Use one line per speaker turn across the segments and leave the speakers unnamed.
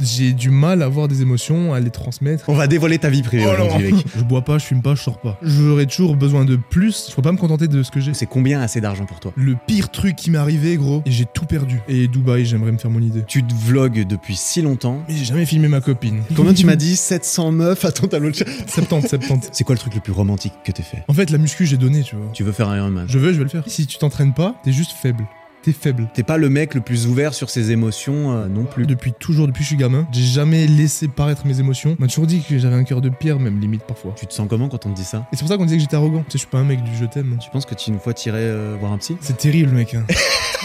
j'ai du mal à avoir des émotions, à les transmettre.
On va dévoiler ta vie privée
Oh non.
aujourd'hui, mec.
Je bois pas, je fume pas, je sors pas. J'aurais toujours besoin de plus. Je peux pas me contenter de ce que j'ai.
C'est combien assez d'argent pour toi
Le pire truc qui m'est arrivé, gros, et j'ai tout perdu. Et Dubaï, j'aimerais me faire mon idée.
Tu te vlogues depuis si longtemps.
Mais j'ai jamais filmé ma copine.
Combien tu m'as dit 700 meufs à ton tableau de chat
70, 70.
C'est quoi le truc le plus romantique que t'aies fait
En fait, la muscu, j'ai donné, tu vois.
Tu veux faire un Ironman
Je veux, je vais le faire. Si tu t'entraînes pas, t'es juste faible. T'es faible.
T'es pas le mec le plus ouvert sur ses émotions euh, non plus.
Depuis toujours, depuis que je suis gamin, j'ai jamais laissé paraître mes émotions. On m'a toujours dit que j'avais un cœur de pierre, même limite parfois.
Tu te sens comment quand on te dit ça
Et c'est pour ça qu'on disait que j'étais arrogant. Tu sais, je suis pas un mec du je t'aime. hein.
Tu penses que tu une fois t'irais euh, voir un psy
C'est terrible, mec. hein.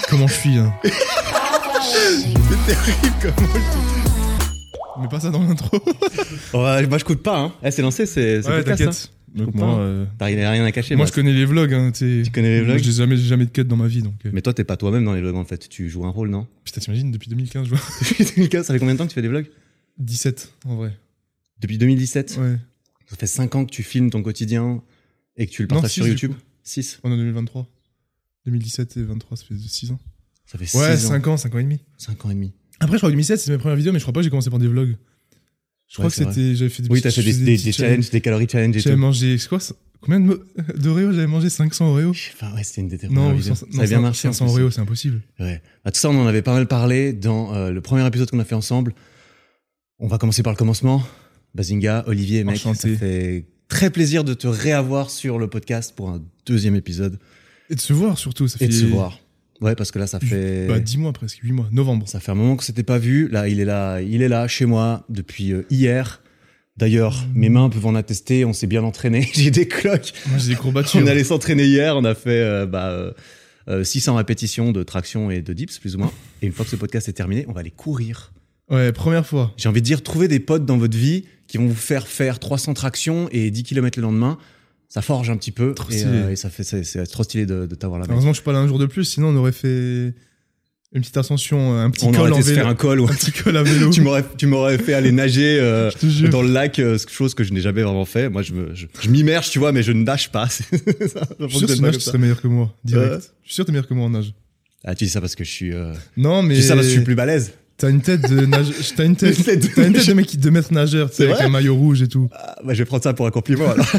Comment je suis, hein. Mais pas ça dans l'intro. Oh,
Ouais, bah je coûte pas, hein. Eh, c'est lancé, c'est c'est
Ouais,
podcast, hein.
t'inquiète. Donc
comprends,
moi,
hein.
euh,
T'as rien à cacher.
moi,
bah,
je connais les vlogs. Hein, tu
Tu connais les vlogs
J'ai jamais, j'ai jamais de cut dans ma vie. Donc, euh.
Mais toi, t'es pas toi-même dans les vlogs en fait. Tu joues un rôle, non
putain, t'imagines, depuis 2015, je vois.
Depuis 2015, ça fait combien de temps que tu fais des vlogs
17, en vrai.
Depuis 2017.
Ouais.
Ça fait 5 ans que tu filmes ton quotidien et que tu le
Non,
partages
six,
sur
du
YouTube.
coup.
6.
On est en 2023. 2017 et 23, ça fait 6 ans.
Ça fait 6
Ouais,
ans.
5 ans, 5 ans et demi.
5 ans et demi.
Après, je crois que 2007, c'est mes premières vidéos, mais je crois pas que j'ai commencé par des vlogs. Je crois
Ouais,
que
c'est
c'était. J'avais fait des
Oui,
petits-
t'as fait
je
des,
faisais
des-
petits
des challenges, des calories challenge et
J'avais
tout.
mangé. C'est quoi ça Combien de mo- d'Oreo J'avais mangé 500 Oreo
Je sais pas, ouais, c'était une des
Non,
vidéos.
500
Ça a bien
non,
marché. en
500
plus.
Oreo, c'est impossible.
Ouais. Bah, tout ça, on en avait pas mal parlé dans euh, le premier épisode qu'on a fait ensemble. On va commencer par le commencement. Bazinga, Olivier, mec,
Enchanté.
ça fait très plaisir de te réavoir sur le podcast pour un deuxième épisode
Et de se voir surtout, ça
et de
fait.
se voir. Ouais, parce que là, ça
Huit-
fait
Bah, 10 mois presque, 8 mois, novembre.
ça fait un moment qu'on s'était pas vu. Là, il est là, il est là chez moi depuis euh, hier. D'ailleurs,
Mm.
mes mains peuvent en attester. On s'est bien entraîné. J'ai des cloques.
Moi, j'ai des courbatures.
On allait s'entraîner hier, on a fait euh, bah, euh, euh, 600 répétitions de traction et de dips, plus ou moins. Et une fois que ce podcast est terminé, on va aller courir.
Ouais, première fois.
J'ai envie de dire, trouvez des potes dans votre vie qui vont vous faire faire 300 tractions et 10 km le lendemain. Ça forge un petit peu.
Trop
et,
stylé.
euh, et ça fait, c'est, c'est trop stylé de, de t'avoir là. mec.
Heureusement que je suis pas là un jour de plus, sinon on aurait fait une petite ascension, un petit
On aurait
col en
été se
vélo.
faire un col. ouais.
Un petit col à vélo.
tu, m'aurais, tu m'aurais fait aller nager euh,
Je te jure.
dans le lac, euh, chose que je n'ai jamais vraiment fait. Moi, je, me, je, je m'immerge, tu vois, mais je ne nage pas. C'est- ça, je
Je suis sûr que
fonctionne
tu nages,
pas comme
tu
ça.
serais meilleur que moi, direct.
Euh.
Je suis sûr que t'es meilleur que moi en nage.
Ah, tu dis ça parce que je suis. euh,
Non, mais.
Tu dis ça parce que je suis plus balèze.
T'as une tête de nage... T'as une tête.
Tête de
T'as une tête
nageur.
de mec qui de maître nageur, tu
C'est
sais, avec
vrai
un maillot rouge et tout.
Ah, bah, je vais prendre ça pour un compliment alors.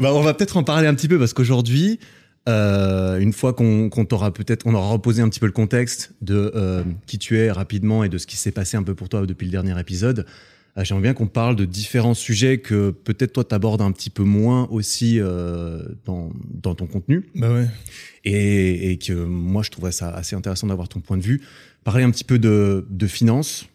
Bah, on va peut-être en parler un petit peu parce qu'aujourd'hui, euh, une fois qu'on qu'on t'aura peut-être, on aura reposé un petit peu le contexte de euh, qui tu es rapidement et de ce qui s'est passé un peu pour toi depuis le dernier épisode. euh, J'aimerais bien qu'on parle de différents sujets que peut-être toi t'abordes un petit peu moins aussi euh, dans, dans ton contenu
Bah ouais.
et, et que moi je trouverais ça assez intéressant d'avoir ton point de vue. Parler un petit peu de, de finances,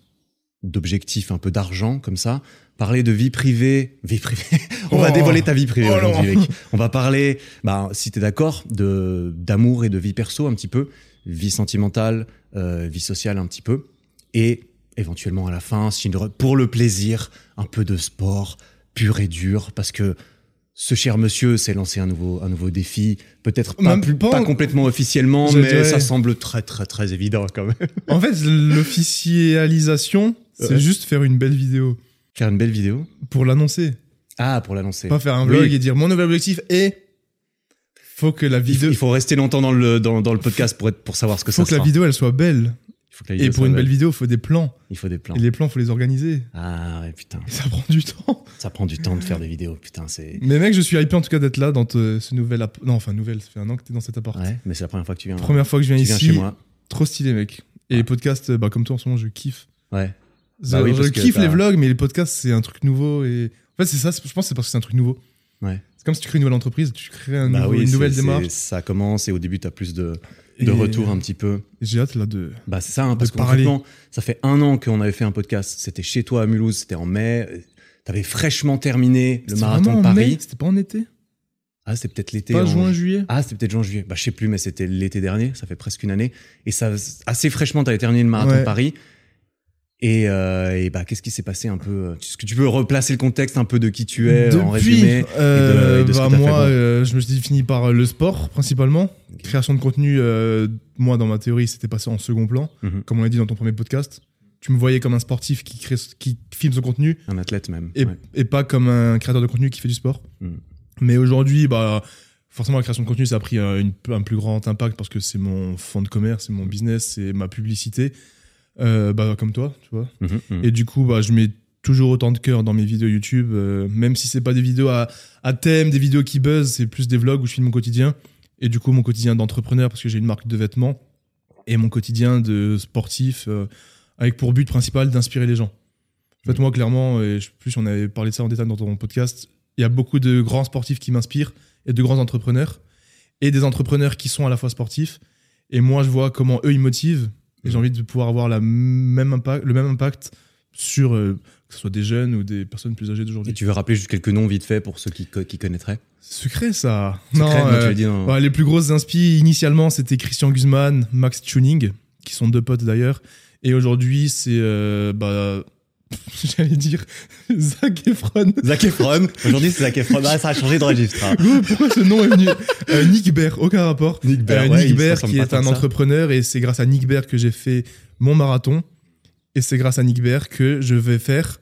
d'objectifs, un peu d'argent comme ça. Parler de vie privée, vie privée. On va
Oh.
dévoiler ta vie privée
Oh
aujourd'hui,
non.
mec. On va parler, bah, si t'es d'accord, de d'amour et de vie perso un petit peu, vie sentimentale, euh, vie sociale un petit peu, et éventuellement à la fin, si une re- pour le plaisir, un peu de sport pur et dur, parce que ce cher monsieur s'est lancé un nouveau un nouveau défi, peut-être pas,
Même
plus-
pas-
pas complètement officiellement,
Je
mais
dirais-
ça semble très très très évident quand même.
En fait, l'officialisation, c'est
Ouais.
juste faire une belle vidéo
Faire une belle vidéo.
pour l'annoncer.
Ah, pour l'annoncer.
Pas faire un
Oui.
vlog et dire mon nouvel objectif est. Faut que la
Il,
vidéo.
il faut rester longtemps dans le dans, dans le podcast pour être pour savoir ce que
Faut
ça
que la
sera.
vidéo elle soit belle.
Il faut que la
Et
vidéo
pour
soit
une belle vidéo, faut des plans.
il faut des plans.
Et les plans, faut les organiser.
Ah ouais, putain,
Et ça prend du temps.
ça prend du temps de faire des vidéos, putain, c'est.
Mais mec, je suis hypé en tout cas d'être là dans te- ce nouvel app- Non, enfin nouvelle, ça fait un an que t'es dans cet appart.
Ouais, mais c'est la première fois que tu viens.
Première fois que je viens
tu viens
ici,
chez moi.
trop stylé mec. Et les podcasts, bah, comme toi en ce moment, je kiffe.
Ouais.
Je-
Bah oui,
je
parce que
kiffe
t'as-
les vlogs, mais les podcasts, c'est un truc nouveau. Et... En fait, c'est ça, c'est- je pense que c'est parce que c'est un truc nouveau.
Ouais.
C'est comme si tu crées une nouvelle entreprise, tu crées un
Bah
nouveau-
oui,
une
c'est-
nouvelle
c'est-
démarche.
Ça commence et au début, t'as plus de,
Et
de retour hein. un petit peu.
J'ai hâte là de.
Bah c'est ça, hein, parce
De
que
parler.
concrètement, ça fait un an qu'on avait fait un podcast. C'était chez toi à Mulhouse, c'était en mai. Euh, T'avais fraîchement terminé le
C'était
marathon
vraiment
de
en mai
Paris.
C'était pas en été
Ah, c'était peut-être l'été.
Pas
en-
juin, juillet
Ah, c'était peut-être juin-juillet. Bah, je sais plus, mais c'était l'été dernier. Ça fait presque une année. Et ça, assez fraîchement, t'avais terminé le marathon
Ouais.
de Paris. Et, euh, et bah, qu'est-ce qui s'est passé un peu Est-ce que tu peux replacer le contexte un peu de qui tu es en résumé
euh,
et de ce que
bah,
t'as fait,
moi,
ouais.
euh, je me suis fini par euh, le sport principalement. Création de contenu, euh, moi dans ma théorie, c'était passé en second plan.
Mhm.
Comme on l'a dit dans ton premier podcast, tu me voyais comme un sportif qui, crée, qui filme son contenu
Un athlète même.
et,
ouais.
et pas comme un créateur de contenu qui fait du sport.
Mhm.
Mais aujourd'hui, bah, forcément, la création de contenu, ça a pris euh, une- un plus grand impact parce que c'est mon fond de commerce, c'est mon business, c'est ma publicité. euh, bah, comme toi, tu vois.
Mhm, mhm.
Et du coup, bah, je mets toujours autant de cœur dans mes vidéos YouTube, euh, même si c'est pas des vidéos à, à thème, des vidéos qui buzzent, c'est plus des vlogs où je filme mon quotidien. Et du coup, mon quotidien d'entrepreneur, parce que j'ai une marque de vêtements, et mon quotidien de sportif, euh, avec pour but principal d'inspirer les gens. En fait, moi, clairement, et je- plus on avait parlé de ça en détail dans ton podcast, il y a beaucoup de grands sportifs qui m'inspirent, et de grands entrepreneurs, et des entrepreneurs qui sont à la fois sportifs. Et moi, je vois comment eux, ils motivent, et
Mmh.
j'ai envie de pouvoir avoir la même impact, le même impact sur euh, que ce soit des jeunes ou des personnes plus âgées
Et
d'aujourd'hui.
tu veux rappeler juste quelques noms vite fait pour ceux qui, co- qui connaîtraient
Secret ça.
Secret,
euh,
tu l'as dit dans-
ouais, les plus grosses inspi initialement c'était Christian Guzman, Max Tuning, qui sont deux potes d'ailleurs. Et aujourd'hui c'est euh, bah j'allais dire Zach Efron.
Zac Efron. Aujourd'hui, c'est Zac Efron. Ah, ça a changé de registre. hein.
Ouh, Pourquoi ce nom est venu Euh, Nick Baer, aucun rapport.
Nick Baer,
Euh,
Ben ouais,
Nick
il se
Baer
ressemble
qui
pas
est
tant
un
que ça.
entrepreneur et c'est grâce à Nick Baer que j'ai fait mon marathon. Et c'est grâce à Nick Baer que je vais faire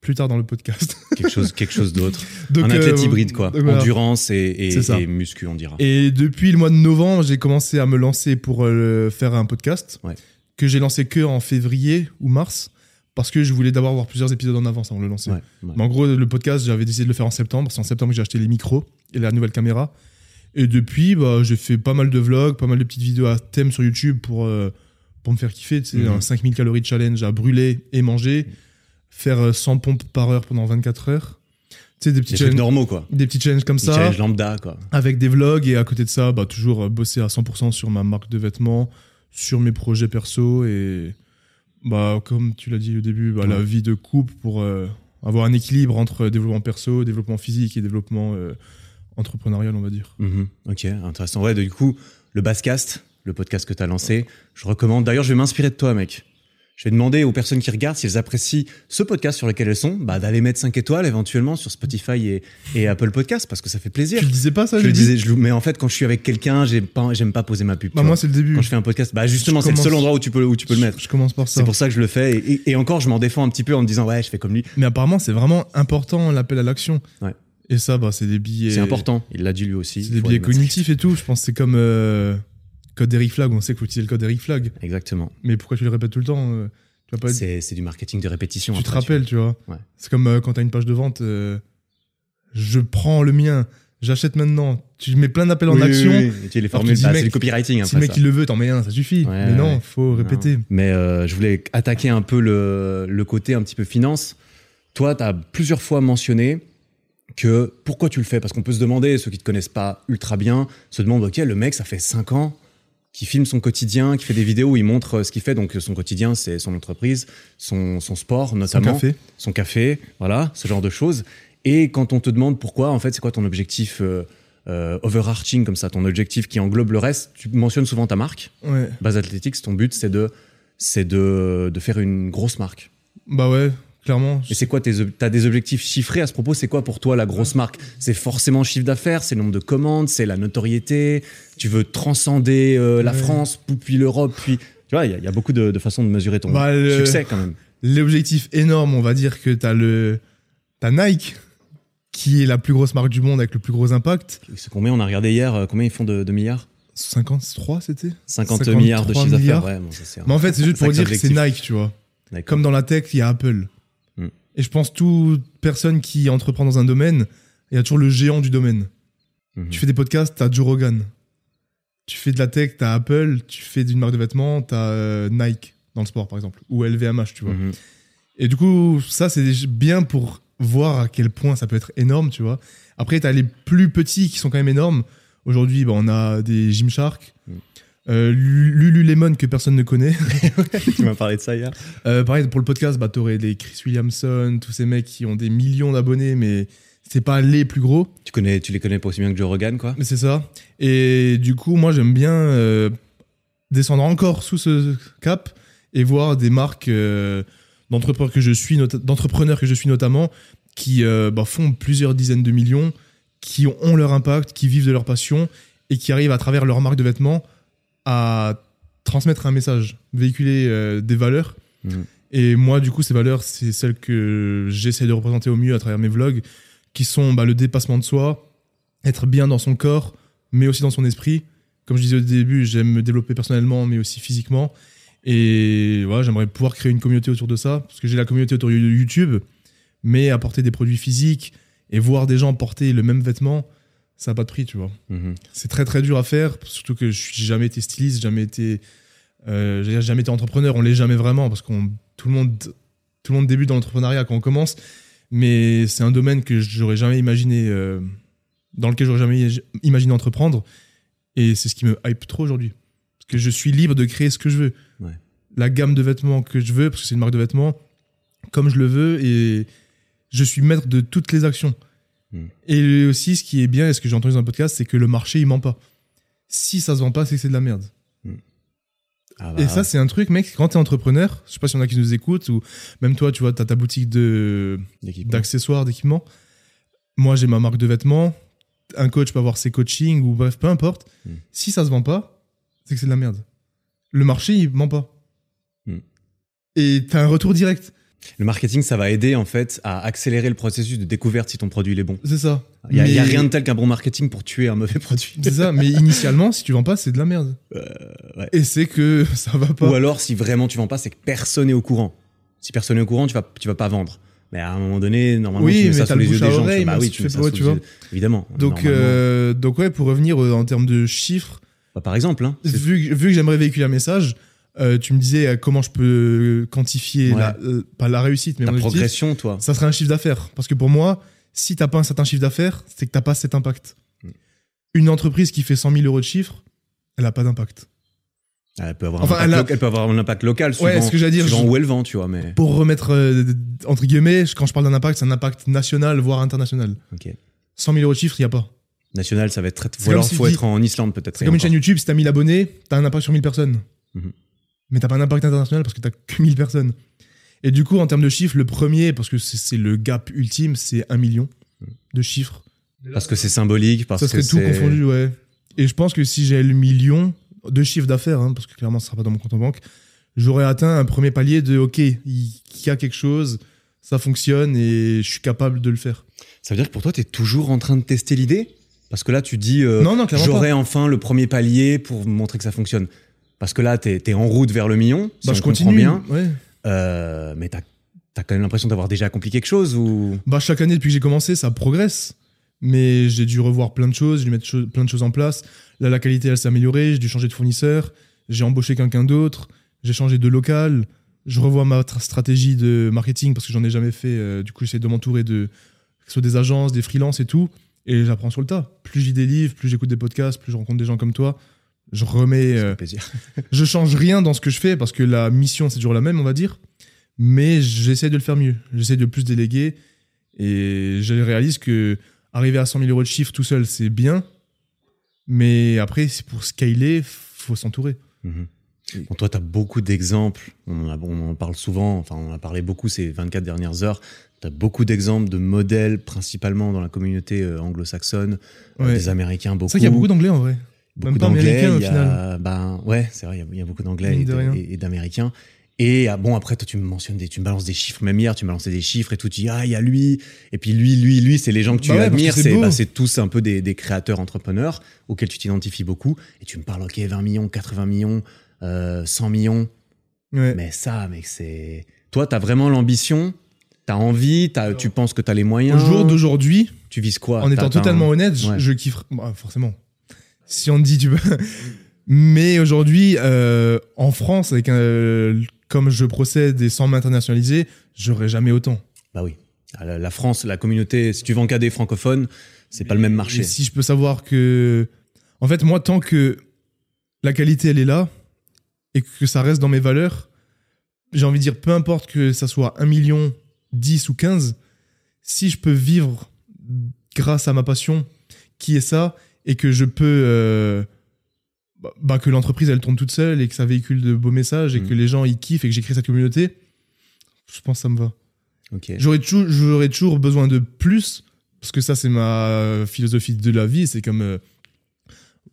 plus tard dans le podcast.
Quelque chose, quelque chose d'autre.
Donc,
un athlète
euh,
hybride, quoi.
donc voilà.
Endurance et, et-
C'est ça.
et muscu, on dira.
Et depuis le mois de novembre, j'ai commencé à me lancer pour euh, faire un podcast
Ouais.
que j'ai lancé que en février ou mars parce que je voulais d'abord avoir plusieurs épisodes en avance avant de le lancer.
Ouais, ouais.
Mais en gros, le podcast, j'avais décidé de le faire en septembre. C'est en septembre que j'ai acheté les micros et la nouvelle caméra. Et depuis, bah, j'ai fait pas mal de vlogs, pas mal de petites vidéos à thème sur YouTube pour, euh, pour me faire kiffer. C'est
Mhm.
un 5000 calories challenge à brûler et manger, faire euh, 100 pompes par heure pendant 24 heures. Tu sais, des petits
Des trucs
challenges,
normaux, quoi.
des petits challenges comme
Des
ça
challenges lambda, quoi.
avec des vlogs et à côté de ça, bah, toujours euh, bosser à 100% sur ma marque de vêtements, sur mes projets perso et bah, comme tu l'as dit au début, bah, la
Ouais.
vie de couple pour euh, avoir un équilibre entre développement perso, développement physique et développement euh, entrepreneurial, on va dire.
Mhm. Ok, intéressant. Ouais, du coup, le Basscast, le podcast que tu as lancé, je recommande. D'ailleurs, je vais m'inspirer de toi, mec. Je vais demander aux personnes qui regardent si elles apprécient ce podcast sur lequel elles sont, bah, d'aller mettre 5 étoiles éventuellement sur Spotify et, et Apple Podcast parce que ça fait plaisir.
Tu le disais pas ça,
je
j'ai
le
dit
disais, je le- mais en fait, quand je suis avec quelqu'un, j'aime pas, j'aime pas poser ma pub. tu
Bah,
vois.
moi, c'est le début.
quand je fais un podcast, bah justement,
Je
c'est le seul
commence-
endroit où tu peux, où tu peux le mettre.
Je, je commence par ça.
C'est pour ça que je le fais. Et, et- et encore, je m'en défends un petit peu en me disant, ouais, je fais comme lui.
Mais apparemment, c'est vraiment important l'appel à l'action.
Ouais.
Et ça, bah, c'est des billets.
C'est important. Il l'a dit lui aussi.
C'est
il
des
faut
billets
admettre.
cognitifs et tout. Je pense que c'est comme euh, code Eric Flag. On sait qu'il faut utiliser le code Eric Flag.
Exactement.
Mais pourquoi tu le répètes tout le temps euh, Tu vas pas être-
C'est c'est du marketing de répétition.
tu te
après, vois.
rappelles, tu vois.
Ouais.
C'est comme euh, quand t'as une page de vente, euh, je prends le mien, j'achète maintenant. Tu mets plein d'appels en
Oui,
action.
oui, oui. Et tu les
Alors
formules,
tu dis,
bah,
mec,
c'est du copywriting.
Si
après,
le mec
ça.
il le veut, t'en mets un, ça suffit.
Ouais,
Mais non,
ouais.
faut répéter.
Mais euh, je voulais attaquer un peu le, le côté un petit peu finance. Toi, tu as plusieurs fois mentionné que pourquoi tu le fais Parce qu'on peut se demander, ceux qui te connaissent pas ultra bien se demandent, ok, le mec, ça fait 5 ans qui filme son quotidien, qui fait des vidéos où il montre euh, ce qu'il fait. Donc son quotidien, c'est son entreprise, son, son sport
Sans
notamment,
café.
son café, voilà, ce genre de choses. Et quand on te demande pourquoi, en fait, c'est quoi ton objectif euh, euh, overarching comme ça, ton objectif qui englobe le reste, tu mentionnes souvent ta marque.
Ouais.
Base Athletics, ton but, c'est de, c'est de, de faire une grosse marque.
Bah ouais, clairement.
Et c'est quoi tes, ob- t'as des objectifs chiffrés à ce propos C'est quoi pour toi la grosse marque C'est forcément chiffre d'affaires, c'est le nombre de commandes, c'est la notoriété. Tu veux transcender euh, la
Ouais.
France, pou- puis l'Europe, puis tu vois, il y, a- il y a beaucoup de, de façons de mesurer ton
Bah, le-
succès quand même.
L'objectif énorme, on va dire que t'as le. T'as Nike, qui est la plus grosse marque du monde avec le plus gros impact.
C'est combien on a regardé hier euh, Combien ils font de, de milliards
53, c'était
50 milliards de
53
chiffre d'affaires.
milliards.
Ouais, bon, ça, c'est un- hein.
Mais en fait, c'est juste pour
Sacré
dire que c'est
objectif.
Nike, tu vois.
D'accord.
comme dans la tech, il y a Apple.
Mm.
Et je pense toute personne qui entreprend dans un domaine, il y a toujours le géant du domaine.
Mhm.
Tu fais des podcasts, t'as Joe Rogan. Tu fais de la tech, t'as Apple. Tu fais d'une marque de vêtements, t'as euh, Nike dans le sport, par exemple, ou LVMH, tu vois.
Mhm.
Et du coup, ça, c'est bien pour voir à quel point ça peut être énorme, tu vois. Après, tu as les plus petits qui sont quand même énormes. Aujourd'hui, bah, on a des Gymshark,
Mm.
euh, Lu- Lululemon que personne ne connaît.
tu m'as parlé de ça hier.
Euh, pareil, pour le podcast, bah, t'aurais des Chris Williamson, tous ces mecs qui ont des millions d'abonnés, mais c'est pas les plus gros.
Tu connais, tu les connais pas aussi bien que Joe Rogan, quoi.
Mais c'est ça. Et du coup, moi, j'aime bien euh, descendre encore sous ce cap et voir des marques euh, d'entrepreneurs que je suis, nota- d'entrepreneurs que je suis notamment, qui euh, bah, font plusieurs dizaines de millions, qui ont, ont leur impact, qui vivent de leur passion et qui arrivent à travers leur marque de vêtements à transmettre un message, véhiculer euh, des valeurs.
Mhm.
Et moi, du coup, ces valeurs, c'est celles que j'essaie de représenter au mieux à travers mes vlogs, qui sont bah, le dépassement de soi, être bien dans son corps, mais aussi dans son esprit. Comme je disais au début, j'aime me développer personnellement, mais aussi physiquement. Et voilà, j'aimerais pouvoir créer une communauté autour de ça, parce que j'ai la communauté autour de YouTube, mais apporter des produits physiques et voir des gens porter le même vêtement, ça n'a pas de prix, tu vois.
Mhm.
C'est très très dur à faire, surtout que je n'ai jamais été styliste, jamais été, euh, j'allais dire jamais été entrepreneur, on l'est jamais vraiment, parce qu'on tout le monde tout le monde débute dans l'entrepreneuriat quand on commence, mais c'est un domaine que j'aurais jamais imaginé, euh, dans lequel j'aurais jamais imaginé entreprendre, et c'est ce qui me hype trop aujourd'hui, parce que je suis libre de créer ce que je veux,
Ouais.
la gamme de vêtements que je veux, parce que c'est une marque de vêtements, comme je le veux, et je suis maître de toutes les actions.
Hmm.
Et aussi, ce qui est bien, et ce que j'ai entendu dans un podcast, c'est que le marché, il ment pas. Si ça se vend pas, c'est que c'est de la merde.
Ah
Et
bah,
ça, c'est un truc, mec, quand t'es entrepreneur, je sais pas s'il y en a qui nous écoutent, ou même toi, tu vois, t'as ta boutique de,
l'équipe. hein.
d'accessoires, d'équipements. Moi, j'ai ma marque de vêtements. Un coach peut avoir ses coachings, ou bref, peu importe.
Mm.
Si ça se vend pas, c'est que c'est de la merde. Le marché, il ment pas.
Mm.
Et t'as un retour direct.
Le marketing, ça va aider en fait à accélérer le processus de découverte si ton produit il est bon.
C'est ça.
Il n'y a, il y a
Mais-
rien de tel qu'un bon marketing pour tuer un mauvais produit.
C'est ça, mais initialement, si tu vends pas, c'est de la merde.
Euh, ouais.
Et c'est que ça va pas.
Ou alors, si vraiment tu vends pas, c'est que personne n'est au courant. Si personne n'est au courant, tu vas, tu vas pas vendre. Mais à un moment donné, normalement,
Oui,
tu mets
mais
ça
t'as
sous
le
les yeux
bouche à
des gens.
oreille,
tu- bah
même
oui,
si tu
mets
fais
ça
pas,
sous
tu
les
vois.
yeux- Évidemment.
donc,
normalement.
euh, donc ouais, pour revenir euh, en termes de chiffres,
Bah, par exemple, hein, c'est-
vu, que- vu que j'aimerais véhiculer un message, euh, tu me disais euh, comment je peux quantifier
Ouais.
la, euh, pas la réussite, mais
ta
mon objectif.
progression, toi.
ça serait un chiffre d'affaires. Parce que pour moi, si t'as pas un certain chiffre d'affaires, c'est que t'as pas cet impact.
Mm.
Une entreprise qui fait 100 000 euros de chiffre, elle a pas d'impact.
Ah, Elle peut avoir,
Enfin,
un,
elle
impact
a-
local, elle peut avoir un impact local suivant,
Ouais, ce que j'allais dire,
suivant
je-
où elle vend, tu vois. Mais...
Pour remettre, euh, entre guillemets, quand je parle d'un impact, c'est un impact national, voire international.
Ok.
100 000 euros de chiffre, il n'y a pas.
National, ça va être très.
C'est
Ou alors,
comme si
faut
je dis-
être en Islande, peut-être.
C'est comme une chaîne YouTube, si t'as 1000 abonnés, t'as un impact sur 1000 personnes.
Mhm.
Mais t'as pas un impact international parce que t'as que 1000 personnes. Et du coup, en termes de chiffres, le premier, parce que c'est- c'est le gap ultime, c'est 1 million de chiffres.
Mhm. Parce que c'est symbolique, parce
Ça serait
que
tout
c'est-
confondu, ouais. Et je pense que si j'avais le million de chiffre d'affaires, hein, parce que clairement, ça sera pas dans mon compte en banque, j'aurais atteint un premier palier de OK, il il y a quelque chose, ça fonctionne et je suis capable de le faire.
Ça veut dire que pour toi, tu es toujours en train de tester l'idée Parce que là, tu dis, euh,
non, non, clairement pas.
j'aurai enfin le premier palier pour montrer que ça fonctionne. Parce que là, tu es, en route vers le million, si
Bah,
on
je
comprend
continue.
bien.
ouais.
Euh, mais tu as, quand même l'impression d'avoir déjà accompli quelque chose ou...
Bah, chaque année, depuis que j'ai commencé, ça progresse. Mais j'ai dû revoir plein de choses, j'ai dû mettre cho- plein de choses en place. Là, la qualité, elle s'est améliorée, j'ai dû changer de fournisseur, j'ai embauché quelqu'un d'autre, j'ai changé de local, je revois ma tra- stratégie de marketing parce que j'en ai jamais fait. euh, du coup, j'essaie de m'entourer de que ce soit des agences, des freelances et tout. Et j'apprends sur le tas. Plus j'ai des livres, plus j'écoute des podcasts, plus je rencontre des gens comme toi. Je remets.
Ça
euh,
fait plaisir.
je change rien dans ce que je fais parce que la mission c'est toujours la même, on va dire. Mais j'essaie de le faire mieux. J'essaie de plus déléguer et je réalise que arriver à 100 000 euros de chiffre tout seul c'est bien, mais après c'est pour scaler faut s'entourer.
Mhm. Bon, toi, tu as beaucoup d'exemples. On, en a- on en parle souvent, enfin, on en a parlé beaucoup ces 24 dernières heures. Tu as beaucoup d'exemples de modèles, principalement dans la communauté euh, anglo-saxonne, euh,
Ouais.
des Américains, beaucoup.
C'est vrai qu'il y a beaucoup d'anglais en vrai.
beaucoup
Même pas
d'anglais.
américain, au
il y a- ben, ouais, c'est vrai, il y a- il y, a beaucoup d'anglais
Mine
et
de
de-
rien.
et et d'américains. Et ah, bon, après, toi, tu me mentionnes des, tu me balances des chiffres, même hier, tu me balançais des chiffres et tout, tu dis, ah, il y a lui, et puis lui, lui, lui, c'est les gens que tu
Bah ouais, parce que
admires,
c'est
c'est
beau.
bah, c'est tous un peu des, des créateurs entrepreneurs auxquels tu t'identifies beaucoup, et tu me parles, ok, 20 millions, 80 millions, euh, 100 millions,
Ouais.
mais ça, mec, c'est. Toi, t'as vraiment l'ambition, t'as envie, t'as- tu penses que t'as les
Au
moyens,
jour d'aujourd'hui,
tu vises quoi
en
T'as-
étant
t'as un-
totalement honnête, je-
ouais.
je kiffe bah, forcément. Si on te dit tu veux. Mais aujourd'hui, euh, en France, avec un- comme je procède et sans m'internationaliser, j'aurais jamais autant.
Bah oui. Ah, La, la France, la communauté, si tu vends qu'à des francophones, c'est pas le même marché.
Et si je peux savoir que. En fait, moi, tant que la qualité, elle est là, et que ça reste dans mes valeurs, j'ai envie de dire, peu importe que ça soit 1 million, 10 ou 15, si je peux vivre grâce à ma passion, qui est ça, et que je peux. euh, bah, bah, que l'entreprise, elle tourne toute seule, et que ça véhicule de beaux messages, et
Mhm.
que les gens, ils kiffent, et que j'ai créé cette communauté, je pense que ça me va.
Ok.
J'aurais toujours, j'aurais toujours besoin de plus, parce que ça, c'est ma philosophie de la vie. C'est comme. euh,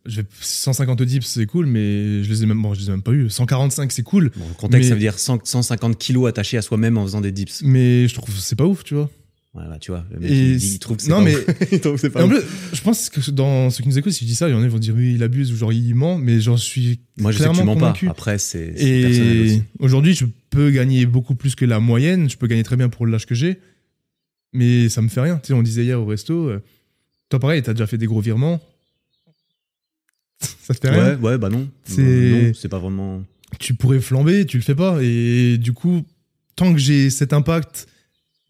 je vais- 150 dips, c'est cool, mais je les ai même, bon, je les ai même pas eu. 145, c'est cool,
Bon, le contexte,
Mais-
ça veut dire 100 150 kilos attachés à soi-même en faisant des dips.
mais je trouve que c'est pas ouf, tu vois.
Voilà, tu vois, le mec,
Et
il, dit-
c'est-
il trouve que c'est
Non,
pas
mais-
ouf. il trouve que c'est
Et
pas
en
ouf.
plus, je pense que dans ceux qui nous écoutent, si je dis ça, il y en a qui vont dire oui, il abuse ou genre il ment, mais j'en suis
Moi, je sais que
clairement
tu mens pas.
convaincu.
Après, c'est c'est personnel
Et
aussi.
aujourd'hui, je peux gagner beaucoup plus que la moyenne. Je peux gagner très bien pour l'âge que j'ai, mais ça me fait rien. Tu sais, on disait hier au resto, euh, toi pareil, t'as déjà fait des gros virements. ça te fait rien.
Ouais, ouais, bah non.
C'est-
Non, non, c'est pas vraiment.
Tu pourrais flamber, tu le fais pas. Et du coup, tant que j'ai cet impact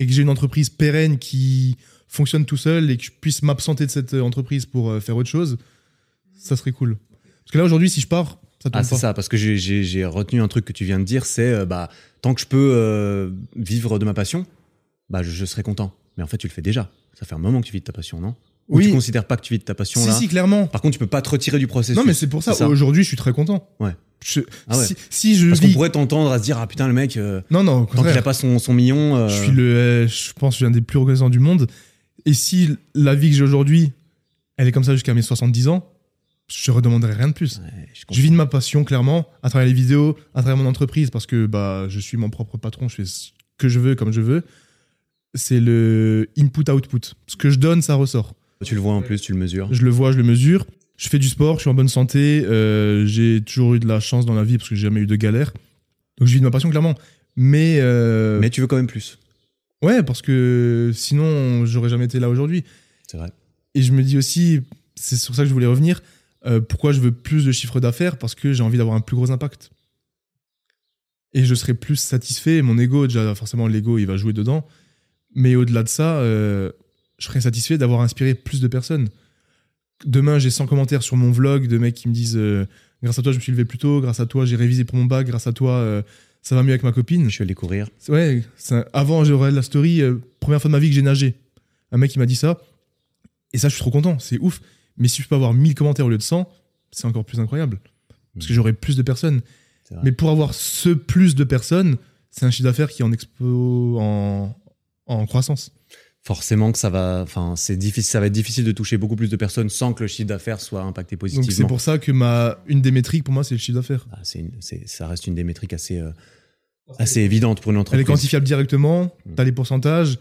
et que j'ai une entreprise pérenne qui fonctionne tout seul et que je puisse m'absenter de cette euh, entreprise pour euh, faire autre chose, ça serait cool. Parce que là aujourd'hui, si je pars, ça tombe
Ah, c'est
pas.
ça, parce que j'ai- j'ai j'ai retenu un truc que tu viens de dire, c'est euh, bah, tant que je peux euh, vivre de ma passion, bah, je, je serai content. Mais en fait, tu le fais déjà. Ça fait un moment que tu vis de ta passion, non Ou
Oui.
tu considères pas que tu vis de ta passion
Si,
là
si, clairement.
Par contre, tu peux pas te retirer du processus.
Non, mais c'est pour ça.
C'est ça.
Aujourd'hui, je suis très content.
Ouais.
Je-
Ah ouais.
si, si je
Parce qu'on
vis.
pourrait t'entendre à se dire ah putain le mec euh,
Non, non, au
tant qu'il
contraire.
a pas son, son million. euh,
Je suis le. euh, je pense que je suis un des plus reconnaissants du monde. Et si la vie que j'ai aujourd'hui, elle est comme ça jusqu'à mes 70 ans, je redemanderai rien de plus.
ouais, je comprends.
Je vis de ma passion, clairement, à travers les vidéos, à travers mon entreprise, parce que bah, je suis mon propre patron, je fais ce que je veux, comme je veux. C'est le input-output. Ce que je donne, ça ressort.
Tu le vois en plus, tu le mesures.
Je le vois, je le mesure. Je fais du sport, je suis en bonne santé. euh, j'ai toujours eu de la chance dans la vie parce que j'ai jamais eu de galère. Donc je vis de ma passion, clairement. Mais, euh,
Mais tu veux quand même plus.
ouais, parce que sinon, j'aurais jamais été là aujourd'hui.
C'est vrai.
Et je me dis aussi, c'est sur ça que je voulais revenir, euh, pourquoi je veux plus de chiffre d'affaires Parce que j'ai envie d'avoir un plus gros impact. Et je serai plus satisfait. Mon ego, déjà, forcément, l'ego, il va jouer dedans. Mais au-delà de ça, euh, je serai satisfait d'avoir inspiré plus de personnes. Demain, j'ai 100 commentaires sur mon vlog de mecs qui me disent euh, Grâce à toi, je me suis levé plus tôt. Grâce à toi, j'ai révisé pour mon bac. Grâce à toi, euh, ça va mieux avec ma copine.
Je suis allé courir.
C'est- Ouais, c'est- avant, j'aurais la story, euh, première fois de ma vie que j'ai nagé. Un mec, il m'a dit ça. Et ça, je suis trop content, c'est ouf. Mais si je peux avoir 1000 commentaires au lieu de 100, c'est encore plus incroyable. Parce que
Mhm.
j'aurai plus de personnes.
C'est vrai.
Mais pour avoir ce plus de personnes, c'est un chiffre d'affaires qui est en expo, en, en croissance.
Forcément que ça va. Enfin, c'est difficile. Ça va être difficile de toucher beaucoup plus de personnes sans que le chiffre d'affaires soit impacté
Donc c'est
positivement.
pour ça que ma, une des métriques pour moi, c'est le chiffre d'affaires.
Ah, c'est une- c'est- ça reste une des métriques assez, euh, assez évidente pour une
Elle est
entreprise.
quantifiable directement,
Mhm.
t'as les pourcentages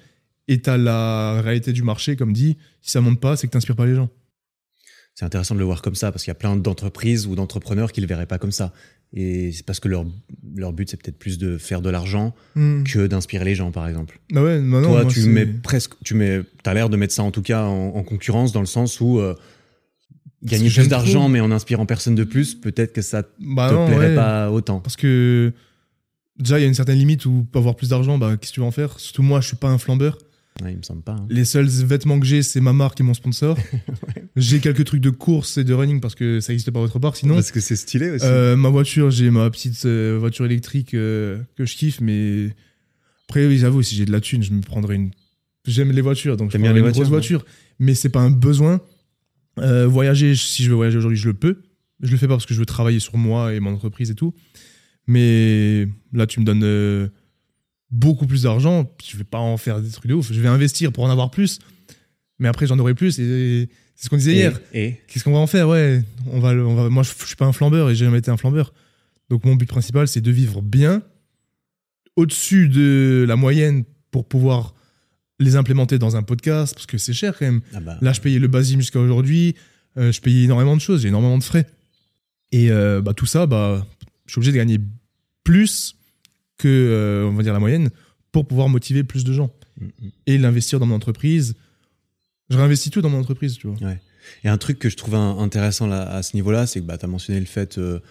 et t'as la réalité du marché, comme dit. Si ça monte pas, c'est que t'inspires pas les gens.
C'est intéressant de le voir comme ça parce qu'il y a plein d'entreprises ou d'entrepreneurs qui le verraient pas comme ça. Et c'est parce que leur, leur but, c'est peut-être plus de faire de l'argent
Mhm.
que d'inspirer les gens, par exemple.
Bah ouais, bah non,
Toi,
moi,
tu
c'est-
mets presque, tu mets, t'as l'air de mettre ça en tout cas en, en concurrence dans le sens où euh, gagner
que j'aime
plus d'argent
trop.
mais en inspirant personne de plus, peut-être que ça te
bah non,
plairait
ouais.
pas autant.
Parce que déjà, il y a une certaine limite où pour avoir plus d'argent, bah, qu'est-ce que tu vas en faire Surtout moi, je suis pas un flambeur.
Ouais, il me semble pas. hein.
Les seuls vêtements que j'ai, c'est ma marque et mon sponsor. J'ai quelques trucs de course et de running parce que ça n'existe pas autre part sinon.
que c'est stylé aussi.
Euh, ma voiture, j'ai ma petite euh, voiture électrique euh, que je kiffe, mais après, oui, j'avoue, si j'ai de la thune, je me prendrais une. J'aime les voitures, donc je
T'aimes bien
prendrais
les
une grosse
voitures,
voiture, mais c'est pas un besoin. Euh, voyager, si je veux voyager aujourd'hui, je le peux. Je le fais pas parce que je veux travailler sur moi et mon entreprise et tout. Mais là, tu me donnes euh, beaucoup plus d'argent. Je vais pas en faire des trucs de ouf. Je vais investir pour en avoir plus. Mais après, j'en aurai plus. Et c'est ce qu'on disait hier.
Et, et
Qu'est-ce qu'on va en faire Ouais, on va, le- on va. Moi, je, je suis pas un flambeur et j'ai jamais été un flambeur. Donc mon but principal, c'est de vivre bien, au-dessus de la moyenne pour pouvoir les implémenter dans un podcast parce que c'est cher quand même.
ah bah,
Là, je payais le basim jusqu'à aujourd'hui. euh, je payais énormément de choses, j'ai énormément de frais. Et euh, bah, tout ça, bah, je suis obligé de gagner plus que, euh, on va dire, la moyenne pour pouvoir motiver plus de gens
mm, mm.
et l'investir dans mon entreprise. Je réinvestis tout dans mon entreprise, tu vois.
Et un truc que je trouve un- intéressant là, à ce niveau-là, c'est que bah, tu as mentionné le fait que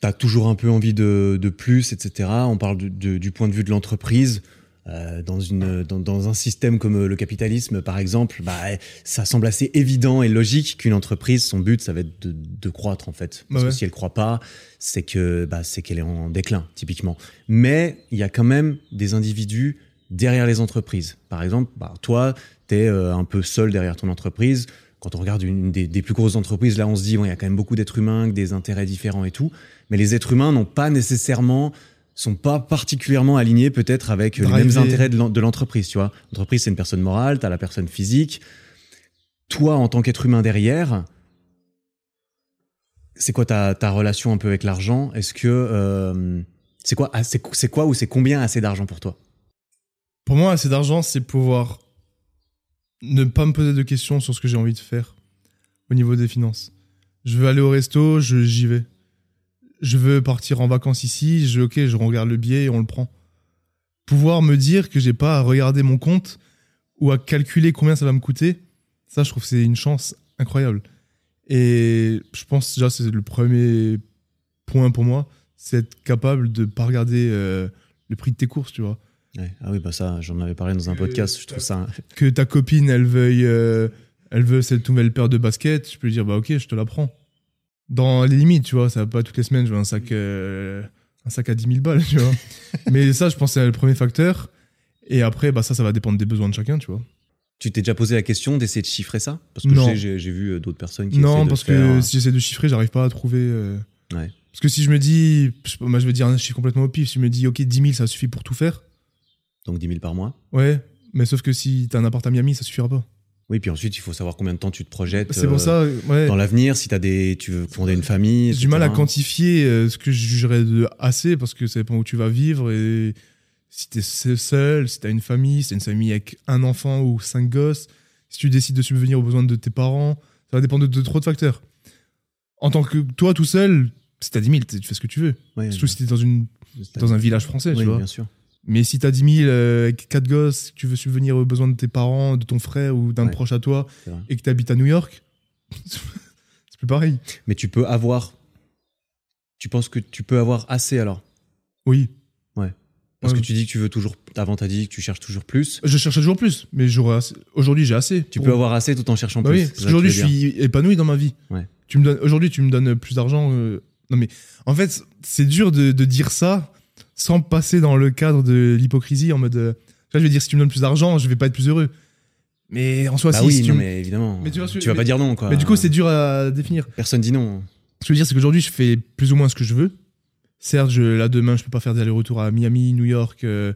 tu as toujours un peu envie de, de plus, etc. On parle du- du- du point de vue de l'entreprise. Euh, dans, une, dans, dans un système comme euh, le capitalisme, par exemple, bah, ça semble assez évident et logique qu'une entreprise, son but, ça va être de, de croître, en fait. Parce
Bah ouais.
que si elle croît pas, c'est que bah, c'est qu'elle est en déclin, typiquement. Mais il y a quand même des individus derrière les entreprises. Par exemple, bah, toi, tu es euh, un peu seul derrière ton entreprise. Quand on regarde une, une des, des plus grosses entreprises, là, on se dit, bon, il y a quand même beaucoup d'êtres humains, des intérêts différents et tout. Mais les êtres humains n'ont pas nécessairement sont pas particulièrement alignés peut-être avec les
Drivés.
mêmes intérêts de l'en- de l'entreprise, tu vois. L'entreprise, c'est une personne morale, tu as la personne physique. Toi, en tant qu'être humain derrière, c'est quoi ta, ta relation un peu avec l'argent Est-ce que... euh, c'est quoi, ah, c'est, c'est quoi ou c'est combien assez d'argent pour toi
Pour moi, assez d'argent, c'est pouvoir ne pas me poser de questions sur ce que j'ai envie de faire au niveau des finances. Je veux aller au resto, je- j'y vais. Je veux partir en vacances ici, je, ok, je regarde le billet et on le prend. Pouvoir me dire que j'ai pas à regarder mon compte ou à calculer combien ça va me coûter, ça, je trouve que c'est une chance incroyable. Et je pense déjà c'est le premier point pour moi, c'est être capable de pas regarder euh, le prix de tes courses, tu vois.
Ouais. Ah oui, bah ça, j'en avais parlé dans un podcast. Je trouve ça.
que ta copine, elle veuille, euh, elle veut cette nouvelle paire de baskets, je peux lui dire, bah ok, je te la prends. Dans les limites, tu vois, ça va pas toutes les semaines, je veux un sac, euh, un sac à 10 000 balles, tu vois. Mais ça, je pense, que c'est le premier facteur. Et après, bah ça, ça va dépendre des besoins de chacun, tu vois.
Tu t'es déjà posé la question d'essayer de chiffrer ça Parce que
Non.
j'ai- j'ai j'ai vu euh, d'autres personnes qui essaient
Non,
de
parce que
faire, euh,
si j'essaie de chiffrer, j'arrive pas à trouver. euh,
Ouais.
Parce que si je me dis, je, sais pas, moi, je vais dire un chiffre complètement au pif, si je me dis, ok, 10 000, ça suffit pour tout faire.
donc 10 000 par mois.
Ouais, mais sauf que si t'as un appart à Miami, ça suffira pas.
Oui, puis ensuite, il faut savoir combien de temps tu te projettes
C'est
euh,
pour ça, ouais.
dans l'avenir, si t'as des, tu veux fonder une famille.
J'ai du mal à
etc.
quantifier euh, ce que je jugerais de assez parce que ça dépend où tu vas vivre et si t'es se- seul, si t'as une famille, si t'as une famille avec un enfant ou cinq gosses, si tu décides de subvenir aux besoins de tes parents, ça va dépendre de, de trop de facteurs. En tant que toi tout seul, si t'as 10 000, tu fais ce que tu veux.
Ouais,
Surtout si t'es dans, une,
ouais, c'est-
dans un village français,
Oui,
tu vois.
bien sûr.
Mais si t'as 10 000 euh, avec quatre gosses, que tu veux subvenir aux besoins de tes parents, de ton frère ou d'un
Ouais.
proche à toi
C'est vrai.
et que t'habites à New York, c'est plus pareil.
Mais tu peux avoir. Tu penses que tu peux avoir assez alors
Oui.
Parce
Ouais.
que tu dis que tu veux toujours. Avant, t'as dit que tu cherches toujours plus.
Je cherche toujours plus, mais j'aurais assez- aujourd'hui j'ai assez.
Tu
Pour-
peux avoir assez tout en cherchant
Bah
plus.
oui,
c'est
parce
ça que tu veux
qu'aujourd'hui je
dire.
suis épanoui dans ma vie.
Ouais.
Tu me donnes aujourd'hui tu me donnes plus d'argent. euh, Non mais en fait c'est dur de, de dire ça sans passer dans le cadre de l'hypocrisie en mode. euh, tu vois, je vais dire si tu me donnes plus d'argent je vais pas être plus heureux. Mais en soi
Bah
si.
oui,
si tu
non,
me-
mais évidemment.
Mais tu vois ce que-
vas pas
mais-
dire non, quoi.
mais du coup c'est dur à définir.
Personne dit non.
Ce que je veux dire, c'est qu'aujourd'hui, je fais plus ou moins ce que je veux. Certes, je- là, demain, je peux pas faire des allers-retours à Miami, New York euh,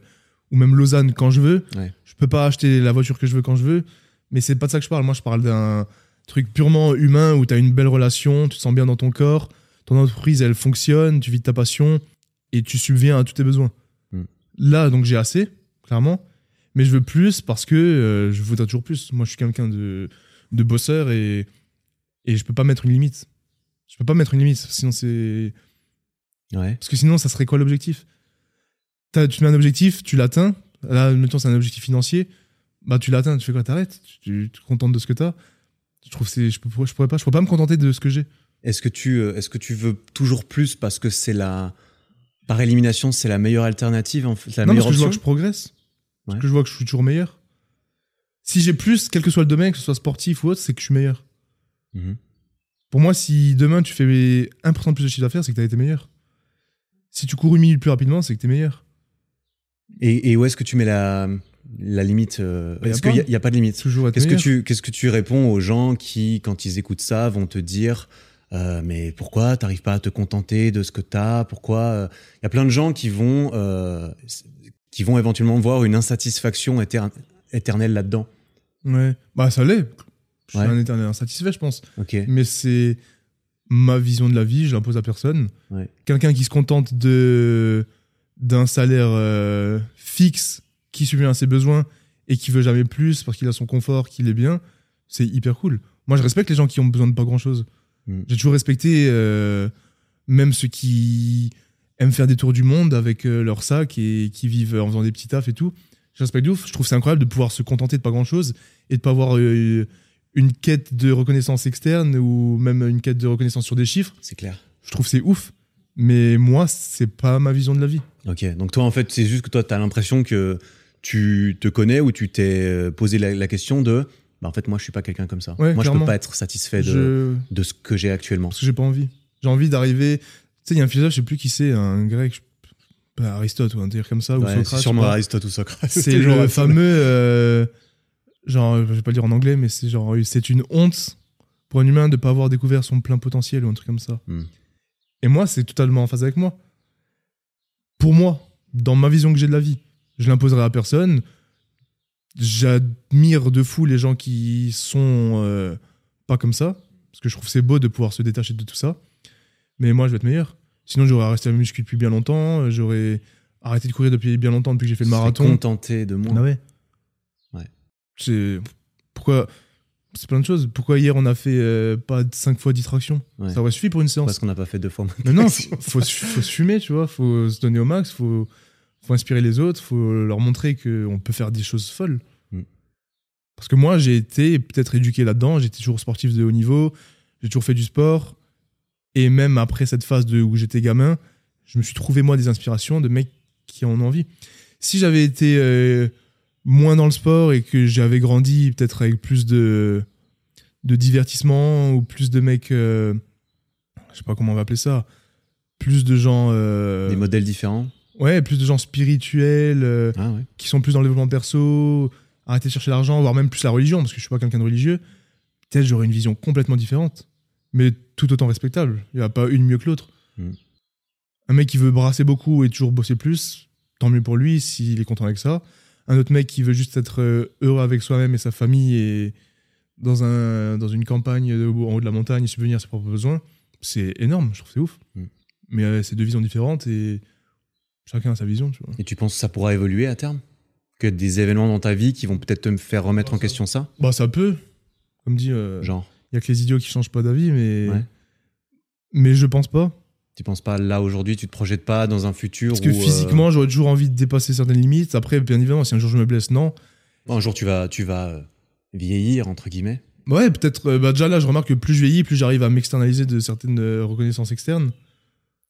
ou même Lausanne quand je veux.
Ouais.
Je peux pas acheter la voiture que je veux quand je veux. Mais c'est pas de ça que je parle. Moi, je parle d'un truc purement humain où tu as une belle relation, tu te sens bien dans ton corps, ton entreprise, elle fonctionne, tu vis de ta passion et tu subviens à tous tes besoins.
Mm.
Là, donc, j'ai assez, clairement. Mais je veux plus parce que euh, je voudrais toujours plus. Moi, je suis quelqu'un de, de bosseur et, et je peux pas mettre une limite. Je peux pas mettre une limite, sinon c'est.
Ouais.
Parce que sinon, ça serait quoi l'objectif T'as- Tu te mets un objectif, tu l'atteins. Là, mettons, c'est un objectif financier. Bah, tu l'atteins, tu fais quoi T'arrêtes tu, tu te contentes de ce que t'as Je trouve que c'est. Je, peux- je pourrais pas. Je pourrais pas me contenter de ce que j'ai.
Est-ce que tu euh, est-ce que tu veux toujours plus parce que c'est la par élimination c'est la meilleure alternative en fait, la
Non, parce
meilleure
que je vois que je
option
progresse.
Ouais.
Parce que je vois que je suis toujours meilleur. Si j'ai plus, quel que soit le domaine, que ce soit sportif ou autre, c'est que je suis meilleur.
Mhm.
Pour moi, si demain tu fais 1% de plus de chiffre d'affaires, c'est que t'as été meilleur. Si tu cours une minute plus rapidement, c'est que t'es meilleur.
et, et où est-ce que tu mets la la limite euh,
Bah, y a
Est-ce
pas.
qu'il y, a pas de limite
Toujours être
Qu'est-ce que
meilleur.
tu qu'est-ce que tu réponds aux gens qui quand ils écoutent ça vont te dire euh, mais pourquoi t'arrives pas à te contenter de ce que t'as Pourquoi Il y a plein de gens qui vont euh, qui vont éventuellement voir une insatisfaction éterne- éternelle là-dedans.
Ouais, bah ça l'est. Je suis
Ouais.
un éternel insatisfait, je pense.
Ok.
Mais c'est ma vision de la vie, je l'impose à personne.
Ouais.
Quelqu'un qui se contente de d'un salaire euh, fixe, qui subvient à ses besoins et qui veut jamais plus parce qu'il a son confort, qu'il est bien, c'est hyper cool. Moi, je respecte les gens qui ont besoin de pas grand chose.
Mm.
J'ai toujours respecté euh, même ceux qui aiment faire des tours du monde avec euh, leur sac et qui vivent en faisant des petits tafs et tout. Je respecte de ouf. Je trouve que c'est incroyable de pouvoir se contenter de pas grand chose et de pas avoir euh, une quête de reconnaissance externe ou même une quête de reconnaissance sur des chiffres.
C'est clair.
Je trouve que c'est ouf. Mais moi, c'est pas ma vision de la vie.
Ok, donc toi en fait c'est juste que toi t'as l'impression que tu te connais ou tu t'es euh, posé la, la question de bah en fait moi je suis pas quelqu'un comme ça.
Ouais,
moi je peux
clairement.
pas être satisfait de,
Je...
de ce que j'ai actuellement.
Parce que j'ai pas envie. J'ai envie d'arriver. Tu sais, il y a un philosophe, je sais plus qui c'est, un grec, je- pas Aristote ou un délire comme ça, ou
Ouais,
Socrate.
c'est
je
sûrement
crois.
Aristote ou Socrate.
C'est
toujours
le
Aristote.
fameux. euh, genre, je vais pas le dire en anglais, mais c'est genre, c'est une honte pour un humain de pas avoir découvert son plein potentiel ou un truc comme ça.
Hmm.
Et moi, c'est totalement en phase avec moi. Pour moi, dans ma vision que j'ai de la vie, je l'imposerai à personne. J'admire de fou les gens qui sont euh, pas comme ça, parce que je trouve que c'est beau de pouvoir se détacher de tout ça. Mais moi, je vais être meilleur. Sinon, j'aurais resté à la muscu depuis bien longtemps, euh, j'aurais arrêté de courir depuis bien longtemps, depuis que j'ai fait le
Se
marathon.
contenter de
Ah
moi.
ouais.
Ouais.
C'est pourquoi c'est plein de choses. Pourquoi hier on a fait euh, pas 5 fois 10 tractions
Ouais.
Ça aurait suffi pour une séance.
Parce qu'on n'a pas fait deux fois. moins de
Mais non,
tractions.
faut, faut, se- faut se fumer, tu vois, faut se donner au max, faut faut inspirer les autres, faut leur montrer que on peut faire des choses folles.
Mm.
Parce que moi, j'ai été peut-être éduqué là-dedans, j'étais toujours sportif de haut niveau, j'ai toujours fait du sport et même après cette phase de où j'étais gamin, je me suis trouvé moi des inspirations de mecs qui en ont envie. Si j'avais été euh, moins dans le sport et que j'avais grandi peut-être avec plus de de divertissement ou plus de mecs euh, je sais pas comment on va appeler ça plus de gens euh,
Des modèles différents.
ouais plus de gens spirituels euh,
Ah ouais.
qui sont plus dans le développement perso arrêter de chercher l'argent voire même plus la religion parce que je suis pas quelqu'un de religieux peut-être j'aurais une vision complètement différente mais tout autant respectable il y a pas une mieux que l'autre
Mm.
un mec qui veut brasser beaucoup et toujours bosser plus tant mieux pour lui s'il est content avec ça un autre mec qui veut juste être euh, heureux avec soi-même et sa famille et dans, un, dans une campagne de- en haut de la montagne et subvenir à ses propres besoins, c'est énorme, je trouve que c'est ouf.
Mm.
Mais euh, c'est deux visions différentes et chacun a sa vision, tu vois.
Et tu penses que ça pourra évoluer à terme Que des événements dans ta vie qui vont peut-être te faire remettre en question ça
Bah ça peut, comme dit, euh, il
Genre,
y a que les idiots qui changent pas d'avis, mais...
Ouais.
Mais je pense pas.
tu penses pas là aujourd'hui, tu te projettes pas dans un futur
Parce que
où, euh,
physiquement, j'aurais toujours envie de dépasser certaines limites. Après, bien évidemment, si un jour je me blesse, non.
un jour tu vas, tu vas euh, vieillir entre guillemets.
Ouais, peut-être. euh, bah, déjà là, je remarque que plus je vieillis, plus j'arrive à m'externaliser de certaines euh, reconnaissances externes.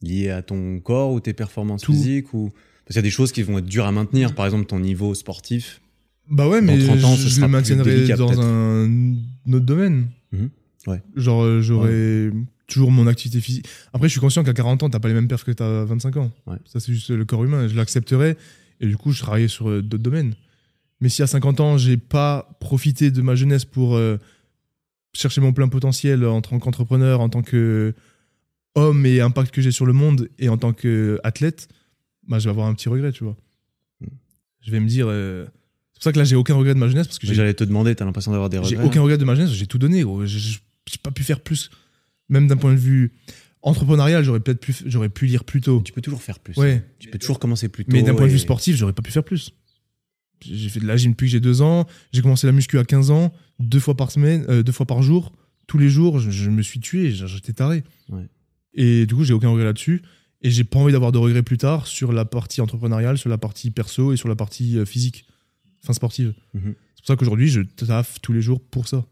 lié à ton corps ou tes performances
Tout.
physiques ou parce qu'il y a des choses qui vont être dures à maintenir par exemple ton niveau sportif
Bah ouais,
Dans
mais
30 ans,
je,
ce
je le
sera plus
maintiendrai
délicat,
dans
peut-être.
un, autre domaine.
Mhm. Ouais.
Genre, euh, j'aurai toujours mon activité physique. Après, je suis conscient qu'à 40 ans, t'as pas les mêmes perfs que t'as à 25 ans.
Ouais.
Ça, c'est juste le corps humain. Je l'accepterai et du coup, je travaillerai sur euh, d'autres domaines. Mais si à 50 ans, j'ai pas profité de ma jeunesse pour euh, chercher mon plein potentiel en tant qu'entrepreneur, en tant que homme et impact que j'ai sur le monde et en tant qu'athlète, bah, je vais avoir un petit regret, tu vois.
Mm.
Je vais me dire. euh, C'est pour ça que là, j'ai aucun regret de ma jeunesse parce que
Mais
j'ai
j'allais te demander t'as l'impression d'avoir des
j'ai
regrets hein.
aucun regret de ma jeunesse, j'ai tout donné. gros. J'ai j'ai- j'ai pas pu faire plus. Même d'un point de vue entrepreneurial, j'aurais peut-être plus, j'aurais pu lire plus tôt.
tu peux toujours faire plus
Ouais.
tu peux toujours commencer plus tôt
Mais d'un point de vue
et-
sportif, j'aurais pas pu faire plus. J'ai fait de la gym depuis que j'ai deux ans. J'ai commencé la muscu à 15 ans, deux fois par semaine, euh, deux fois par jour, tous les jours. Je, je me suis tué, j- j'étais taré.
Ouais.
Et du coup, j'ai aucun regret là-dessus. Et j'ai pas envie d'avoir de regrets plus tard sur la partie entrepreneuriale, sur la partie perso et sur la partie euh, physique, enfin sportive.
Mhm.
C'est pour ça qu'aujourd'hui, je taffe tous les jours pour ça.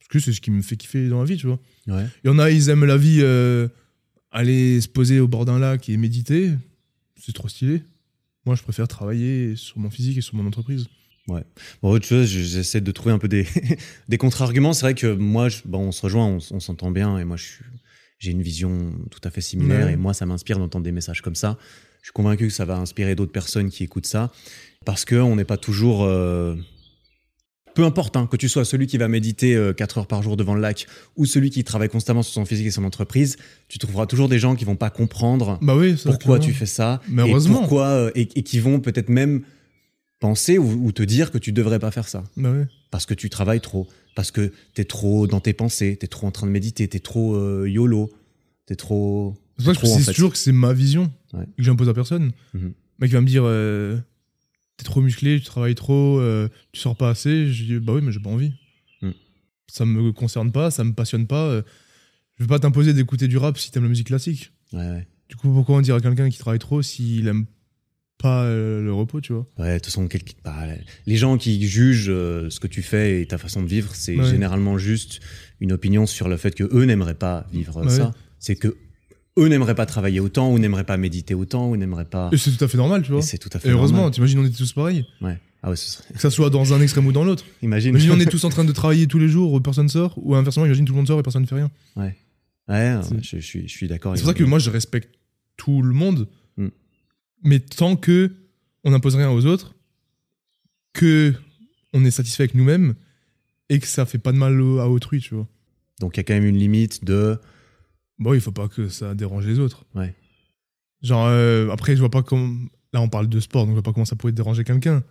Parce que c'est ce qui me fait kiffer dans la vie, tu vois.
ouais
Il y en a, ils aiment la vie, euh, aller se poser au bord d'un lac et méditer. C'est trop stylé. Moi, je préfère travailler sur mon physique et sur mon entreprise.
Bon, autre chose, je- j'essaie de trouver un peu des, des contre-arguments. C'est vrai que moi, je- bon, on se rejoint, on, s- on s'entend bien, et moi, je suis- j'ai une vision tout à fait similaire,
Ouais.
et moi, ça m'inspire d'entendre des messages comme ça. Je suis convaincu que ça va inspirer d'autres personnes qui écoutent ça, parce que on n'est pas toujours. euh, Peu importe, hein, que tu sois celui qui va méditer 4 heures par jour devant le lac ou celui qui travaille constamment sur son physique et son entreprise, tu trouveras toujours des gens qui vont pas comprendre
Bah oui, ça,
pourquoi
clairement.
tu fais ça
Mais
et
heureusement.
pourquoi euh, et, et qui vont peut-être même penser ou, ou te dire que tu devrais pas faire ça
Bah ouais.
parce que tu travailles trop parce que t'es trop dans tes pensées t'es trop en train de méditer t'es trop euh, yolo t'es trop
C'est pour ça que
trop,
je
en
précise
fait.
toujours que c'est ma vision
Ouais.
et que j'impose à personne.
Mhm.
Le mec va me dire euh, T'es trop musclé, tu travailles trop, euh, tu sors pas assez. Je dis Bah oui, mais j'ai pas envie.
Mhm.
Ça me concerne pas, ça me passionne pas. euh, je vais pas t'imposer d'écouter du rap si t'aimes la musique classique.
ouais ouais
Du coup, pourquoi on dirait à quelqu'un qui travaille trop s'il aime pas euh, le repos, tu vois
Ouais, de toute façon, quel- bah, les gens qui jugent euh, ce que tu fais et ta façon de vivre, c'est
Ouais.
généralement juste une opinion sur le fait que eux n'aimeraient pas vivre euh,
Ouais.
ça. C'est que eux n'aimeraient pas travailler autant, ou n'aimeraient pas méditer autant, ou n'aimeraient pas.
Et c'est tout à fait normal, tu vois.
Et c'est tout à fait.
Et heureusement,
normal.
t'imagines, on était tous pareils.
Ouais. Ah ouais, ce serait-
Que ça soit dans un extrême ou dans l'autre.
Imagine.
Imagine, on est tous en train de travailler tous les jours, personne sort. Ou inversement, imagine, tout le monde sort et personne ne fait rien.
Ouais, ouais,
C'est-
je, je suis, je suis d'accord.
C'est pour ça que moi, je respecte tout le monde.
Mm.
Mais tant que on n'impose rien aux autres, que on est satisfait avec nous-mêmes et que ça fait pas de mal au- à autrui, tu vois.
Donc il y a quand même une limite de.
Bon, Bah il faut pas que ça dérange les autres.
Ouais.
Genre, euh, après, je vois pas comment. Là, on parle de sport, donc je vois pas comment ça pourrait déranger quelqu'un.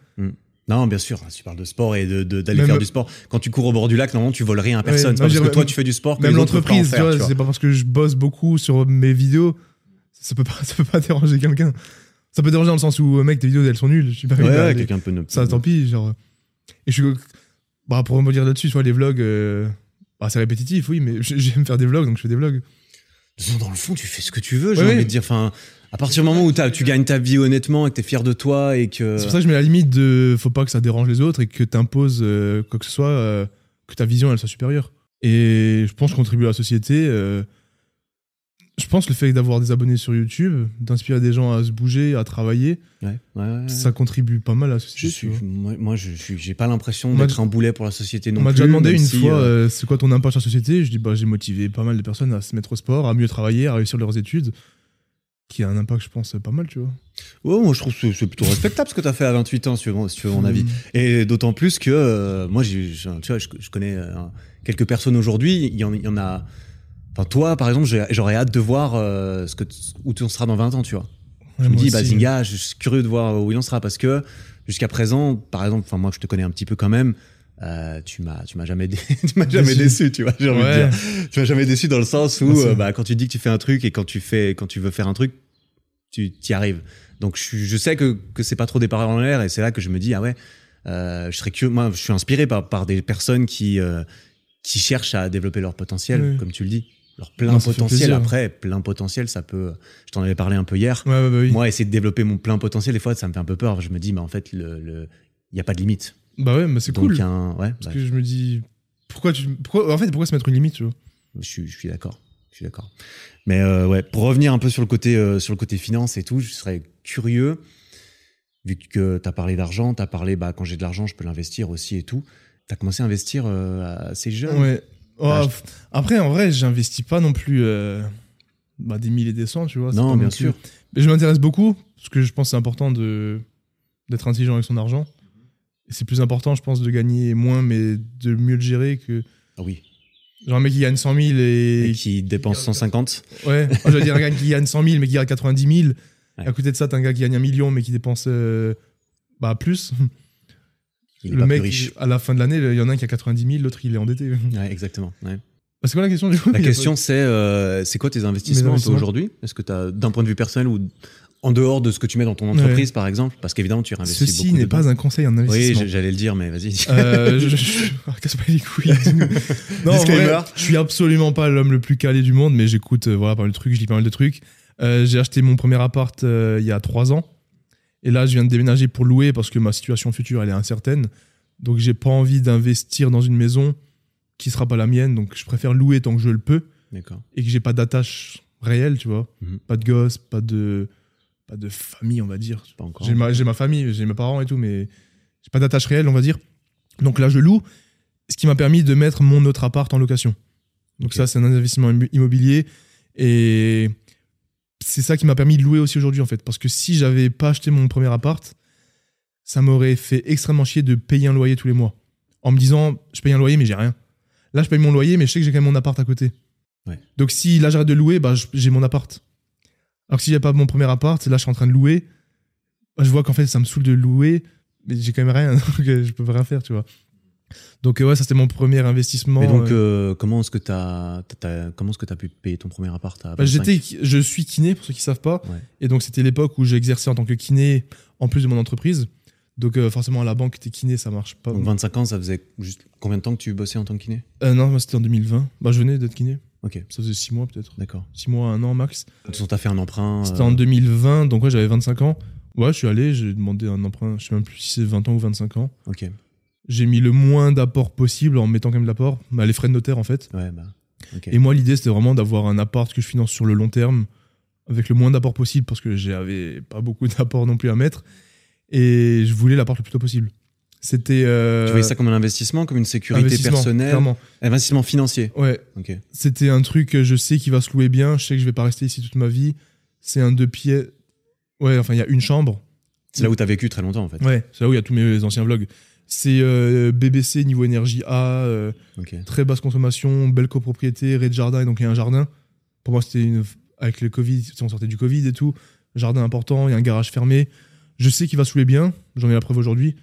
Non, bien sûr, tu parles de sport et de- de- d'aller
Même-
faire du sport. Quand tu cours au bord du lac, normalement, tu voles rien à personne.
non,
c'est pas parce
j'irais-
que toi, tu fais du sport que
Même
les autres peuvent pas en
l'entreprise, tu
faire,
vois,
tu vois.
c'est pas parce que je bosse beaucoup sur mes vidéos, ça peut pas, ça peut pas déranger quelqu'un. Ça peut déranger dans le sens où, euh, mec, tes vidéos, elles sont nulles. Je suis pas
Ouais,
capable
ouais,
de-
quelqu'un peut ne
Ça, tant pis. Genre... Et je suis. Bah, pour rebondir là-dessus, tu vois, les vlogs, euh, bah, c'est répétitif, oui, mais j- j'aime faire des vlogs, donc je fais des vlogs.
De toute façon, Dans le fond, tu fais ce que tu veux, j'ai
Ouais,
envie
ouais.
de dire. Enfin, à partir du moment où t'as- tu gagnes ta vie honnêtement et que t'es fier de toi et que.
C'est pour ça que je mets la limite de faut pas que ça dérange les autres et que t'imposes euh, quoi que ce soit, euh, que ta vision elle soit supérieure. Et je pense contribuer à la société. euh, je pense le fait d'avoir des abonnés sur YouTube, d'inspirer des gens à se bouger, à travailler,
Ouais, ouais, ouais, ouais.
ça contribue pas mal à la société.
Mm. Je suis,
tu vois.
moi, moi, je suis, j'ai pas l'impression
On m'a-
d'être un boulet pour la société non
On m'a
plus.
déjà demandé
même
une
si,
fois
euh,
euh, c'est quoi ton impact sur la société. Je dis bah j'ai motivé pas mal de personnes à se mettre au sport, à mieux travailler, à réussir leurs études, qui a un impact je pense pas mal, tu vois.
ouais, moi, je trouve que c'est- c'est plutôt respectable ce que t'as fait à 28 ans, si tu veux, si tu veux
Hmm.
mon
Mm.
avis. Et d'autant plus que euh, moi, j'ai, j'ai- tu vois, je, je connais euh, quelques personnes aujourd'hui. Il y en, il y en a. Enfin, toi, par exemple, j'ai- j'aurais hâte de voir euh, ce que t- où tu en seras dans 20 ans, tu vois. Je me dis, bah, Zinga, je suis curieux de voir euh, où il en sera parce que jusqu'à présent, par exemple, enfin moi je te connais un petit peu quand même, euh, tu m'as, tu m'as jamais, dé- tu m'as jamais
Déçu.
déçu, tu vois, j'ai envie de dire. Tu m'as jamais déçu dans le sens où,
Merci.
euh, bah, quand tu dis que tu fais un truc et quand tu fais, quand tu veux faire un truc, tu t'y arrives. Donc je, suis- je sais que que c'est pas trop des paroles en l'air et c'est là que je me dis ah ouais, euh, je serais curieux, moi je suis inspiré par par des personnes qui euh, qui cherchent à développer leur potentiel,
Oui.
comme tu le dis, leur plein
Non, ça fait
potentiel.
plaisir.
Après, plein potentiel, ça peut, je t'en avais parlé un peu hier.
Ouais, ouais, bah oui.
Moi, essayer de développer mon plein potentiel, des fois, ça me fait un peu peur. Je me dis, mais en fait, il le, le- y a pas de limite.
Bah ouais, mais c'est
Donc,
cool.
un- ouais, bah,
Parce que je me dis, pourquoi tu. Pourquoi, en fait, pourquoi se mettre une limite, tu vois
je, suis- je suis d'accord. Je suis d'accord. Mais euh, ouais, pour revenir un peu sur le côté, euh, sur le côté finance et tout, je serais curieux, vu que tu as parlé d'argent, tu as parlé, bah, quand j'ai de l'argent, je peux l'investir aussi et tout. Tu as commencé à investir euh, assez jeune.
Ouais. Oh,
Ah, je-
f- Après, en vrai, j'investis pas non plus euh, bah, des milliers et des cents, tu vois. c'est
non,
pas
bien
plus-
sûr.
Mais je m'intéresse beaucoup, parce que je pense que c'est important de d'être intelligent avec son argent. Et c'est plus important, je pense, de gagner moins, mais de mieux le gérer que.
Ah Oui.
Genre un mec qui gagne 100 000 et.
Et qui dépense 150.
Ouais, Oh, j'allais dire un gars qui gagne 100 000 mais qui gagne 90 000.
Ouais.
Et à côté de ça, t'as un gars qui gagne un million mais qui dépense euh, bah, plus.
Il est
le
pas
mec,
plus riche.
à la fin de l'année, il y en a un qui a 90 000, l'autre il est endetté.
Ouais, exactement. ouais.
Bah, c'est quoi la question du coup
La
Il y a
question, c'est euh, c'est quoi tes investissements, un peu
investissements.
aujourd'hui Est-ce que tu as, d'un point de vue personnel ou en dehors de ce que tu mets dans ton entreprise, par exemple Parce qu'évidemment, tu
pas-
réinvestis
Ceci
beaucoup.
n'est
dedans.
pas un conseil en
Oui,
investissement.
j'ai- j'allais le dire, mais vas-y.
Euh, je, je- je- ah, casse pas les couilles. dis-nous. non, en
Disclaimer.
vrai, je suis absolument pas l'homme le plus calé du monde, mais j'écoute euh, voilà pas mal de trucs, je lis pas mal de trucs. Euh, j'ai acheté mon premier appart euh, il y a trois ans, et là je viens de déménager pour louer parce que ma situation future elle est incertaine, donc j'ai pas envie d'investir dans une maison qui sera pas la mienne, donc je préfère louer tant que je le peux
D'accord.
et que j'ai pas d'attache réelle, tu vois,
Mhm.
pas de gosse, pas de pas de famille, on va dire.
Pas encore.
J'ai ma, j'ai ma famille, j'ai mes parents et tout, mais j'ai pas d'attache réelle, on va dire. Donc là, je loue, ce qui m'a permis de mettre mon autre appart en location. Donc
Ok.
ça, c'est un investissement immo- immobilier. Et c'est ça qui m'a permis de louer aussi aujourd'hui, en fait. Parce que si j'avais pas acheté mon premier appart, ça m'aurait fait extrêmement chier de payer un loyer tous les mois. En me disant, je paye un loyer, mais j'ai rien. Là, je paye mon loyer, mais je sais que j'ai quand même mon appart à côté.
Ouais.
Donc si là, j'arrête de louer, bah, je- j'ai mon appart. Alors que si j'ai pas mon premier appart, là, je suis en train de louer bah, je vois qu'en fait ça me saoule de louer mais j'ai quand même rien donc euh, je peux rien faire tu vois donc euh, ouais ça c'était mon premier investissement
Mais donc,
Euh,
euh, comment est-ce que tu as, comment est-ce que t'as pu payer ton premier appart à
bah,
25?
j'étais je suis kiné pour ceux qui savent pas
Ouais.
et donc c'était l'époque où j'exerçais en tant que kiné en plus de mon entreprise donc euh, forcément à la banque t'es kiné ça marche pas
Donc, 25 ans, ça faisait juste combien de temps que tu bossais en tant que kiné
Euh, non moi, c'était en 2020 bah je venais d'être kiné
Ok,
ça faisait 6 mois peut-être
d'accord.
6 mois un an max
De toute façon, t'as fait un emprunt.
C'était
euh,
en 2020, donc ouais, j'avais 25 ans. Ouais, je suis allé, j'ai demandé un emprunt, je sais même plus si c'est 20 ans ou 25 ans.
Ok, ouais,
J'ai mis le moins d'apport possible en mettant quand même de l'apport, bah, les frais de notaire en fait.
bah. ok.
Et moi, l'idée, c'était vraiment d'avoir un appart que je finance sur le long terme, avec le moins d'apport possible, parce que j'avais pas beaucoup d'apport non plus à mettre. Et je voulais l'apport le plus tôt possible. C'était. euh,
Tu voyais ça comme un investissement, comme une sécurité
investissement,
personnelle,
clairement.
investissement financier.
Ouais,
Ok.
c'était un truc, euh, je sais qu'il va se louer bien, je sais que je vais pas rester ici toute ma vie. C'est un deux pieds. Ouais, enfin, il y a une chambre.
C'est là où t'as vécu très longtemps en fait.
Mm. Ouais, c'est là où il y a tous mes anciens vlogs. C'est euh, BBC niveau énergie A, euh,
Ok.
très basse consommation, belle copropriété, rez de jardin, et donc il y a un jardin. Pour moi, c'était une... avec le Covid, si on sortait du Covid et tout, jardin important, il y a un garage fermé. Je sais qu'il va saouler bien, j'en ai la preuve aujourd'hui.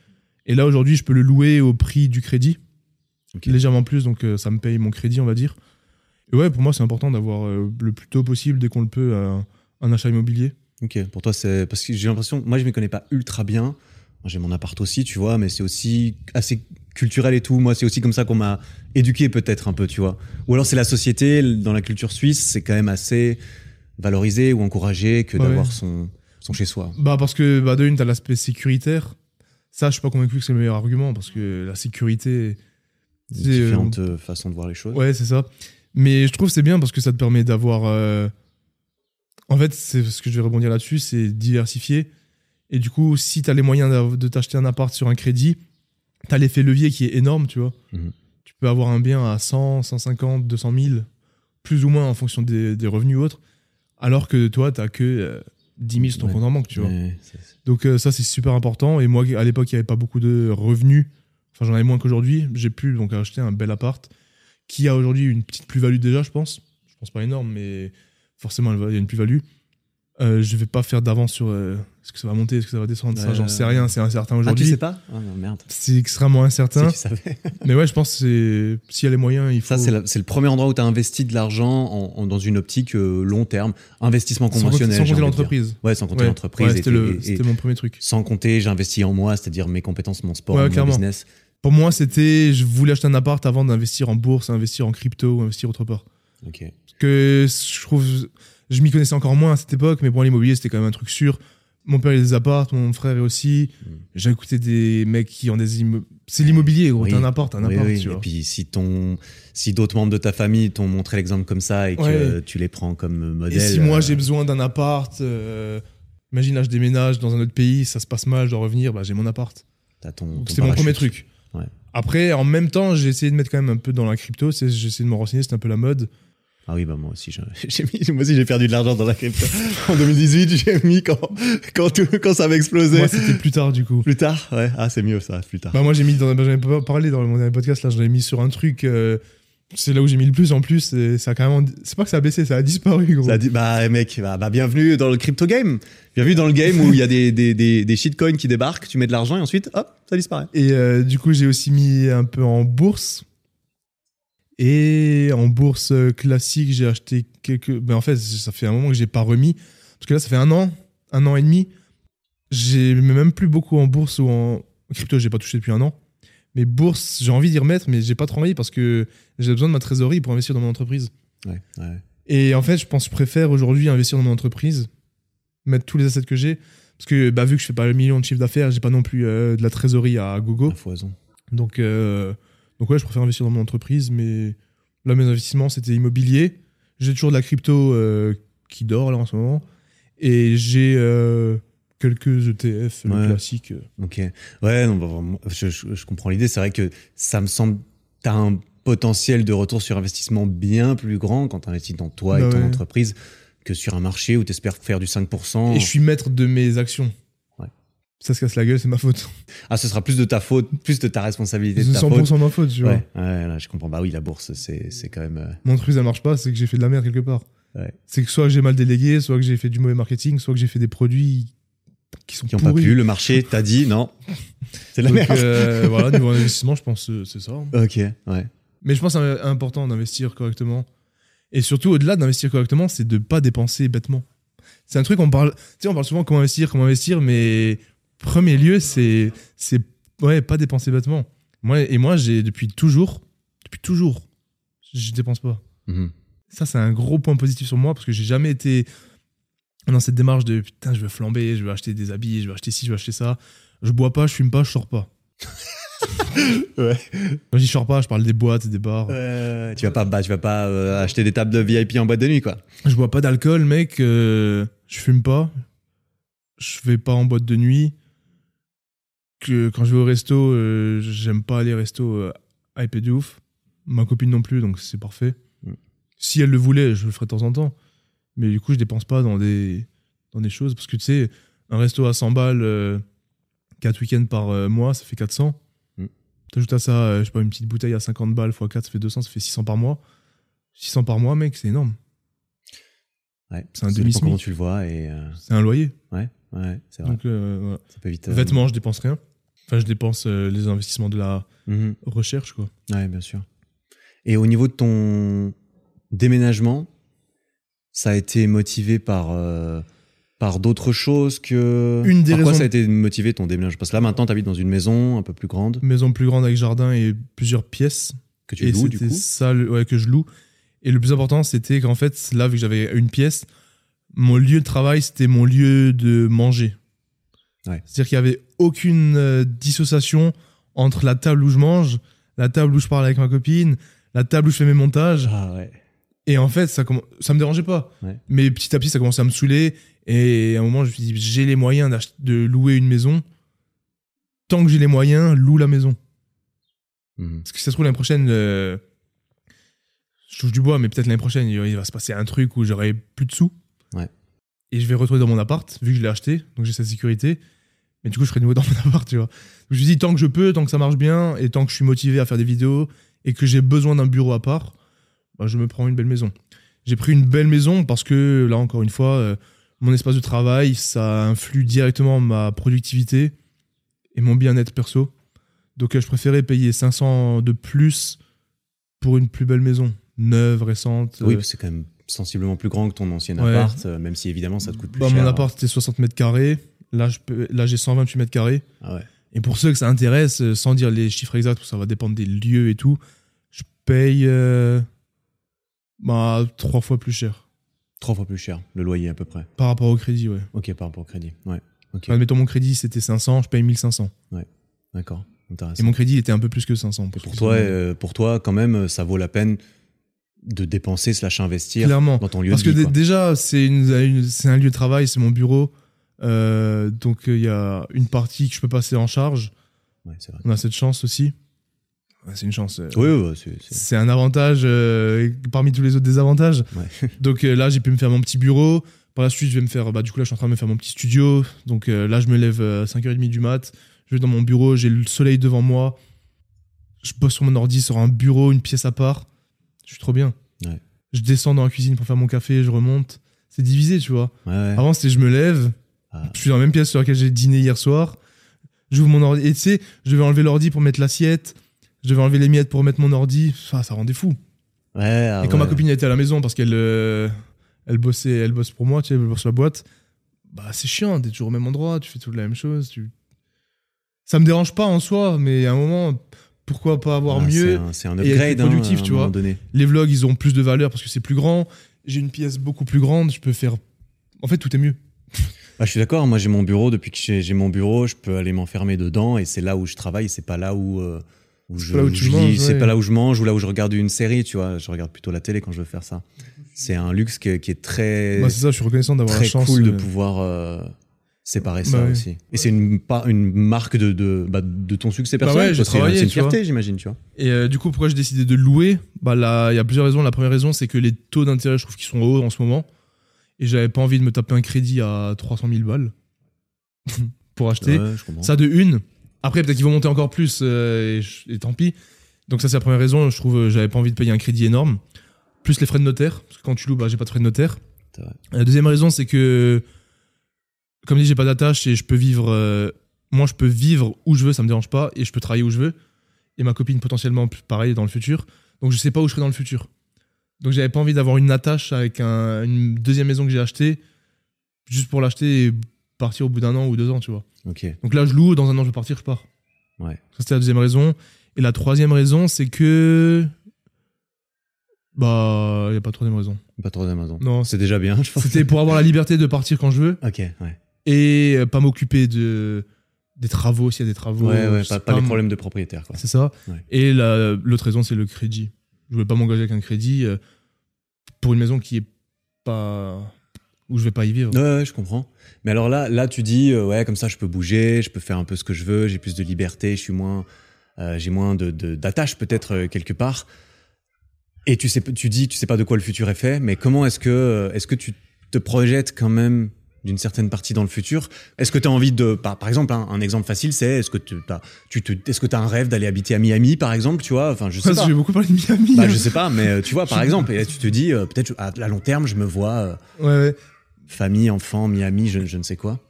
Et là, aujourd'hui, je peux le louer au prix du crédit,
Ok.
légèrement plus, donc euh, ça me paye mon crédit, on va dire. Et ouais, pour moi, c'est important d'avoir euh, le plus tôt possible, dès qu'on le peut, un, un achat immobilier.
Ok, pour toi, c'est. Parce que j'ai l'impression. Moi, je m'y connais pas ultra bien. J'ai mon appart aussi, tu vois, mais c'est aussi assez culturel et tout. Moi, c'est aussi comme ça qu'on m'a éduqué, peut-être un peu, tu vois. Ou alors, c'est la société. Dans la culture suisse, c'est quand même assez valorisé ou encouragé que
Ouais.
d'avoir son, son chez-soi.
Bah parce que bah, de une, t'as l'aspect sécuritaire. Ça, je suis pas convaincu que c'est le meilleur argument parce que la sécurité.
Des
C'est, euh,
Différentes euh, façons de voir les choses.
Ouais, c'est ça. Mais je trouve que c'est bien parce que ça te permet d'avoir. euh, En fait, c'est ce que je vais rebondir là-dessus, c'est diversifier. Et du coup, si t'as les moyens d'av- de t'acheter un appart sur un crédit, t'as l'effet levier qui est énorme, tu vois.
Mhm.
Tu peux avoir un bien à 100, 150, 200 000, plus ou moins en fonction des, des revenus ou autres. Alors que toi, t'as que euh, 10 000 sur ton
Ouais.
compte en banque, tu vois.
Ouais, c'est- c'est-
Donc euh, ça c'est super important. Et moi à l'époque il n'y avait pas beaucoup de revenus. Enfin j'en avais moins qu'aujourd'hui. J'ai pu donc acheter un bel appart qui a aujourd'hui une petite plus-value déjà je pense. Je pense pas énorme mais forcément elle va- il y a une plus-value. Euh, je vais pas faire d'avance sur euh, est-ce que ça va monter, est-ce que ça va descendre. Ça
Ouais.
j'en sais rien, c'est incertain
Ah, tu
aujourd'hui.
sais pas Ah, non, merde.
c'est extrêmement
Si
incertain.
tu savais.
Mais ouais je pense que c'est- s'il y a les moyens il faut...
Ça, c'est la- c'est le premier endroit où tu as investi de l'argent en- en- dans une optique euh, long terme, investissement
sans compter,
conventionnel.
sans
j'ai
compter
envie de dire.
l'entreprise.
Ouais, sans compter
Ouais.
l'entreprise.
Ouais,
et-
c'était le-
et- et-
c'était mon premier truc.
sans compter, j'investis en moi, c'est-à-dire mes compétences, mon sport,
Ouais,
mon
clairement.
business.
Pour moi c'était je voulais acheter un appart avant d'investir en bourse, investir en crypto, investir autre part.
Ok.
que je trouve je m'y connaissais encore moins à cette époque mais bon l'immobilier c'était quand même un truc sûr mon père il a des apparts mon frère est aussi
Mm.
j'ai écouté des mecs qui ont des immo- c'est l'immobilier gros
Oui.
t'as un appart t'as un
Oui,
appart
oui.
tu vois
Et puis si ton, si d'autres membres de ta famille t'ont montré l'exemple comme ça et que
Ouais.
euh, tu les prends comme
et
modèle.
si moi
euh,
j'ai besoin d'un appart euh, imagine là je déménage dans un autre pays ça se passe mal je dois revenir bah j'ai mon appart
t'as ton-
Donc,
ton
c'est mon
parachute.
premier truc
Ouais.
après en même temps j'ai essayé de mettre quand même un peu dans la crypto c'est- j'ai essayé de me renseigner c'est un peu la mode
Ah oui, bah moi aussi, j'ai- j'ai mis- moi aussi j'ai perdu de l'argent dans la crypto. en 2018, j'ai mis quand, quand, tout- quand ça avait explosé.
moi c'était plus tard du coup
plus tard, ouais. Ah, c'est mieux ça, plus tard.
Bah moi j'ai mis dans bah, j'en ai pas parlé dans mon dernier podcast là, j'en ai mis sur un truc euh, c'est là où j'ai mis le plus en plus et ça a carrément c'est pas que ça a baissé, ça a disparu gros.
Ça dit, bah mec, bah, bah, bienvenue dans le crypto game. Bienvenue dans le game où il y a des, des, des, des shitcoins qui débarquent, tu mets de l'argent et ensuite, hop, ça disparaît.
Et euh, du coup, j'ai aussi mis un peu en bourse. Et en bourse euh, classique, j'ai acheté quelques ben en fait, ça fait un moment que j'ai pas remis parce que là ça fait un an, un an et demi. J'ai même plus beaucoup en bourse ou en crypto, j'ai pas touché depuis un an. Mais bourse, j'ai envie d'y remettre mais j'ai pas trop envie parce que j'ai besoin de ma trésorerie pour investir dans mon entreprise.
Ouais, ouais.
Et en fait, je pense que je préfère aujourd'hui investir dans mon entreprise, mettre tous les assets que j'ai, parce que bah, vu que je fais pas le million de chiffre d'affaires, j'ai pas non plus euh, de la trésorerie à gogo.
À foison.
Donc, euh, donc ouais, je préfère investir dans mon entreprise, mais là, mes investissements, c'était immobilier. J'ai toujours de la crypto euh, qui dort là en ce moment. Et j'ai euh, quelques ETF le
Ouais.
classique.
Ok. Ouais, non, bah, vraiment, je, je- je comprends l'idée. C'est vrai que ça me semble. T'as un potentiel de retour sur investissement bien plus grand quand t'investis dans toi et
Bah
ton
ouais.
entreprise que sur un marché où t'espères faire du 5%.
Et je suis maître de mes actions.
Oh. Ouais.
Ça se casse la gueule, c'est ma faute.
Ah, ce sera plus de ta faute, plus de ta responsabilité,
C'est
de ta faute.
100% ma faute, tu
Ouais,
vois.
ouais, là, je comprends. Bah oui, la bourse, c'est c'est quand même. euh,
mon truc ça marche pas, c'est que j'ai fait de la merde quelque part.
Ouais.
C'est que soit j'ai mal délégué, soit que j'ai fait du mauvais marketing, soit que j'ai fait des produits qui sont
qui ont pas
pourris.
pu. Le marché t'a dit non. C'est de la
Donc,
merde.
euh, voilà, niveau investissement, je pense euh, c'est ça.
Ok, ouais.
Mais je pense que c'est important d'investir correctement. Et surtout, au-delà d'investir correctement, c'est de pas dépenser bêtement. C'est un truc, on parle, tu sais, on parle souvent comment investir, comment investir, mais premier lieu, c'est, c'est, ouais, pas dépenser bêtement. Moi, et moi, j'ai, depuis toujours, depuis toujours, je dépense pas.
Mhm.
Ça, c'est un gros point positif sur moi parce que j'ai jamais été dans cette démarche de putain, je veux flamber, je veux acheter des habits, je veux acheter ci, je veux acheter ça. Je bois pas, je fume pas, je sors pas.
Ouais.
Quand je dis sors pas, je parle des boîtes, des bars.
Euh, tu vas pas, bah, tu vas pas euh, acheter des tables de VIP en boîte de nuit, quoi.
Je bois pas d'alcool, mec. euh, je fume pas. Je vais pas en boîte de nuit. Que, quand je vais au resto, euh, j'aime pas aller au resto euh, hypé de ouf. Ma copine non plus, donc c'est parfait.
Mm.
Si elle le voulait, je le ferais de temps en temps. Mais du coup, je dépense pas dans des, dans des choses. Parce que tu sais, un resto à 100 balles, 4 week-ends par euh, mois, ça fait 400.
Mm.
T'ajoutes à ça, euh, je sais pas, une petite bouteille à 50 balles x 4, ça fait 200, ça fait 600 par mois. 600 par mois, mec, c'est énorme.
Ouais.
C'est un
Ça dépend
demi-smic.
Comment tu le vois et euh,
C'est un loyer.
ouais, ouais, c'est vrai.
Donc, euh, voilà.
ça peut vite. euh,
Vêtements, je dépense rien. Enfin, je dépense euh, les investissements de la
mhm.
recherche, quoi.
Ouais, bien sûr. Et au niveau de ton déménagement, ça a été motivé par euh, Par d'autres choses que.
Une des
Par quoi
raisons-
ça a été motivé ton déménagement Parce que là, maintenant, t'habites dans une maison un peu plus grande
Maison plus grande avec jardin et plusieurs pièces.
que tu
et
loues, du
c'était
coup.
ça le- ouais, que je loue. Et le plus important, c'était qu'en fait, là, vu que j'avais une pièce, mon lieu de travail, c'était mon lieu de manger.
Ouais.
C'est-à-dire qu'il n'y avait aucune euh, dissociation entre la table où je mange, la table où je parle avec ma copine, la table où je fais mes montages.
Ah ouais.
Et en fait, ça, comm- ça me dérangeait pas.
Ouais.
Mais petit à petit, ça commençait à me saouler. Et à un moment, je me suis dit, j'ai les moyens d'ach- de louer une maison. Tant que j'ai les moyens, loue la maison.
Mhm.
Parce que si ça se trouve, l'année prochaine, euh, je touche du bois, mais peut-être l'année prochaine, il il va se passer un truc où j'aurai plus de sous.
Ouais.
Et je vais retrouver dans mon appart, vu que je l'ai acheté, donc j'ai sa sécurité. Mais du coup, je serai de nouveau dans mon appart, tu vois. Donc, je me dis, tant que je peux, tant que ça marche bien, et tant que je suis motivé à faire des vidéos, et que j'ai besoin d'un bureau à part, bah, je me prends une belle maison. J'ai pris une belle maison parce que, là, encore une fois, euh, mon espace de travail, ça influe directement ma productivité et mon bien-être perso. Donc euh, je préférais payer 500 de plus pour une plus belle maison, neuve, récente.
Oui,
euh,
parce que c'est quand même sensiblement plus grand que ton ancien
Ouais.
appart, euh, même si évidemment ça te coûte plus
bah,
cher. hein.
Mon appart c'était 60 mètres carrés. Là, je peux- là j'ai 128 mètres carrés.
Ah ouais.
Et pour ceux que ça intéresse, euh, sans dire les chiffres exacts, parce que ça va dépendre des lieux et tout, je paye euh, bah, trois fois plus cher
Trois fois plus cher, le loyer à peu près.
par rapport au crédit. Ouais.
Ok, par rapport au crédit. Ouais. Ok.
Admettons mon crédit c'était 500, je paye 1500.
D'accord. Intéressant.
Et mon crédit était un peu plus que 500.
Et
parce
pour
que
toi,
c'est-
euh, pour toi, quand même, euh, ça vaut la peine de dépenser slash investir
clairement.
dans ton lieu
Parce
de
que
vie.
dé-
quoi.
déjà, c'est une- une- c'est un lieu de travail, c'est mon bureau. Euh, donc il y a une partie que je peux passer en charge.
Ouais, c'est vrai.
On a cette chance aussi. Ouais, C'est une chance. euh,
Oui, oui, oui, c'est- c'est-
C'est un avantage euh, parmi tous les autres désavantages. donc euh, là, j'ai pu me faire mon petit bureau. Par la suite, je vais me faire. Bah, du coup, là, je suis en train de me faire mon petit studio. Donc euh, là, je me lève à 5h30 du mat. Je vais dans mon bureau, j'ai le soleil devant moi. Je bosse sur mon ordi, sur un bureau, une pièce à part. Je suis trop bien.
Ouais.
Je descends dans la cuisine pour faire mon café, je remonte. C'est divisé, tu vois.
ouais, ouais.
Avant, c'était je me lève,
Ah.
je suis dans la même pièce sur laquelle j'ai dîné hier soir, j'ouvre mon ordi, et tu sais, je devais enlever l'ordi pour mettre l'assiette, je devais enlever les miettes pour mettre mon ordi, ça, ça rendait fou.
Ouais, ah
et quand ma
ouais.
copine était à la maison parce qu'elle euh, elle bossait, elle bosse pour moi, tu sais, elle bosse la boîte, bah c'est chiant, t'es toujours au même endroit, tu fais toute la même chose, tu... Ça me dérange pas en soi, mais à un moment, pourquoi pas avoir
Ah,
mieux
c'est un- C'est un,
et être
upgrade
plus
hein,
productif,
à un
tu
moment
vois.
donné.
Les vlogs, ils ont plus de valeur parce que c'est plus grand, j'ai une pièce beaucoup plus grande, je peux faire... En fait, tout est mieux.
Ah, je suis d'accord. Moi, j'ai mon bureau. Depuis que j'ai j'ai mon bureau, je peux aller m'enfermer dedans et c'est là où je travaille. C'est pas là où, euh, où je,
pas là où
où
tu
je
manges,
lis, c'est
ouais.
pas là où je mange ou là où je regarde une série. Tu vois, je regarde plutôt la télé quand je veux faire ça. C'est un luxe que- qui est très
Bah, c'est ça, je suis reconnaissant d'avoir la
très
chance
cool de
euh,
pouvoir euh, séparer
Bah
ça
ouais.
aussi. Et c'est une, par- une marque de, de, bah, de ton succès
Bah
personnel.
ouais, j'ai
parce que
travaillé,
C'est une
tu vois.
fierté, j'imagine, tu vois.
Et euh, du coup, pourquoi j'ai décidé de louer Bah là, il y a plusieurs raisons. La première raison, c'est que les taux d'intérêt, je trouve qu'ils sont hauts en ce moment. Et j'avais pas envie de me taper un crédit à 300 000 balles pour acheter.
Ouais, je comprends.
Ça de une. Après, peut-être qu'ils vont monter encore plus, euh, et, je- et tant pis. Donc ça, c'est la première raison. Je trouve, euh, j'avais pas envie de payer un crédit énorme. Plus les frais de notaire, parce que quand tu loues, bah, j'ai pas de frais de notaire.
C'est vrai.
La deuxième raison, c'est que, comme dit, j'ai pas d'attache et je peux vivre. euh, moi, je peux vivre où je veux, ça me dérange pas, et je peux travailler où je veux. Et ma copine, potentiellement, pareil dans le futur. Donc je sais pas où je serai dans le futur. Donc j'avais pas envie d'avoir une attache avec un- une deuxième maison que j'ai achetée, juste pour l'acheter et partir au bout d'un an ou deux ans, tu vois.
Ok.
Donc là, je loue, dans un an, je vais partir, je pars.
Ouais.
Ça, c'était la deuxième raison. Et la troisième raison, c'est que. Bah, il a pas de troisième raison.
Pas trop d'Amazon.
Non,
C'est déjà bien, je pense.
c'était pour avoir la liberté de partir quand je veux
Ok, ouais.
et euh, pas m'occuper de, des travaux, s'il y a des travaux.
Ouais, ouais,
je
pas,
sais
pas les
moi.
problèmes de propriétaire, quoi.
C'est ça.
Ouais.
Et la- l'autre raison, c'est le crédit. Je voulais pas m'engager avec un crédit euh, pour une maison qui est pas. où je vais pas y vivre.
Ouais, ouais, je comprends. Mais alors là, là, tu dis, euh, ouais, comme ça, je peux bouger, je peux faire un peu ce que je veux, j'ai plus de liberté, je suis moins, euh, j'ai moins de de- d'attache peut-être euh, quelque part. Et tu sais, tu dis, tu sais pas de quoi le futur est fait, mais comment est-ce que, euh, est-ce que tu te projettes quand même d'une certaine partie dans le futur Est-ce que tu as envie de, par, par exemple, hein, un exemple facile, c'est, est-ce que tu as, tu te, est-ce que t'as un rêve d'aller habiter à Miami, par exemple, tu vois Enfin, je sais
Parce que
pas.
J'ai beaucoup parlé de Miami.
Bah, je sais pas, mais euh, tu vois, par
Je-
exemple, et là, tu te dis, euh, peut-être à, à long terme, je me vois. euh,
Ouais, ouais.
famille, enfant, Miami, je, je ne sais quoi.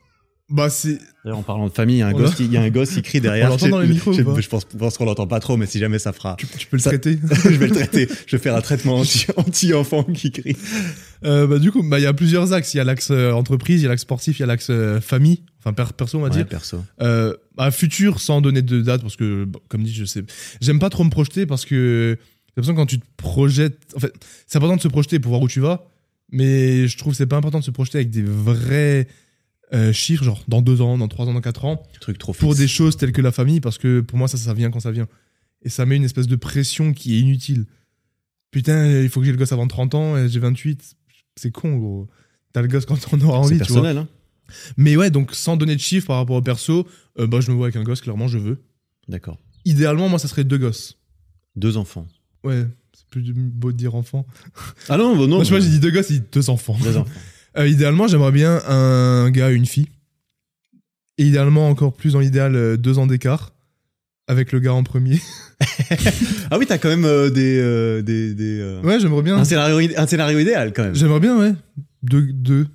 Bah, c'est.
D'ailleurs, en parlant de famille, il y a un,
On
gosse, qui, il y a un gosse qui crie derrière.
On l'entend
Je-
dans les micros
je,
ou pas
je pense, je pense qu'on l'entend pas trop, mais si jamais ça fera,
Tu, tu peux le
Ça-
traiter.
je vais le traiter. Je vais faire un traitement anti- anti-enfant qui crie.
Euh, bah, du coup, bah, il y a plusieurs axes. Il y a l'axe euh, entreprise, il y a l'axe sportif, il y a l'axe euh, famille, enfin per- perso, on va dire.
Ouais, perso.
Euh, bah, futur, sans donner de date, parce que, bon, comme dit, je sais. J'aime pas trop me projeter parce que j'ai l'impression que quand tu te projettes. En fait, c'est important de se projeter pour voir où tu vas, mais je trouve que c'est pas important de se projeter avec des vrais euh, chiffres, genre dans deux ans, dans trois ans, dans quatre ans,
Truc trop fixe.
pour des choses telles que la famille, parce que pour moi, ça, ça vient quand ça vient. Et ça met une espèce de pression qui est inutile. Putain, il faut que j'ai le gosse avant 30 ans, et j'ai 28. C'est con, gros. T'as le gosse quand on aura
C'est
envie, tu vois.
personnel, hein.
Mais ouais, donc sans donner de chiffres par rapport au perso, euh, bah, je me vois avec un gosse, clairement, je veux.
D'accord.
Idéalement, moi, ça serait deux gosses.
Deux enfants.
Ouais, c'est plus beau de dire enfant.
Ah non, bah non.
moi, je sais pas,
mais-
j'ai dit deux gosses, j'ai dit deux enfants.
Deux enfants.
Euh, idéalement, j'aimerais bien un gars et une fille. Et idéalement, encore plus dans l'idéal, euh, deux ans d'écart. Avec le gars en premier.
Ah oui, t'as quand même euh, des. euh, des, des, euh,
Ouais, hein. j'aimerais bien.
un, scénario, id- un scénario idéal, quand même.
J'aimerais bien, ouais. Deux, deux,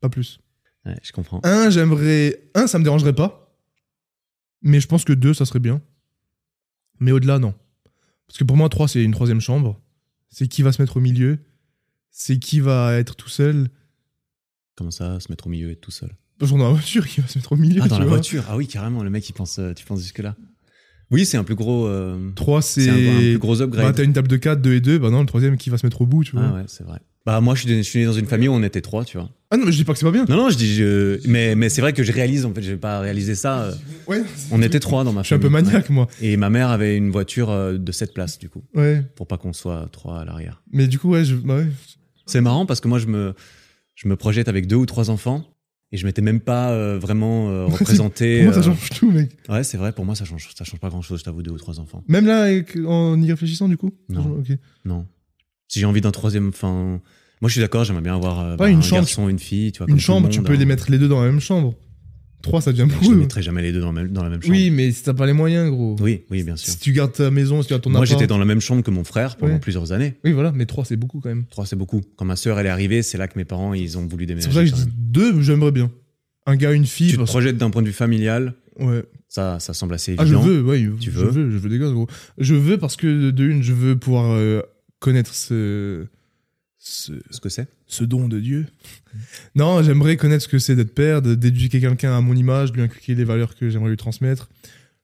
pas plus.
Ouais, je comprends.
Un, j'aimerais. Un, ça me dérangerait pas. Mais je pense que deux, ça serait bien. Mais au-delà, non. Parce que pour moi, trois, c'est une troisième chambre. C'est qui va se mettre au milieu. C'est qui va être tout seul.
Comment ça, se mettre au milieu et être tout seul
Genre dans la voiture, qui va se mettre au milieu.
Ah, dans
tu
la
vois.
voiture. Ah oui, carrément, le mec, il pense, euh, tu penses jusque-là. Oui, c'est un plus gros. euh,
Trois,
c'est un, un
c'est.
plus gros
Bah,
upgrade.
t'as une table de 4, 2 et 2, bah non, le troisième qui va se mettre au bout, tu vois.
ah ouais, c'est vrai. Bah, moi, je suis, né- je suis né dans une famille où on était trois, tu vois.
Ah non, mais je dis pas que c'est pas bien.
Non, non, je dis. je- Mais, mais c'est vrai que je réalise, en fait, j'ai pas réalisé ça. euh,
Ouais,
On était trois dans ma
Je suis un
famille.
peu maniaque, moi.
Ouais. Et ma mère avait une voiture euh, de sept places, du coup,
Ouais.
pour pas qu'on soit trois à l'arrière.
Mais du coup, ouais, je. bah ouais.
C'est marrant parce que moi, je me, je me projette avec deux ou trois enfants et je m'étais même pas euh, vraiment euh, représenté.
Pour moi, ça
euh,
change tout, mec.
Ouais, c'est vrai, pour moi, ça change, ça change pas grand chose, je t'avoue, deux ou trois enfants.
Même là, avec- en y réfléchissant, du coup
Non.
Ok.
Non. Si j'ai envie d'un troisième, enfin. Moi, je suis d'accord, j'aimerais bien avoir euh, bah,
une
un
chambre,
garçon, une fille, tu vois. comme
Une
tout le
chambre, tu
monde,
peux
hein.
les mettre les deux dans la même chambre. Trois, ça devient
Je ne
beaucoup.
mettrais jamais les deux dans la même, dans la même chambre.
Oui, mais si t'as pas les moyens, gros.
oui, oui, bien sûr.
Si tu gardes ta maison, si tu gardes ton
Moi,
appart.
j'étais dans la même chambre que mon frère pendant
Ouais.
plusieurs années.
Oui, voilà, mais trois, c'est beaucoup quand même.
Trois, c'est beaucoup. Quand ma sœur, elle est arrivée, c'est là que mes parents, ils ont voulu
C'est
déménager.
pour ça que je
quand
dis
même.
deux, j'aimerais bien. Un gars, une fille.
Tu te
parce-
projettes d'un point de vue familial,
Ouais.
ça, ça semble assez
Ah, je
évident.
veux, ouais. je
Tu veux
veux, je veux des gosses, gros. Je veux parce que de une, je veux pouvoir euh, connaître ce. ce
ce que c'est.
ce don de Dieu. Non, j'aimerais connaître ce que c'est d'être père, de- d'éduquer quelqu'un à mon image, de lui inculquer les valeurs que j'aimerais lui transmettre,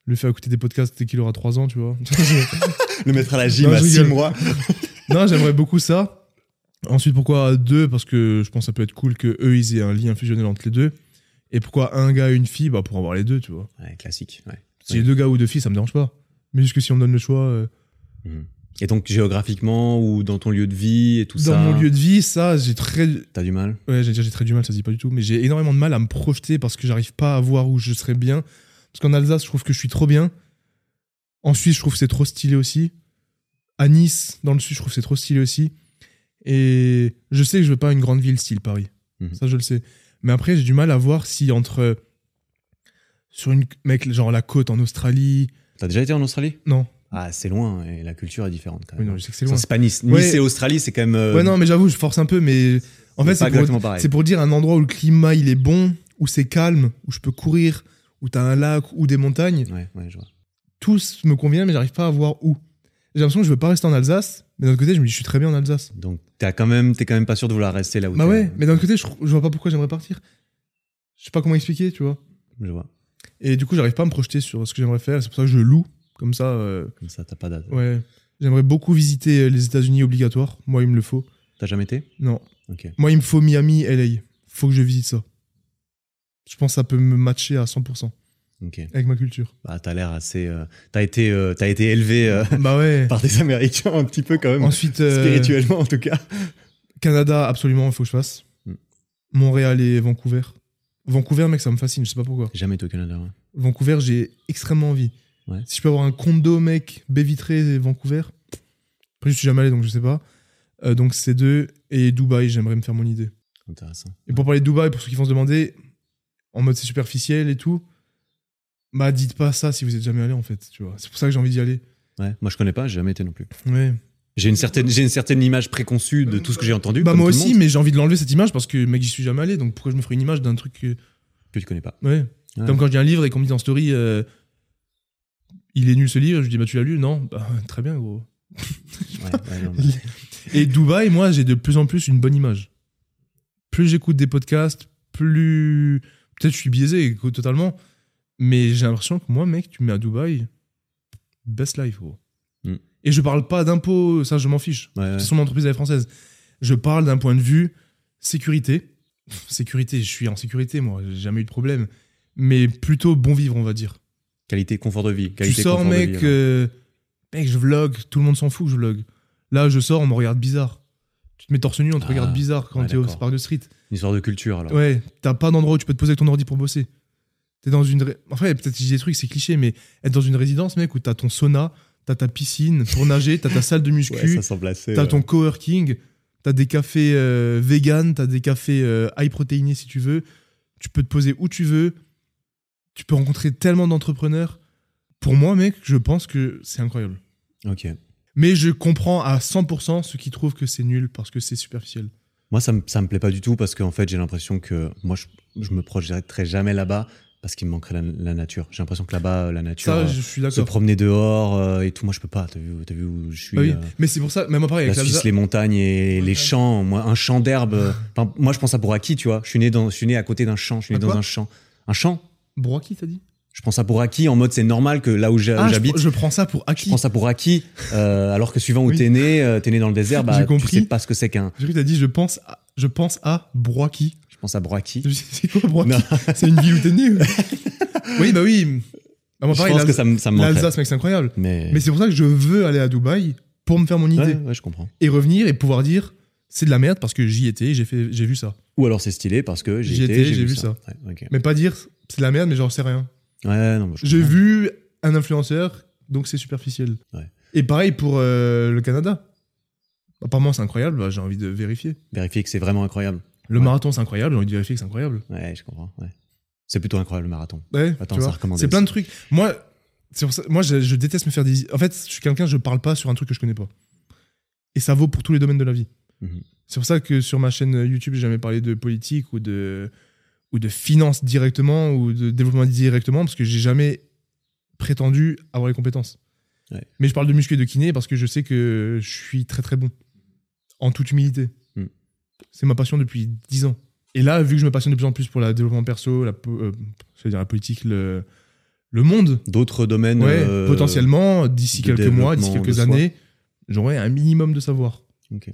lui faire écouter des podcasts dès qu'il aura 3 ans, tu vois.
Le mettre à la gym
Non,
à
Bah, je
six
rigole.
mois.
non, j'aimerais beaucoup ça. Ensuite, pourquoi deux Parce que je pense que ça peut être cool que eux ils aient un lien fusionnel entre les deux. Et pourquoi un gars et une fille Bah pour avoir les deux, tu vois.
Ouais, classique. ouais.
Si j'ai deux gars ou deux filles, ça me dérange pas. Mais juste que si on me donne le choix, euh,
Et donc, géographiquement ou dans ton lieu de vie et tout
dans
ça,
mon lieu de vie, ça, j'ai très,
t'as du mal
Ouais, j'allais dire j'ai très du mal, ça se dit pas du tout, mais j'ai énormément de mal à me projeter parce que j'arrive pas à voir où je serais bien. Parce qu'en Alsace, je trouve que je suis trop bien. En Suisse, je trouve que c'est trop stylé aussi. À Nice, dans le sud, je trouve que c'est trop stylé aussi. Et je sais que je veux pas une grande ville style Paris.
Mhm.
Ça, je le sais. Mais après, j'ai du mal à voir si entre. Sur une. Mec, genre la côte en Australie.
T'as déjà été en Australie
Non.
Ah, c'est loin et la culture est différente quand
Oui,
même.
non, je sais que c'est
Ça,
loin.
c'est pas Nice. Nice
Ouais.
et Australie, c'est quand même. euh,
ouais, non, mais j'avoue, je force un peu, mais. En fait,
c'est
c'est
pas
pour
exactement pareil.
C'est pour dire un endroit où le climat il est bon, où c'est calme, où je peux courir, où t'as un lac ou des montagnes.
Ouais, ouais, je vois.
Tout s- me convient, mais j'arrive pas à voir où. J'ai l'impression que je veux pas rester en Alsace, mais d'un autre côté, je me dis, je suis très bien en Alsace.
Donc, t'as quand même, t'es quand même pas sûr de vouloir rester là où
bah
t'es.
ouais, mais d'un autre côté, je, je vois pas pourquoi j'aimerais partir. Je sais pas comment expliquer, tu vois.
Je vois.
Et du coup, j'arrive pas à me projeter sur ce que j'aimerais faire. C'est pour ça que je loue, comme ça. euh,
Comme ça, t'as pas d'a-
ouais. J'aimerais beaucoup visiter euh, les États-Unis obligatoire. Moi, il me le faut.
T'as jamais été
Non.
Ok.
Moi, il me faut Miami, LA. Faut que je visite ça. Je pense que ça peut me matcher à 100%
Ok.
avec ma culture.
Bah, t'as l'air assez. euh, T'as été, euh, t'as été élevé euh,
bah ouais.
par des Américains un petit peu quand même.
Ensuite, euh,
Spirituellement en tout cas.
Canada, absolument, il faut que je fasse.
Mm.
Montréal et Vancouver. Vancouver, mec, ça me fascine, je sais pas pourquoi.
Jamais été au Canada. ouais.
Vancouver, j'ai extrêmement envie.
Ouais.
Si je peux avoir un condo, mec, baie vitrée et Vancouver. Après, je suis jamais allé, donc je sais pas. Euh, donc ces deux et Dubaï, j'aimerais me faire mon idée.
Intéressant.
Et pour parler de Dubaï, pour ceux qui vont se demander, en mode c'est superficiel et tout, bah dites pas ça si vous êtes jamais allé en fait, tu vois. C'est pour ça que j'ai envie d'y aller.
Ouais. Moi, je connais pas. J'ai jamais été non plus.
Ouais.
J'ai une certaine, j'ai une certaine image préconçue de tout ce que j'ai entendu.
Bah
comme
moi
tout le
aussi,
monde.
mais j'ai envie de l'enlever cette image parce que mec, j'y suis jamais allé, donc pourquoi je me ferais une image d'un truc que
que tu connais pas.
Ouais.
Ouais.
Comme quand je dis un livre et qu'on me dit en story, euh, il est nul ce livre, je dis, bah tu l'as lu Non, bah très bien, gros.
Ouais, ouais, non, mais-
Et Dubaï, moi, j'ai de plus en plus une bonne image. Plus j'écoute des podcasts, plus. Peut-être je suis biaisé écoute, totalement, mais j'ai l'impression que moi, mec, tu me mets à Dubaï, best life, gros.
Mm.
Et je parle pas d'impôts, ça, je m'en fiche.
ouais, ouais.
C'est son entreprise elle est française. Je parle d'un point de vue sécurité. sécurité, je suis en sécurité, moi, j'ai jamais eu de problème. Mais plutôt bon vivre, on va dire.
Qualité, confort de vie. Qualité,
tu sors,
confort de
mec,
vie, ouais.
euh, mec, je vlog, tout le monde s'en fout que je vlog. Là, je sors, on me regarde bizarre. Tu te mets torse nu, on te
Ah,
regarde bizarre quand
ouais,
t'es au
d'accord. Ah
parc de street.
Une histoire de culture, alors.
Ouais, t'as pas d'endroit où tu peux te poser avec ton ordi pour bosser. T'es dans une. ré- Enfin, peut-être que je dis des trucs, c'est cliché, mais être dans une résidence, mec, où t'as ton sauna, t'as ta piscine pour nager, t'as ta salle de muscu,
Ouais, ça semble assez.
T'as
euh,
ton coworking, t'as des cafés euh, vegan, t'as des cafés euh, high protéinés si tu veux. Tu peux te poser où tu veux. Tu peux rencontrer tellement d'entrepreneurs. Pour moi, mec, je pense que c'est incroyable.
Ok.
Mais je comprends à 100% ceux qui trouvent que c'est nul parce que c'est superficiel.
Moi, ça me, ça me plaît pas du tout parce qu'en fait, j'ai l'impression que moi, je, je me projetterai jamais là-bas parce qu'il me manquerait la, la nature. J'ai l'impression que là-bas, euh, la nature.
Ça,
euh,
je suis
se
d'accord.
promener dehors euh, et tout, moi, je peux pas. T'as vu, t'as vu où je suis
Bah oui.
euh,
Mais c'est pour ça, même pareil
La
avec la
Suisse, les montagnes et les champs. Moi, un champ d'herbe. euh, enfin, moi, je pense à Bouraki, tu vois. Je suis né dans, je suis né à côté d'un champ. Je suis
À
né dans
quoi
un champ. Un champ.
Broaki, t'as dit
Je pense à Bouraki en mode c'est normal que là où j'ai-
Ah, je,
Euh, j'habite.
pr- je prends ça pour
Je
acquis.
pense à Bouraki, euh, alors que suivant où
Oui.
t'es né, euh, t'es né dans le désert, bah,
J'ai
tu
compris.
sais pas ce que c'est qu'un.
J'ai cru que t'as dit je pense à, je pense à Broaki.
Je pense à Bouraki.
C'est quoi Broaki
Non,
C'est une ville où t'es né ou- Oui, bah oui. Bah, moi,
je
pareil,
pense
l'Al-
que ça me, ça me manquerait.
L'Alsace, mec, c'est incroyable.
Mais,
Mais c'est pour ça que je veux aller à Dubaï pour me faire mon idée
ouais, ouais, je comprends.
et revenir et pouvoir dire c'est de la merde parce que j'y étais, j'ai fait, j'ai vu ça.
Ou alors c'est stylé parce que j'ai
J'y
été,
étais,
j'ai vu ça. Ouais, ok.
Mais pas dire c'est de la merde, mais j'en sais rien.
Ouais, non, moi, je
J'ai
comprends.
vu un influenceur, donc c'est superficiel.
Ouais.
Et pareil pour euh, le Canada. Apparemment, c'est incroyable. bah, j'ai envie de vérifier.
Vérifier que c'est vraiment incroyable.
Le
Ouais.
marathon, c'est incroyable. J'ai envie de vérifier que c'est incroyable.
Ouais, je comprends. ouais. C'est plutôt incroyable le marathon.
Ouais,
Attends,
tu
ça
vois.
recommandé
C'est plein
aussi.
de trucs. Moi, c'est pour ça- moi je, je déteste me faire des. En fait, je suis quelqu'un, je parle pas sur un truc que je connais pas. Et ça vaut pour tous les domaines de la vie.
Mhm.
C'est pour ça que sur ma chaîne YouTube, j'ai jamais parlé de politique ou de ou de finance directement ou de développement directement parce que j'ai jamais prétendu avoir les compétences.
Ouais.
Mais je parle de muscu et de kiné parce que je sais que je suis très très bon en toute humilité.
Mm.
C'est ma passion depuis 10 ans. Et là, vu que je me passionne de plus en plus pour le développement perso, la, po- euh, c'est-à-dire la politique, le, le monde,
D'autres domaines.
ouais,
euh,
potentiellement, d'ici
de
quelques mois, d'ici
développement
quelques
de soi.
années, j'aurai un minimum de savoir.
Ok.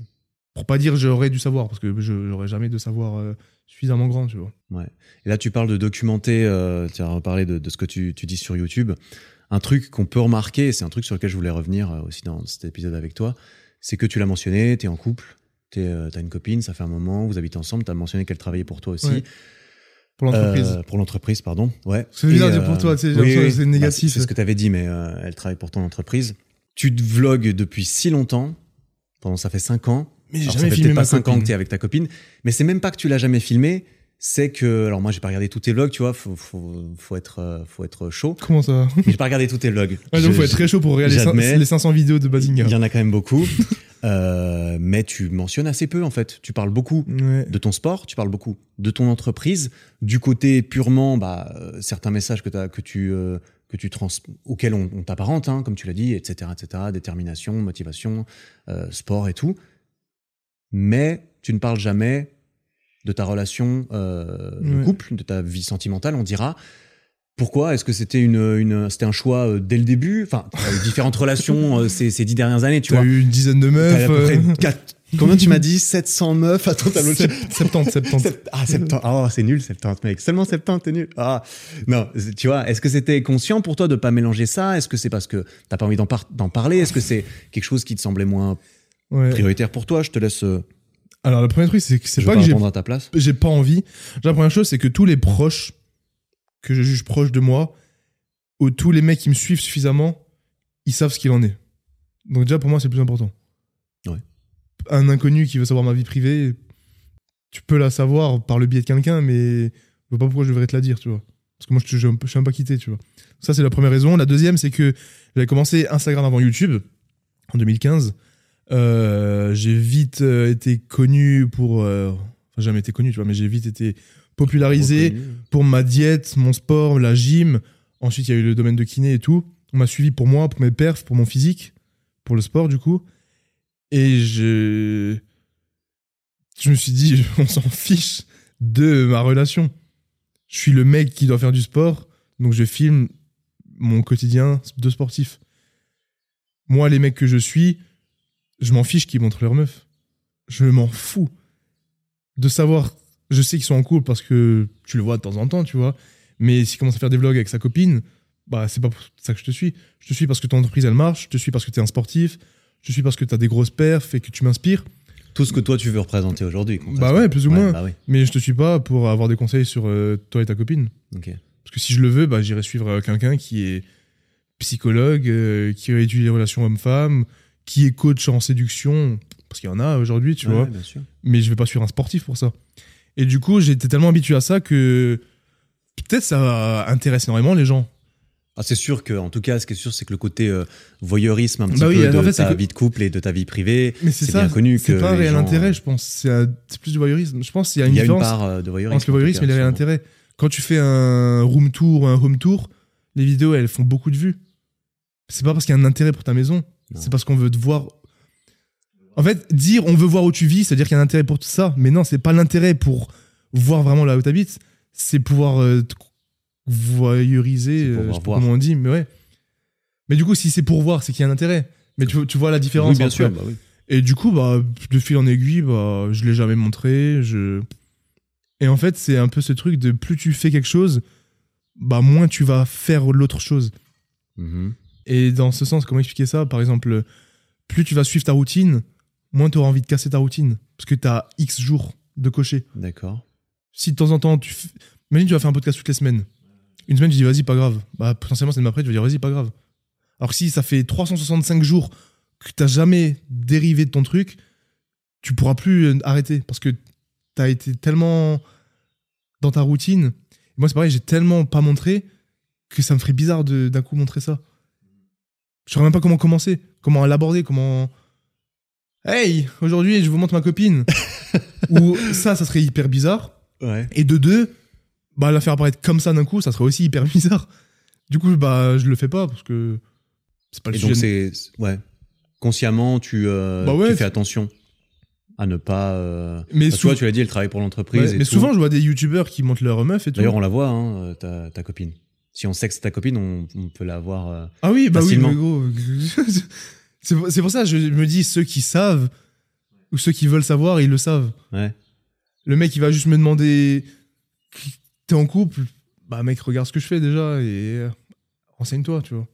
Pour pas dire j'aurai du savoir, parce que je n'aurai jamais de savoir euh, suffisamment grand, tu vois.
Et là, tu parles de documenter, euh, tu as reparlé de, de ce que tu, tu dis sur YouTube. Un truc qu'on peut remarquer, et c'est un truc sur lequel je voulais revenir euh, aussi dans cet épisode avec toi, c'est que tu l'as mentionné, tu es en couple, tu as une copine, ça fait un moment, vous habitez ensemble, tu as mentionné qu'elle travaillait pour toi aussi.
Ouais, Pour l'entreprise.
Euh, pour l'entreprise, pardon. Ouais.
C'est
Et,
bizarre de dire pour toi, tu sais, j'ai
oui,
l'impression
oui.
que c'est
Bah,
négatif.
c'est- c'est ce que tu avais dit, mais euh, elle travaille pour ton entreprise. Tu te vlogs depuis si longtemps, pendant ça fait 5 ans,
mais j'ai
alors,
jamais
ça fait
filmé
peut-être
ma
pas 5 ans que
copine.
t'es avec ta copine, mais c'est même pas que tu l'as jamais filmé, c'est que alors moi j'ai pas regardé tous tes vlogs, tu vois, faut, faut, faut être euh, faut être chaud.
Comment ça
Mais j'ai pas regardé tous tes vlogs.
Il
Je-
faut être très chaud pour regarder les cin-
j'admets.
les 500 vidéos de
Il
Bazinga.
y en a quand même beaucoup, Euh, mais tu mentionnes assez peu en fait. Tu parles beaucoup
Ouais.
de ton sport, tu parles beaucoup de ton entreprise, du côté purement bah euh, certains messages que t'as- que tu euh, que tu trans auxquels on, on t'apparente, hein, comme tu l'as dit, etc., etc., détermination, motivation, euh, sport et tout. Mais tu ne parles jamais de ta relation euh, de
Ouais.
couple, de ta vie sentimentale, on dira. Pourquoi Est-ce que c'était une, une c'était un choix euh, dès le début Enfin, t'as eu différentes relations euh, ces, ces dix dernières années, tu
T'as
vois.
eu une dizaine de
T'as eu
meufs.
à peu près
euh,
quatre- Combien tu m'as dit 700 meufs à ton tableau de
sept- 70, 70.
Sept- Ah, 70. Oh, c'est nul, 70, mec. Seulement 70, t'es nul. Ah, non, c'est- tu vois, est-ce que c'était conscient pour toi de pas mélanger ça Est-ce que c'est parce que t'as pas envie d'en par- d'en parler Est-ce que c'est quelque chose qui te semblait moins
Ouais.
prioritaire pour toi Je te laisse. euh,
Alors, le premier truc, c'est que c'est
je
pas
vais
que j'ai
répondre à ta place.
j'ai pas envie. La première chose, c'est que tous les proches que je juge proches de moi, ou tous les mecs qui me suivent suffisamment, ils savent ce qu'il en est. Donc déjà, pour moi, c'est le plus important.
Ouais.
Un inconnu qui veut savoir ma vie privée, tu peux la savoir par le biais de quelqu'un, mais je vois pas pourquoi je devrais te la dire, tu vois. Parce que moi, je, je, je suis un pas quitté, tu vois. Ça, c'est la première raison. La deuxième, c'est que j'avais commencé Instagram avant YouTube, en 2015. Euh, j'ai vite euh, été connu pour... euh, Enfin, jamais été connu, tu vois, mais j'ai vite été popularisé pour ma diète, mon sport, la gym. Ensuite, il y a eu le domaine de kiné et tout. On m'a suivi pour moi, pour mes perfs, pour mon physique, pour le sport, du coup. Et je. Je me suis dit, on s'en fiche de ma relation. Je suis le mec qui doit faire du sport, donc je filme mon quotidien de sportif. Moi, les mecs que je suis, je m'en fiche qu'ils montrent leur meuf. Je m'en fous. De savoir, je sais qu'ils sont en couple parce que tu le vois de temps en temps, tu vois. Mais s'il commence à faire des vlogs avec sa copine, bah c'est pas pour ça que je te suis. Je te suis parce que ton entreprise elle marche, je te suis parce que t'es un sportif, je te suis parce que t'as des grosses perfs et que tu m'inspires.
Tout ce que toi tu veux représenter aujourd'hui. concrètement.
Bah ouais, plus ou
Ouais,
moins.
bah oui.
Mais je te suis pas pour avoir des conseils sur euh, toi et ta copine.
Ok.
Parce que si je le veux, bah, j'irai suivre euh, quelqu'un qui est psychologue, euh, qui étudie les relations homme-femme, qui est coach en séduction, parce qu'il y en a aujourd'hui, tu
Ouais,
vois.
bien sûr.
Mais je vais pas suivre un sportif pour ça. Et du coup, j'étais tellement habitué à ça que peut-être ça intéresse énormément les gens.
Ah, c'est sûr que, en tout cas, ce qui est sûr, c'est que le côté euh, voyeurisme un petit
Bah oui,
peu de
en fait, c'est
ta
que-
vie de couple et de ta vie privée,
Mais c'est
C'est
ça,
bien connu
c'est
que
pas un
les
réel
gens,
intérêt,
euh,
je pense. C'est un- c'est plus du voyeurisme. Je pense qu'il y a une
il y a une
différence
part euh, de voyeurisme.
entre le
en tout
voyeurisme
cas,
et les réels
sûrement.
intérêts. Quand tu fais un room tour ou un home tour, les vidéos, elles font beaucoup de vues. C'est pas parce qu'il y a un intérêt pour ta maison,
Non.
c'est parce qu'on veut te voir. En fait, dire on veut voir où tu vis, c'est-à-dire qu'il y a un intérêt pour tout ça. Mais non, c'est pas l'intérêt pour voir vraiment là où t'habites, c'est pouvoir euh, te voyeuriser,
C'est
euh,
pour
je sais pas
voir.
comment on dit, mais ouais. Mais du coup, si c'est pour voir, c'est qu'il y a un intérêt. Mais tu, tu vois la différence
Oui, bien
entre-
sûr. bah oui.
et du coup, bah, de fil en aiguille, bah, je l'ai jamais montré. Je... Et en fait, c'est un peu ce truc de plus tu fais quelque chose, bah, moins tu vas faire l'autre chose.
Mhm.
Et dans ce sens, comment expliquer ça Par exemple, plus tu vas suivre ta routine, moins tu auras envie de casser ta routine. Parce que tu as X jours de cocher.
D'accord.
Si de temps en temps, tu. f- Imagine, tu vas faire un podcast toutes les semaines. Une semaine, tu dis vas-y, pas grave. Bah, potentiellement, c'est après, tu vas dire vas-y, pas grave. Alors que si ça fait 365 jours que t'as jamais dérivé de ton truc, tu pourras plus euh, arrêter parce que t'as été tellement dans ta routine. Moi, c'est pareil, j'ai tellement pas montré que ça me ferait bizarre de d'un coup montrer ça. Je saurais même pas comment commencer, comment l'aborder, comment. Hey, aujourd'hui, je vous montre ma copine. Ou ça, ça serait hyper bizarre.
Ouais.
Et de deux, bah, la faire apparaître comme ça d'un coup, ça serait aussi hyper bizarre. Du coup, bah, je le fais pas parce que c'est pas le
Et
sujet.
donc,
de-
c'est. Ouais. Consciemment, tu, euh,
Bah ouais,
tu
c'est-
fais attention à ne pas. euh,
mais
parce que toi,
sou-
tu l'as dit, elle travaille pour
ouais,
l'entreprise. et
mais
tout.
souvent, je vois des youtubeurs qui montent leur meuf et tout.
D'ailleurs, on la voit, hein, euh, ta, ta copine. Si on sait que c'est ta copine, on, on peut la voir. euh,
Ah oui, bah
facilement.
oui, mais gros. c'est pour- c'est pour ça que je me dis ceux qui savent ou ceux qui veulent savoir, ils le savent.
Ouais.
Le mec, il va juste me demander T'es en couple Bah, mec, regarde ce que je fais déjà et euh, renseigne-toi, tu vois.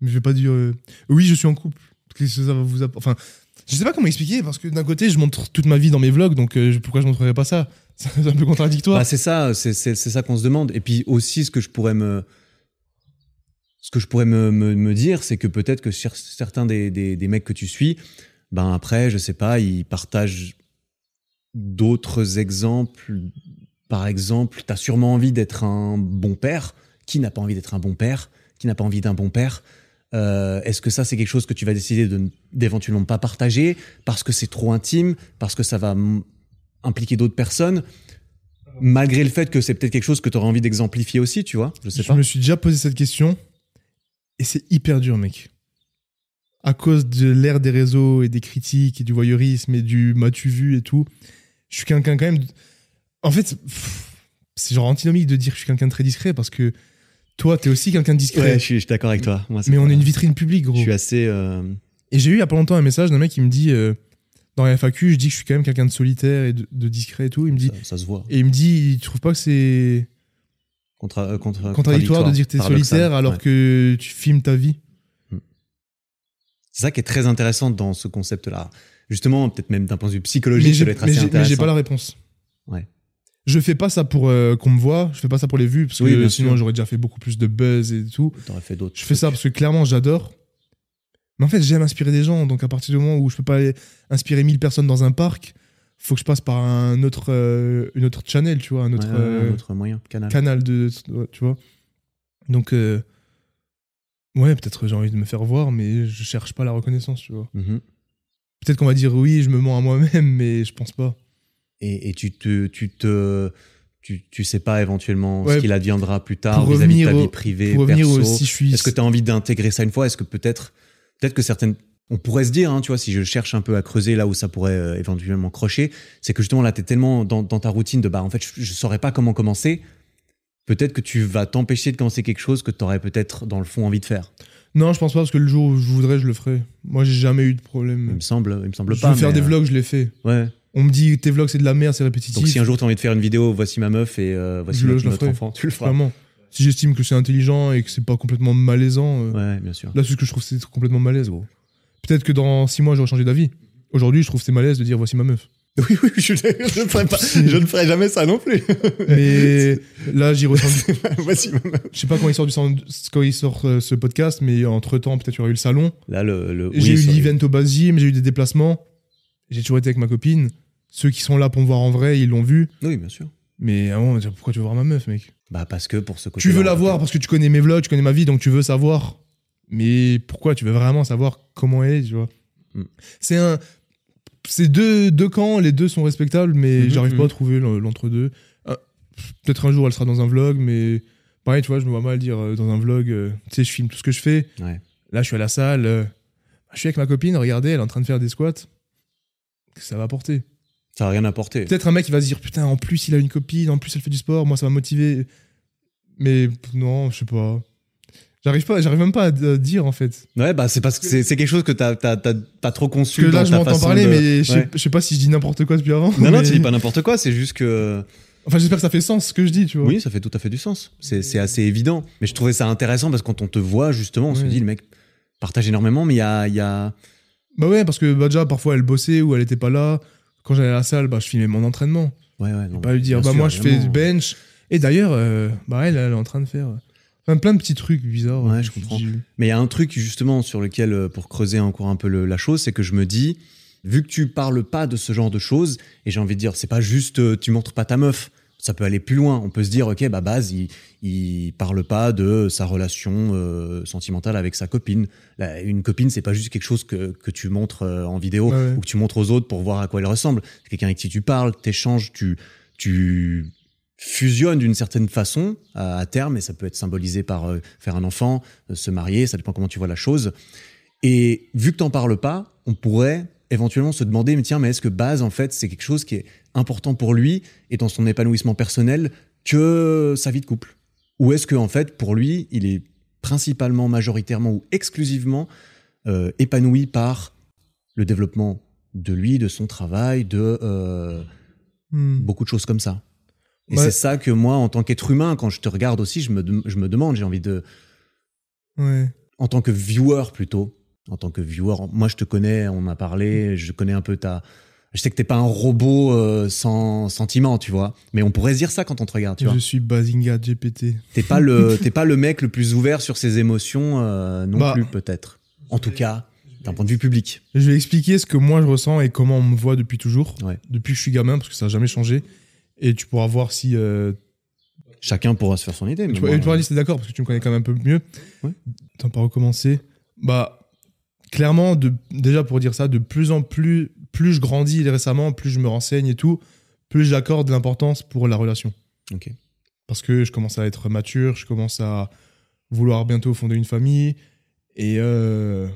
Mais je vais pas dire euh, Oui, je suis en couple. Parce que ça va vous app- Enfin, je sais pas comment expliquer parce que d'un côté, je montre toute ma vie dans mes vlogs, donc euh, je- pourquoi je montrerais pas ça C'est un peu contradictoire.
Bah, c'est ça, c'est c'est- c'est ça qu'on se demande. Et puis aussi, ce que je pourrais me, ce que je pourrais me, me- me dire, c'est que peut-être que cer- certains des, des- des mecs que tu suis, ben après, je sais pas, ils partagent d'autres exemples. Par exemple, t'as sûrement envie d'être un bon père. Qui n'a pas envie d'être un bon père Qui n'a pas envie d'un bon père Euh, Est-ce que ça, c'est quelque chose que tu vas décider de n- d'éventuellement pas partager parce que c'est trop intime, parce que ça va mm, impliquer d'autres personnes malgré le fait que c'est peut-être quelque chose que tu aurais envie d'exemplifier aussi, tu vois. Je sais
je
pas.
me suis déjà posé cette question et c'est hyper dur, mec. À cause de l'ère des réseaux et des critiques et du voyeurisme et du m'as-tu vu et tout, je suis quelqu'un quand même. de- En fait, pff, c'est genre antinomique de dire que je suis quelqu'un de très discret parce que toi, t'es aussi quelqu'un de discret.
Ouais, je suis, je suis d'accord avec toi. Moi, c'est
mais on
pas-
est une vitrine publique, gros.
Je suis assez. euh,
Et j'ai eu il y a pas longtemps un message d'un mec qui me dit euh, dans la FAQ, je dis que je suis quand même quelqu'un de solitaire et de, de discret et tout. Il me dit
ça, ça se voit.
et il me dit, tu trouves pas que c'est
Contra- euh, contra-
contradictoire de dire que t'es
paradoxal.
solitaire alors
Ouais.
que tu filmes ta vie
C'est ça qui est très intéressant dans ce concept-là. Justement, peut-être même d'un point de vue psychologique,
mais
ça
j'ai
doit être
mais
assez
j'ai- mais j'ai
intéressant.
pas la réponse.
Ouais.
Je fais pas ça pour euh, qu'on me voit, je fais pas ça pour les vues, parce que
Oui, bien
sinon
sûr.
j'aurais déjà fait beaucoup plus de buzz et tout.
T'aurais fait d'autres.
Je fais ça parce que clairement j'adore. Mais en fait, j'aime inspirer des gens, donc à partir du moment où je peux pas aller inspirer 1000 personnes dans un parc, faut que je passe par un autre, euh, une autre channel, tu vois, un
Ouais,
autre,
ouais, ouais,
euh,
un autre moyen, canal.
canal de. ouais, Tu vois. Donc, euh, ouais, peut-être j'ai envie de me faire voir, mais je cherche pas la reconnaissance, tu vois.
Mhm.
Peut-être qu'on va dire oui, je me mens à moi-même, mais je pense pas.
et, et tu te, tu te, tu, tu sais pas éventuellement
Ouais.
ce qu'il adviendra plus tard
Pour
vis-à-vis de ta
revenir au-
vie privée,
Pour revenir
perso.
au si je suis.
Est-ce que tu as envie d'intégrer ça une fois Est-ce que peut-être, peut-être que certaines, on pourrait se dire, hein, tu vois, si je cherche un peu à creuser là où ça pourrait euh, éventuellement crocher, c'est que justement là, t'es tellement dans, dans ta routine de bah en fait, je, je saurais pas comment commencer. Peut-être que tu vas t'empêcher de commencer quelque chose que t'aurais peut-être dans le fond envie de faire.
Non, je pense pas, parce que le jour où je voudrais, je le ferai. Moi, j'ai jamais eu de
Il
problème.
me semble, il me semble
Mm. Je
pas.
veux faire
mais,
des
euh,
vlogs, je l'ai fait.
Ouais.
On me dit, tes vlogs, c'est de la merde, c'est répétitif.
Donc si un jour t'as envie de faire une vidéo, voici ma meuf et euh, voici
Je le-
notre,
je le
notre
ferai.
enfant, tu le feras.
Vraiment. Si j'estime que c'est intelligent et que c'est pas complètement malaisant, euh,
Ouais, bien sûr.
là, c'est ce que je trouve, c'est complètement malaise, gros. Peut-être que dans six mois, j'aurais changé d'avis. Aujourd'hui, je trouve que c'est malaise de dire voici ma meuf.
Oui, oui, je, je, ne ferai pas- je ne ferai jamais ça non plus.
Mais là, j'y ressens. du-
voici ma meuf.
Je sais pas quand il sort, du sound- quand il sort euh, ce podcast, mais entre temps, peut-être il y aurait eu le salon.
Là, le, le-
j'ai
oui,
eu
ça-
l'event au Basile, j'ai eu des déplacements. J'ai toujours été avec ma copine. Ceux qui sont là pour me voir en vrai, ils l'ont vu.
Oui, bien sûr.
Mais à un moment, on va dire, pourquoi tu veux voir ma meuf, mec
Bah parce que pour ce côté.
Tu veux la voir parce que tu connais mes vlogs, tu connais ma vie, donc tu veux savoir. Mais pourquoi tu veux vraiment savoir comment elle est, tu vois
Mm.
C'est un. C'est deux, deux camps, les deux sont respectables, mais
Mhm,
j'arrive
mhm.
pas à trouver l'en- l'entre-deux. Ah, Peut-être un jour elle sera dans un vlog, mais pareil, tu vois, je me vois mal dire euh, dans un vlog, euh, tu sais, je filme tout ce que je fais.
Ouais.
Là, je suis à la salle, euh, je suis avec ma copine, regardez, elle est en train de faire des squats. Qu'est-ce que Ça va porter.
Ça n'a rien apporté.
Peut-être un mec qui va se dire putain en plus il a une copine, en plus elle fait du sport, moi ça va motiver. Mais pff, non, je sais pas. J'arrive pas, j'arrive même pas à d- à dire en fait.
Ouais, bah c'est parce que c'est c'est quelque chose que t'as t'as- t'as pas trop
Parce
conçu.
que là
dans
je
ta
m'entends
façon
parler,
de-
mais je sais-
Ouais.
je sais pas si je dis n'importe quoi depuis avant.
Non, non,
mais-
tu dis pas n'importe quoi, c'est juste que.
Enfin j'espère que ça fait sens ce que je dis, tu vois.
Oui, ça fait tout à fait du sens. C'est c'est assez évident. Mais je trouvais ça intéressant parce que quand on te voit, justement, on se
Oui.
dit, le mec partage énormément, mais il y a. il Y a...
Bah ouais, parce que bah, déjà parfois elle bossait ou elle était pas là. Quand j'allais à la salle, bah je filmais mon entraînement.
Ouais, ouais, non.
Pas lui dire
Bien
bah
sûr,
moi je fais
évidemment.
du bench. Et d'ailleurs, euh, bah elle, elle est en train de faire. Enfin, plein de petits trucs bizarres.
Ouais, je
Tu te
comprends.
dis-
Mais il y a un truc justement sur lequel, euh, pour creuser encore un peu le- la chose, c'est que je me dis, vu que tu parles pas de ce genre de choses, et j'ai envie de dire, c'est pas juste euh, tu montres pas ta meuf. Ça peut aller plus loin. On peut se dire, ok, bah base, il, il parle pas de sa relation euh, sentimentale avec sa copine. La- une copine, c'est pas juste quelque chose que, que tu montres euh, en vidéo
Ouais, ouais.
ou que tu montres aux autres pour voir à quoi elle ressemble. C'est quelqu'un avec qui tu parles, t'échanges, tu, tu fusionnes d'une certaine façon à, à terme, et ça peut être symbolisé par euh, faire un enfant, euh, se marier, ça dépend comment tu vois la chose. Et vu que t'en parles pas, on pourrait éventuellement se demander, mais tiens, mais est-ce que Baz, en fait, c'est quelque chose qui est important pour lui et dans son épanouissement personnel que sa vie de couple Ou est-ce que, en fait, pour lui, il est principalement, majoritairement ou exclusivement euh, épanoui par le développement de lui, de son travail, de euh,
Hmm.
beaucoup de choses comme ça. Et
Ouais.
c'est ça que moi, en tant qu'être humain, quand je te regarde aussi, je me, dem- je me demande, j'ai envie de,
Ouais.
en tant que viewer plutôt, en tant que viewer, moi je te connais, on m'a
Mm.
parlé, je connais un peu ta. Je sais que t'es pas un robot euh, sans sentiment, tu vois. Mais on pourrait se dire ça quand on te regarde, tu vois.
Je suis Bazinga GPT.
T'es pas le, t'es pas le mec le plus ouvert sur ses émotions euh, non
Bah.
plus peut-être. En tout cas, d'un point de vue public.
Je vais expliquer ce que moi je ressens et comment on me voit depuis toujours,
Ouais.
depuis que je suis gamin, parce que ça n'a jamais changé. Et tu pourras voir si. euh,
Chacun pourra se faire son idée. Mais
tu,
moi,
pourras- tu pourras dire si t'es d'accord, parce que tu me connais quand même un peu mieux.
Ouais.
Attends, par recommencer. Bah, clairement, de, déjà pour dire ça, de plus en plus, plus je grandis récemment, plus je me renseigne et tout, plus j'accorde de l'importance pour la relation.
Ok.
Parce que je commence à être mature, je commence à vouloir bientôt fonder une famille. Et. euh,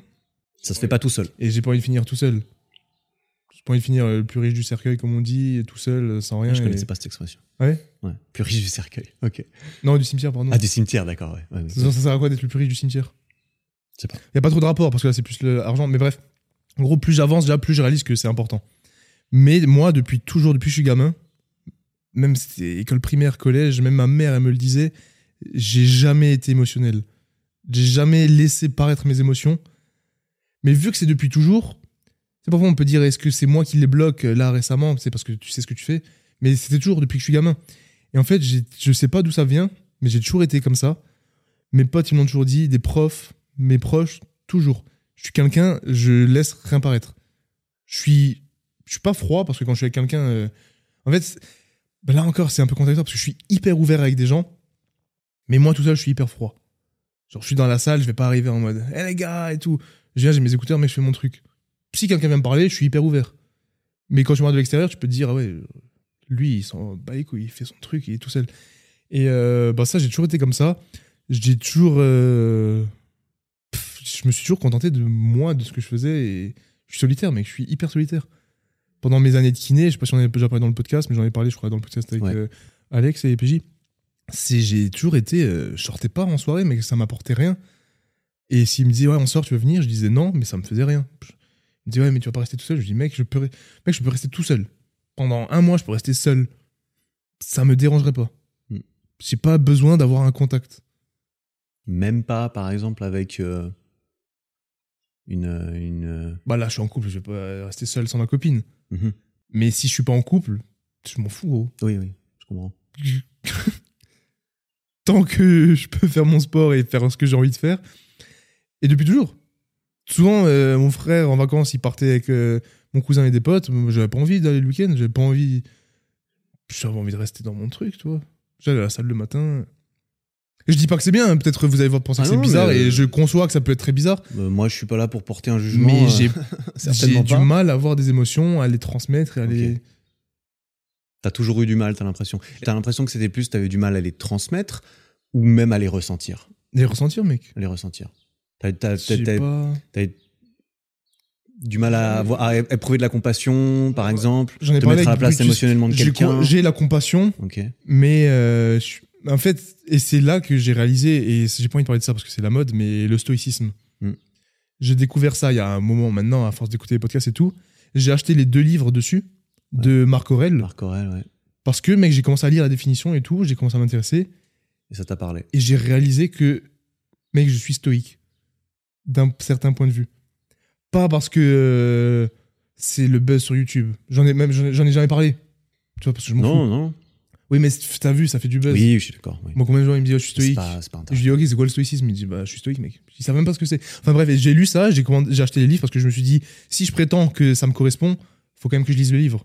ça se fait pas tout seul.
Et j'ai pas envie de finir tout seul. J'ai pas envie de finir euh, le plus riche du cercueil, comme on dit, et tout seul, euh, sans rien.
je
et-
connaissais pas cette expression.
Ouais.
Ouais. Plus riche du cercueil. Ok.
Non, du cimetière, pardon.
Ah du cimetière, d'accord. Ouais. Ouais, ouais.
ça, ça sert à quoi d'être le plus riche du cimetière
Je sais pas.
Y a pas trop de rapport, parce que là, c'est plus l'argent. Mais bref, en gros, plus j'avance, déjà, plus je réalise que c'est important. Mais moi, depuis toujours, depuis que je suis gamin, même si c'était école primaire, collège, même ma mère, elle me le disait, j'ai jamais été émotionnel. J'ai jamais laissé paraître mes émotions. Mais vu que c'est depuis toujours, c'est parfois on peut dire est-ce que c'est moi qui les bloque euh, là récemment C'est parce que tu sais ce que tu fais. Mais c'était toujours depuis que je suis gamin. Et en fait, j'ai- je sais pas d'où ça vient, mais j'ai toujours été comme ça. Mes potes, ils m'ont toujours dit, des profs, mes proches, toujours. Je suis quelqu'un, je laisse rien paraître. Je suis, je suis pas froid parce que quand je suis avec quelqu'un, euh, en fait, c'est- ben là encore, c'est un peu contradictoire parce que je suis hyper ouvert avec des gens, mais moi tout seul, je suis hyper froid. Genre, je suis dans la salle, je vais pas arriver en mode, hé les gars et tout. Je viens, j'ai mes écouteurs, mais je fais mon truc. Si quelqu'un vient me parler, je suis hyper ouvert. Mais quand tu me regardes de l'extérieur, tu peux te dire, ah ouais, euh, Lui, il s'en bat les couilles, il fait son truc, il est tout seul. Et euh, bah ça, j'ai toujours été comme ça. J'ai toujours. euh, pff, je me suis toujours contenté de moi, de ce que je faisais. Et je suis solitaire, mec, je suis hyper solitaire. Pendant mes années de kiné, je sais pas si on en a déjà parlé dans le podcast, mais j'en ai parlé, je crois, dans le podcast avec
Ouais.
euh, Alex et PJ. C'est, j'ai toujours été. euh, je sortais pas en soirée, mais ça m'apportait rien. Et s'il me disait, ouais, on sort, tu veux venir Je disais non, mais ça me faisait rien. Je- Il me disait, ouais, mais tu vas pas rester tout seul. Je dis, mec, je peux, re- mec, je peux rester tout seul. Pendant un mois, je peux rester seul. Ça me dérangerait pas.
Mm.
J'ai pas besoin d'avoir un contact.
Même pas, par exemple, avec euh, une. euh, une euh,
Bah là, je suis en couple, je vais pas rester seul sans ma copine.
mhm.
Mais si je suis pas en couple, je m'en fous, gros.
Oui, oui, je comprends.
tant que je peux faire mon sport et faire ce que j'ai envie de faire. Et depuis toujours. Souvent, euh, mon frère en vacances, il partait avec euh, mon cousin et des potes. Moi, J'avais pas envie d'aller le week-end, j'avais pas envie. J'avais envie de rester dans mon truc, tu vois. J'allais à la salle le matin. Et je dis pas que c'est bien, hein, peut-être vous allez voir penser
Ah
que c'est
non,
bizarre,
mais-
et je conçois que ça peut être très bizarre,
Euh, moi, je suis pas là pour porter un jugement.
mais
euh,
j'ai- j'ai
certainement
du
pas.
mal à avoir des émotions, à les transmettre, et à
Ok.
les.
T'as toujours eu du mal, t'as l'impression. T'as l'impression que c'était plus, t'avais du mal à les transmettre ou même à les ressentir.
les ressentir, mec.
À les ressentir. T'as- Bah, t'as-
Je sais
t'as- t'as-
pas.
T'as du mal à, avoir- à é- éprouver de la compassion, par
Ouais.
exemple,
J'en ai
te
parlé
mettre à la
avec
place
Brutus.
émotionnellement de
J'ai
quelqu'un.
con- J'ai la compassion,
Ok.
Mais euh, je suis- en fait, et c'est là que j'ai réalisé, et j'ai pas envie de parler de ça parce que c'est la mode, mais le stoïcisme.
Mm.
J'ai découvert ça il y a un moment maintenant, à force d'écouter les podcasts et tout. J'ai acheté les deux livres dessus de Marc Aurel
Marc Aurel, ouais.
parce que, mec, j'ai commencé à lire la définition et tout, j'ai commencé à m'intéresser
Et ça t'a parlé.
et j'ai réalisé que, mec, je suis stoïque d'un certain point de vue. Pas parce que euh, c'est le buzz sur YouTube. J'en ai même, j'en ai, j'en ai jamais parlé. Tu vois, parce que je m'en
Non,
fous.
non.
Oui, mais c'est- t'as vu, ça fait du buzz.
Oui, je suis d'accord. oui.
Moi, combien de gens ils me disent, oh, je suis
C'est
stoïque
pas, c'est pas un
Je lui dis, ok, c'est quoi le stoïcisme Il dit, bah, je suis stoïque, mec. Ils savent même pas ce que c'est. Enfin bref, et j'ai lu ça, j'ai commandé- j'ai acheté les livres parce que je me suis dit, si je prétends que ça me correspond, faut quand même que je lise le livre.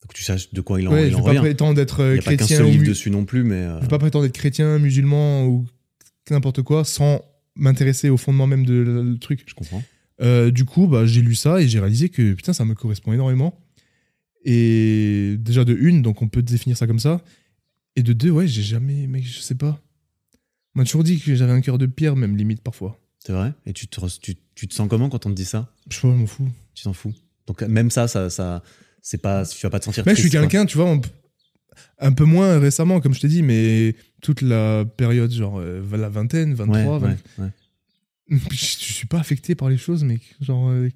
Faut que tu saches de quoi il en,
ouais,
il
je
en
vais pas
revient.
prétendre d'être
Il
euh,
n'y a pas qu'un
chrétien
seul
ou
livre
mu-
dessus non plus, mais euh,
je vais pas prétendre être chrétien, musulman ou n'importe quoi sans m'intéresser au fondement même de le- le truc.
je comprends.
Euh, du coup, bah, j'ai lu ça et j'ai réalisé que putain, ça me correspond énormément. Et déjà de une, donc on peut définir ça comme ça. Et de deux, ouais, j'ai jamais, mec, je sais pas. On m'a toujours dit que j'avais un cœur de pierre, même limite parfois.
C'est vrai. Et tu te, re- tu, tu te sens comment quand on te dit ça
Je sais pas, je m'en fous.
Tu t'en fous. Donc même ça, ça, ça c'est pas, tu vas pas te sentir.
Mec, je suis
triste, quoi.
quelqu'un, tu vois, on- un peu moins récemment, comme je t'ai dit, mais toute la période, genre euh, la vingtaine, 23,
Ouais, ouais, ouais.
vingt- je, je suis pas affecté par les choses, mec. Genre, euh,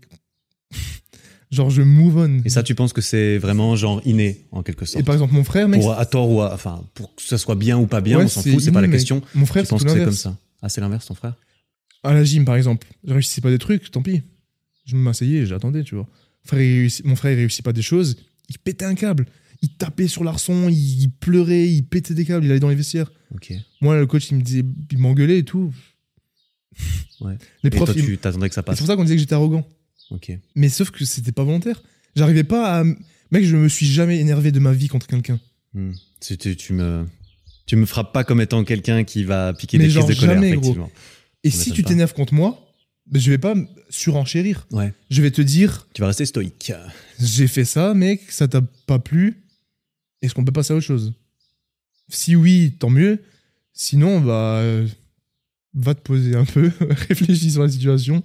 genre je move on.
Et ça, tu penses que c'est vraiment genre inné en quelque
Et
sorte.
par exemple, mon frère, mec,
pour à tort ou à, enfin pour que ça soit bien ou pas bien,
Ouais,
on s'en
c'est
fout, c'est pas la
inné, mec.
question.
mon frère,
Je
c'est
pense
tout
que c'est comme
l'inverse.
ça. Ah, c'est l'inverse, ton frère
À la gym, par exemple, je réussissais pas des trucs, tant pis. Je m'asseyais, et j'attendais, tu vois. Frère, il réussit- mon frère, il réussit pas des choses, il pétait un câble. Il tapait sur l'arçon, il il pleurait, il pétait des câbles, il allait dans les vestiaires.
Ok.
Moi, le coach, il me disait, il m'engueulait et tout.
Ouais.
Les
Et
profs,
toi,
ils-
tu t'attendais que ça
c'est
passe.
pour ça qu'on disait que j'étais arrogant.
Ok.
Mais sauf que c'était pas volontaire. J'arrivais pas à. Mec, je me suis jamais énervé de ma vie contre quelqu'un.
Hmm. Tu, tu- tu me, tu me frappes pas comme étant quelqu'un qui va piquer
Mais
des crises
genre
de colère,
jamais, gros.
effectivement.
Et
Ça
si
m'étonne
tu
pas.
t'énerves contre moi, ben, je vais pas me surenchérir.
Ouais.
Je vais te dire,
Tu vas rester stoïque.
j'ai fait ça, mec, ça t'a pas plu. Est-ce qu'on peut passer à autre chose Si oui, tant mieux. Sinon, bah, euh, va te poser un peu, réfléchis sur la situation.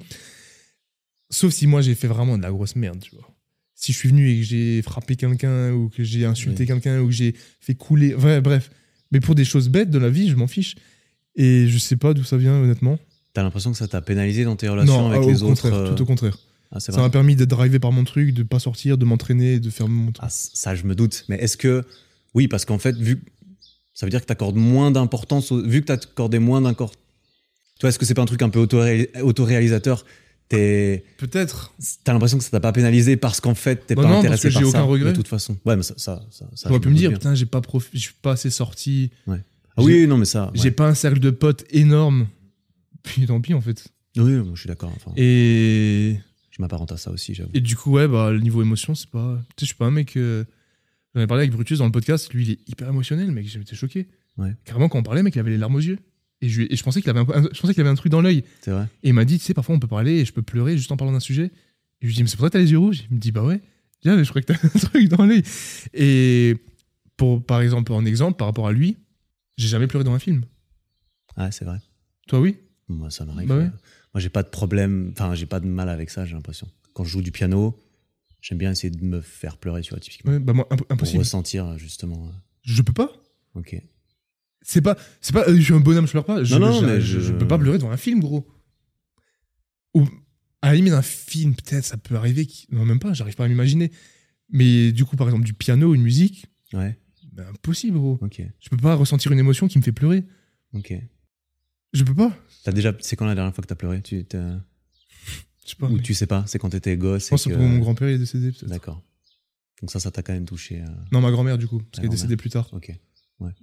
Sauf si moi j'ai fait vraiment de la grosse merde, tu vois. Si je suis venu et que j'ai frappé quelqu'un ou que j'ai insulté
Oui.
quelqu'un ou que j'ai fait couler, ouais, bref. Mais pour des choses bêtes de la vie, je m'en fiche. Et je sais pas d'où ça vient, honnêtement.
T'as l'impression que ça t'a pénalisé dans tes relations
non, ah,
avec
au
les autres.
contraire,
euh,
tout au contraire.
Ah, c'est
Ça m'a
vrai.
permis d'être drivé par mon truc, de pas sortir, de m'entraîner, de faire mon truc.
Ah, c- ça, je me doute. Mais est-ce que, oui, parce qu'en fait, vu, ça veut dire que t'accordes moins d'importance, au- vu que t'accordais moins d'importance. Tu vois, est-ce que c'est pas un truc un peu autoré- autoréalisateur T'es,
Peut-être.
T'as l'impression que ça t'a pas pénalisé parce qu'en fait t'es
Bah
pas
non,
intéressé
parce que
par
j'ai
ça
aucun regret.
de toute façon. Ouais, mais ça, ça, ça, ça,
J'aurais
je
pu me dire,
doute bien.
putain, j'ai pas profi- je suis pas assez sorti,
Ah oui, non, mais ça. ouais.
j'ai pas un cercle de potes énorme. Puis tant pis, en fait.
Oui, moi, je suis d'accord. Enfin,
Et,
je m'apparente à ça aussi, j'avoue.
et du coup, ouais, bah, le niveau émotion, c'est pas. Tu sais, je suis pas un mec. euh, J'en ai parlé avec Brutus dans le podcast, lui, il est hyper émotionnel, mec, j'étais choqué.
Ouais. Carrément,
Carrément, quand on parlait, mec, il avait les larmes aux yeux. Et je, lui- et je pensais qu'il avait, un- un- je pensais qu'il avait un truc dans l'œil.
C'est vrai.
Et il m'a dit, tu sais, parfois on peut parler et je peux pleurer juste en parlant d'un sujet. Et je lui dis, mais c'est pour ça que t'as les yeux rouges Il me dit, bah ouais. Je dis, Ah, mais je crois que t'as un truc dans l'œil. Et pour, par exemple, en exemple, par rapport à lui, j'ai jamais pleuré dans un film.
Ah, c'est vrai.
Toi, oui
Moi, ça m'arrive.
Bah ouais.
euh, Moi, j'ai pas de problème. Enfin, j'ai pas de mal avec ça, j'ai l'impression. Quand je joue du piano, j'aime bien essayer de me faire pleurer, tu vois, typiquement.
Ouais, bah moi, imp-
pour
impossible.
ressentir, justement. euh,
Je peux pas.
Ok.
C'est pas, c'est pas, euh, je suis un bonhomme, je pleure pas. Je,
Non, non,
je-
mais
je,
je-
je peux pas pleurer devant un film, gros. Ou à la limite un film, peut-être, ça peut arriver. qui- Non, même pas. J'arrive pas à m'imaginer. Mais du coup, par exemple, du piano, une musique,
Ouais,
bah, impossible, gros.
ok,
Je peux pas ressentir une émotion qui me fait pleurer.
ok.
Je peux pas.
T'as déjà. C'est quand la dernière fois que t'as pleuré tu, t'as-
Je sais pas.
Ou
mais
tu sais pas C'est quand t'étais gosse
Je pense
et
que
que-
mon grand-père il est décédé, peut-être.
D'accord. Donc ça, ça t'a quand même touché. euh,
Non, ma grand-mère, du coup, parce
Ta
qu'elle est décédée plus tard.
Ok.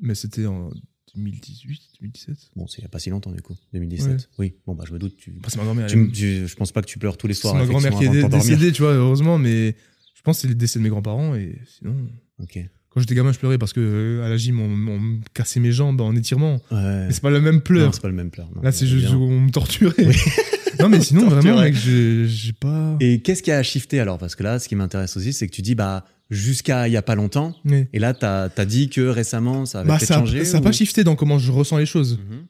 Mais c'était en 2018, 2017.
Bon, c'est il y a pas si longtemps, du coup. 2017. Oui. Bon, bah, je me doute. Tu,
Bah, c'est ma grand-mère.
tu
elle-
me- tu- je pense pas que tu pleures tous les
C'est
soirs.
ma grand-mère qui est
effectivement,
dé-
avant de t'endormir.
décédée, tu vois, heureusement, mais je pense que c'est le décès de mes grands-parents et sinon.
Ok. Ouais,
Quand j'étais gamin, je pleurais parce que euh, à la gym, on, on me cassait mes jambes en étirement.
Ouais.
Mais c'est pas le même pleur.
Non, c'est pas le même pleur. non,
Là, c'est juste
évidemment.
où on me torturait. non, mais sinon,
Torturait.
vraiment, mec, je- j'ai pas.
Et qu'est-ce qui a shifté alors Parce que là, ce qui m'intéresse aussi, c'est que tu dis, bah, jusqu'à il y a pas longtemps.
Ouais.
Et là, t'as as dit que récemment, ça avait
Bah,
peut-être
ça,
changé.
ça a
ou-
pas shifté dans comment je ressens les choses.
Mhm.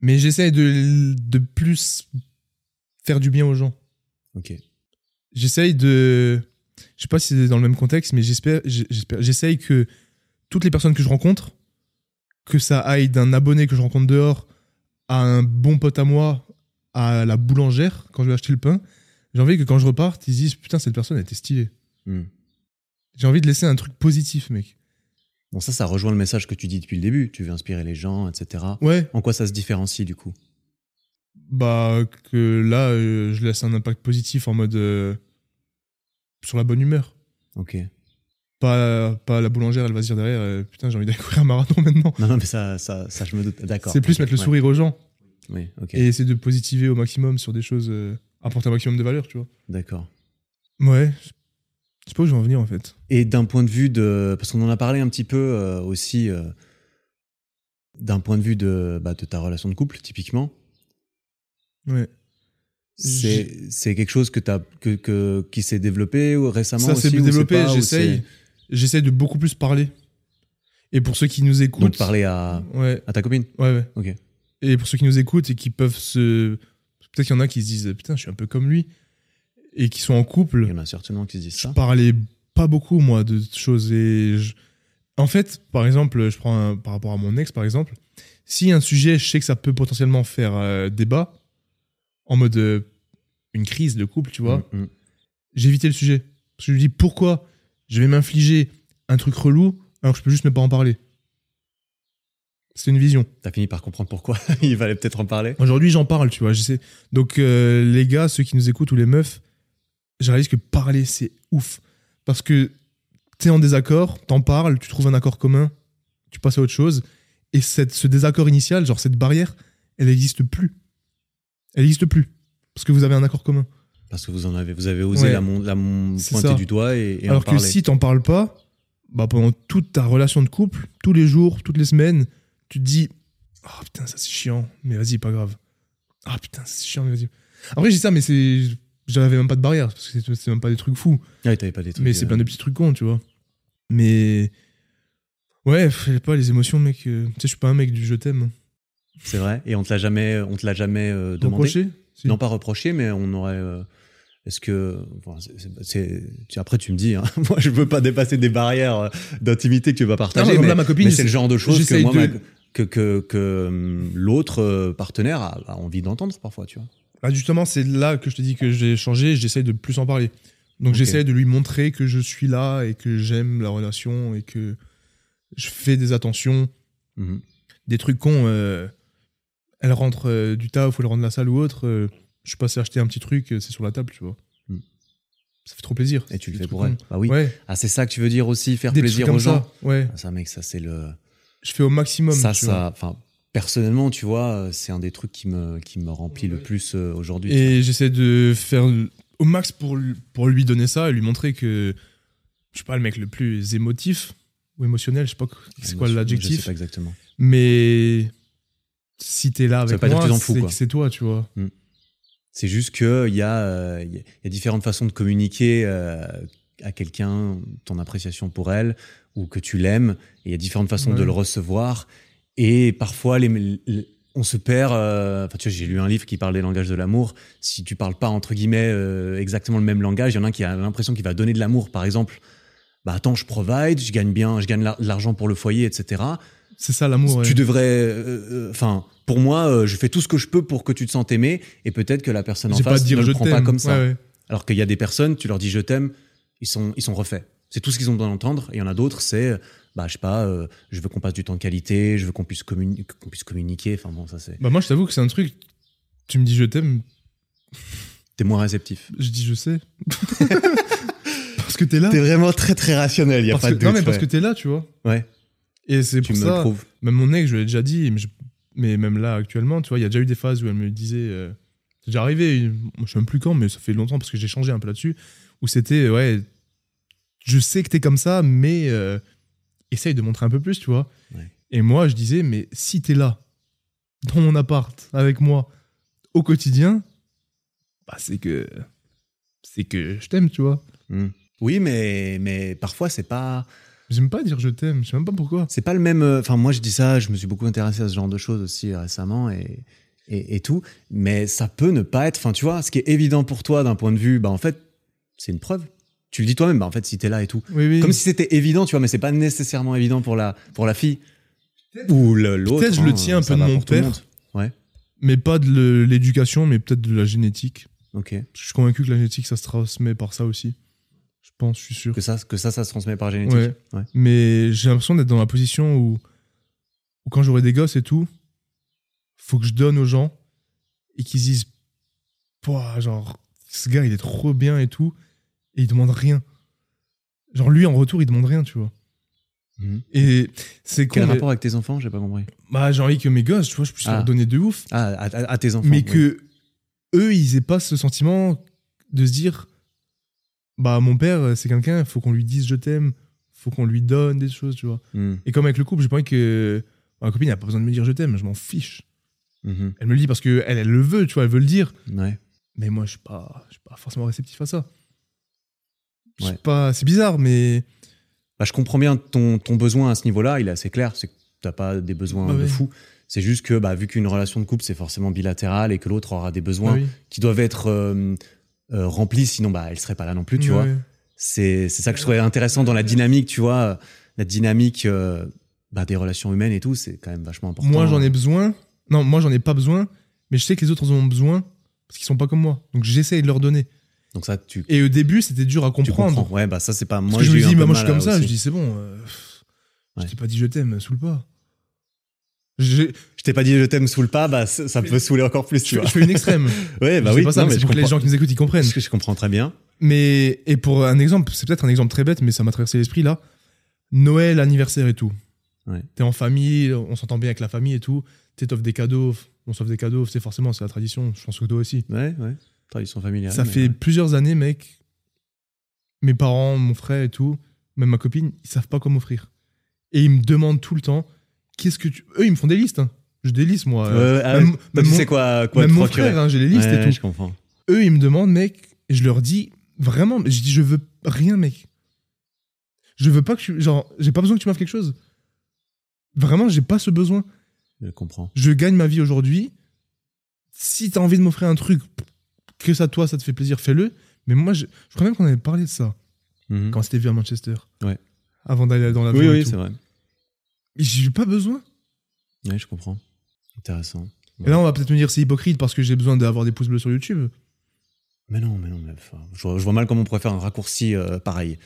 Mais j'essaie de, de plus faire du bien aux gens.
Ok.
J'essaye de. Je sais pas si c'est dans le même contexte, mais j'espère, j'ai- j'espère, j'essaye que toutes les personnes que je rencontre, que ça aille d'un abonné que je rencontre dehors à un bon pote à moi, à la boulangère quand je vais acheter le pain, j'ai envie que quand je reparte, ils se disent putain cette personne elle était stylée.
Hmm.
J'ai envie de laisser un truc positif, mec.
Bon, ça, ça rejoint le message que tu dis depuis le début. Tu veux inspirer les gens, etc.
Ouais,
En quoi ça se différencie du coup
bah que là euh, je laisse un impact positif en mode euh, sur la bonne humeur.
Ok.
Pas, pas la boulangère, elle va se dire derrière euh, putain j'ai envie d'aller courir un marathon maintenant.
Non, non, mais ça, ça, ça je me doute. D'accord.
C'est plus mettre le
Ouais.
sourire aux gens.
Oui, ok.
et essayer de positiver au maximum sur des choses, euh, apporter un maximum de valeur, tu vois.
D'accord.
Ouais, je je sais pas où je vais en venir en fait.
Et d'un point de vue de. Parce qu'on en a parlé un petit peu euh, aussi. euh, d'un point de vue de, bah, de ta relation de couple, typiquement.
Ouais.
C'est c'est quelque chose que t'as que, que, qui s'est développé ou récemment
Ça
aussi
s'est
ou c'est
développé,
pas, ou
j'essaye,
c'est-
j'essaye de beaucoup plus parler. Et pour ceux qui nous écoutent.
Donc parler à,
Ouais,
à ta copine.
ouais, ouais.
Ok.
Et pour ceux qui nous écoutent et qui peuvent se. Peut-être qu'il y en a qui se disent putain, je suis un peu comme lui. Et qui sont en couple.
Il y en a certainement qui se disent
je
ça.
parlais pas beaucoup moi de choses et je- en fait par exemple je prends un- par rapport à mon ex par exemple si un sujet je sais que ça peut potentiellement faire euh, débat en mode euh, une crise de couple tu vois
Mm, mm.
j'évitais le sujet parce que je me dis pourquoi je vais m'infliger un truc relou alors que je peux juste ne pas en parler c'est une vision
T'as fini par comprendre pourquoi. Il fallait peut-être en parler.
Aujourd'hui, j'en parle, tu vois. j'essaie. Donc, euh, les gars, ceux qui nous écoutent ou les meufs, je réalise que parler, c'est ouf. Parce que t'es en désaccord, t'en parles, tu trouves un accord commun, tu passes à autre chose. Et cette, ce désaccord initial, genre cette barrière, elle n'existe plus. Elle n'existe plus. Parce que vous avez un accord commun.
Parce que vous en avez, vous avez osé
Ouais.
la, mon, la mon-
C'est
pointer
ça.
du doigt et, et en
Alors que
parler.
si t'en parles pas, bah pendant toute ta relation de couple, tous les jours, toutes les semaines, tu te dis Oh putain, ça c'est chiant, mais vas-y, pas grave. Ah putain, c'est chiant, mais vas-y. Après, j'ai ça, mais c'est. J'avais même pas de barrière, parce que c'est- c'est même pas des trucs fous.
Ah oui, t'avais pas des trucs.
mais c'est
euh,
plein de petits trucs cons, tu vois. Mais. Ouais, pff, je sais pas, les émotions, mec. euh, Tu sais, je suis pas un mec du je t'aime.
C'est vrai. Et on te l'a jamais, on te l'a jamais euh, demandé.
Reproché Si.
Non, pas reproché, mais on aurait. euh, Est-ce que. enfin, c'est- c'est- c'est- tu- après, tu me dis. hein, moi, je veux pas dépasser des barrières euh, d'intimité que tu
Ah,
vas
Non,
partager.
mais, là,
mais
ma copine,
mais
je
c'est le genre de choses que
j'essaye
moi,
de-
ma- que, que, que, hum, l'autre euh, partenaire a, a envie d'entendre parfois, tu vois.
Bah, justement, c'est là que je te dis que j'ai changé, j'essaye de plus en parler. Donc
Ok.
j'essaye de lui montrer que je suis là et que j'aime la relation et que je fais des attentions,
Mhm.
des trucs cons. euh, elle rentre euh, du taf ou elle rentre de la salle ou autre. euh, je suis passé acheter un petit truc, euh, c'est sur la table, tu vois.
Mm.
Ça fait trop plaisir.
Et tu le
Des
fais
trucs
pour elle.
cons.
Bah oui.
Ouais,
Ah, c'est ça que tu veux dire aussi, faire
des
plaisir
trucs comme
aux gens.
ça. Ouais,
Ah, Ça, mec, ça, c'est le.
je fais au maximum.
ça,
tu
ça. Enfin, personnellement, tu vois, euh, c'est un des trucs qui me, qui me remplit le plus euh, aujourd'hui.
Et j'essaie de faire au max pour, lui- pour lui donner ça et lui montrer que je suis pas le mec le plus émotif ou émotionnel, je sais pas que- c'est quoi
Je sais
l'adjectif,
pas exactement.
mais si t'es là
veut
avec
pas dire que
moi,
tu t'en fous,
c'est
quoi.
que c'est toi, tu vois.
C'est juste qu'il y, a, euh, y a- y a différentes façons de communiquer euh, à quelqu'un ton appréciation pour elle ou que tu l'aimes. Et Il y a différentes façons
Ouais.
de le recevoir. Et parfois, les, les- on se perd. euh, Enfin, tu vois, j'ai lu un livre qui parle des langages de l'amour. Si tu parles pas entre guillemets euh, exactement le même langage, il y en a un qui a l'impression qu'il va donner de l'amour, par exemple. Bah attends, je provide, je gagne bien, je gagne la- de l'argent pour le foyer, etc.
C'est ça l'amour. ouais.
Tu devrais, euh, enfin, pour moi, euh, je fais tout ce que je peux pour que tu te sentes aimé, et peut-être que la personne en
C'est pas
face
de dire
ne
je
le prend
t'aime.
pas comme ça.
Ouais, ouais.
Alors qu'il y a des personnes, tu leur dis je t'aime, ils sont, ils sont refaits. C'est tout ce qu'ils ont besoin d'entendre. Et il y en a d'autres, c'est, euh, bah, je sais pas, euh, je veux qu'on passe du temps de qualité, je veux qu'on puisse, communi- qu'on puisse communiquer. Enfin bon, ça c'est.
Bah moi, je t'avoue que c'est un truc. Tu me dis je t'aime,
T'es moins réceptif.
je dis je sais. parce que t'es là.
Ah. vraiment très très rationnel, il
Parce que- non mais parce que t'es là, tu vois.
Ouais.
Et c'est
tu
pour
me le
ça.
prouves.
Même mon ex, je l'ai déjà dit, mais, je- mais même là actuellement, tu vois, il y a déjà eu des phases où elle me disait, euh, c'est déjà arrivé, une- je sais même plus quand, mais ça fait longtemps parce que j'ai changé un peu là-dessus, où c'était, euh, ouais, je sais que t'es comme ça, mais euh, essaye de montrer un peu plus, tu vois.
Ouais.
Et moi, je disais, mais si t'es là, dans mon appart, avec moi, au quotidien, bah, c'est que. C'est que je t'aime, tu vois.
Mm. Oui, mais, mais parfois c'est pas.
J'aime pas dire je t'aime, je sais même pas pourquoi.
C'est pas le même. euh, Enfin, moi, je dis ça, je me suis beaucoup intéressé à ce genre de choses aussi euh, récemment et, et, et tout. Mais ça peut ne pas être. Enfin, tu vois, ce qui est évident pour toi d'un point de vue, bah, en fait, c'est une preuve. Tu le dis toi-même, bah, en fait, si t'es là et tout.
Oui, oui.
Comme si c'était évident, tu vois, mais c'est pas nécessairement évident pour la, pour la fille. Ou le- l'autre. hein,
Peut-être je le tiens un
ça
peu de
va
mon
pour tout le
père.
monde.
Mais pas de le- l'éducation, mais peut-être de la génétique.
Ok.
Je suis convaincu que la génétique, ça se transmet par ça aussi. Je pense, je suis sûr.
Que ça, que ça, ça se transmet par génétique.
Ouais. Mais j'ai l'impression d'être dans la position où, où quand j'aurai des gosses et tout, faut que je donne aux gens et qu'ils se disent Pouah, genre, ce gars, il est trop bien et tout, et il demande rien. Genre, lui, en retour, il demande rien, tu vois.
Mhm.
Et c'est con.
Quel
mais-
rapport avec tes enfants J'ai pas compris.
Bah, j'ai envie que mes gosses, tu vois, je puisse
Ah.
leur donner de ouf.
Ah, à, à- à tes enfants.
mais
oui.
que eux ils aient pas ce sentiment de se dire bah mon père c'est quelqu'un faut qu'on lui dise je t'aime faut qu'on lui donne des choses tu vois
Mm.
et comme avec le couple j'ai pas envie que ma copine elle a pas besoin de me dire je t'aime je m'en fiche
Mhm.
elle me le dit parce que elle elle le veut tu vois elle veut le dire
Ouais.
mais moi je suis pas je suis pas forcément réceptif à ça Je suis
Ouais.
pas c'est bizarre mais
Bah, je comprends bien ton, ton besoin à ce niveau-là, il est assez clair, c'est que t'as pas des besoins
Bah
de
ouais.
fou. C'est juste que bah, vu qu'une relation de couple c'est forcément bilatéral et que l'autre aura des besoins
Ah oui.
qui doivent être euh, euh, remplis, sinon bah elle serait pas là non plus, tu
Ouais,
vois.
ouais.
C'est c'est ça que je trouvais intéressant dans la dynamique, tu vois, euh, la dynamique euh, bah, des relations humaines et tout, c'est quand même vachement important.
moi j'en ai besoin non moi j'en ai pas besoin mais je sais que les autres en ont besoin parce qu'ils sont pas comme moi donc j'essaye de leur donner
Donc ça tu,
et au début c'était dur à
tu
comprendre
comprends. Ouais bah ça c'est pas moi.
Parce que je me
j'ai eu
dis,
un
bah,
peu
moi
de
je suis
mal
comme
à-
ça, je
aussi.
dis, c'est bon, euh, pff,
Ouais.
je t'ai pas dit je t'aime, euh, saoule pas. J'ai-
Je t'ai pas dit je t'aime sous le pas, bah ça ça peut saouler encore plus, tu
Je,
vois.
je fais une extrême.
Ouais bah
Je
oui.
sais pas ça,
non,
mais
mais
c'est
je
pour que les
comprends-
gens qui nous écoutent ils comprennent.
je comprends très bien.
Mais, et pour un exemple, c'est peut-être un exemple très bête, mais ça m'a traversé l'esprit là. Noël, anniversaire et tout.
Ouais.
T'es en famille, on s'entend bien avec la famille et tout. T'es t'offres des cadeaux, on s'offre des cadeaux, c'est forcément, c'est la tradition. Je pense que toi aussi.
Ouais ouais. Tradition familiale.
ça
mais
fait
ouais.
plusieurs années, mec. Mes parents, mon frère et tout, même ma copine, ils savent pas quoi m'offrir. Et ils me demandent tout le temps, qu'est-ce que tu. Eux, ils me font des listes. hein. Je délisse, moi. euh,
Ouais, ouais, ah ouais.
même
Toi,
même
tu
mon,
sais quoi, quoi
même
te
mon
procurer.
frère, hein, j'ai les listes
Ouais,
et tout.
Je comprends.
Eux, ils me demandent, mec, et je leur dis, vraiment, je dis, je veux rien, mec. Je veux pas que tu. Genre, j'ai pas besoin que tu m'offres quelque chose. Vraiment, j'ai pas ce besoin.
Je comprends.
Je gagne ma vie aujourd'hui. Si t'as envie de m'offrir un truc, que ça toi, ça te fait plaisir, fais-le. Mais moi, je, je crois même qu'on avait parlé de ça
Mhm.
quand c'était vu à Manchester.
Ouais.
Avant d'aller dans la
Oui, oui, c'est vrai.
J'ai eu pas besoin.
Ouais, je comprends. Intéressant.
Et là, on va peut-être me dire c'est hypocrite parce que j'ai besoin d'avoir des pouces bleus sur YouTube.
Mais non, mais non, mais enfin, je, vois, je vois mal comment on pourrait faire un raccourci euh, pareil.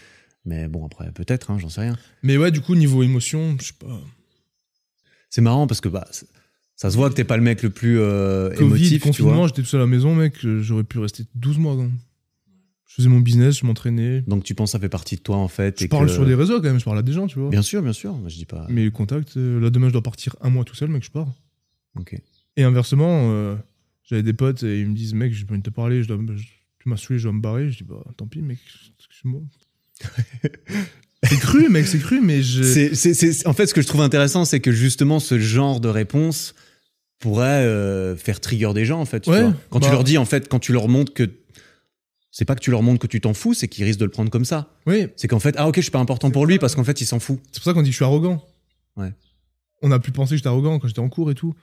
Mais bon, après, peut-être, hein, j'en sais rien.
Mais ouais, du coup, niveau émotion, je sais pas.
C'est marrant parce que bah, c'est- ça se voit que t'es pas le mec le plus euh,
Covid,
émotif, tu
confinement,
vois.
j'étais tout seul à la maison, mec. euh, J'aurais pu rester 12 mois. quand même. Je faisais mon business, je m'entraînais.
Donc tu penses que ça fait partie de toi, en fait.
Je
et
parle
que-
sur des réseaux quand même, je parle à des gens, tu vois.
Bien sûr, bien sûr, je dis pas.
Mais contact, euh, là demain, je dois partir un mois tout seul, mec, je pars. Mm.
Ok.
Et inversement, euh, j'avais des potes et ils me disent, mec, j'ai pas envie de te parler, je dois, je- tu m'as saoulé, je dois me barrer. Je dis, bah tant pis, mec, excuse-moi. c'est cru, mec, c'est cru, mais je.
C'est- c'est- c'est- en fait, ce que je trouve intéressant, c'est que justement, ce genre de réponse pourrait euh, faire trigger des gens, en fait. tu
Ouais,
vois. quand
bah-
tu leur dis, en fait, quand tu leur montres que C'est pas que tu leur montres que tu t'en fous, c'est qu'ils risquent de le prendre comme ça.
Oui,
C'est qu'en fait, ah ok, je suis pas important pour lui parce qu'en fait, il s'en fout.
c'est pour ça qu'on dit que je suis arrogant.
Ouais.
On a pu penser que j'étais arrogant quand j'étais en cours et tout.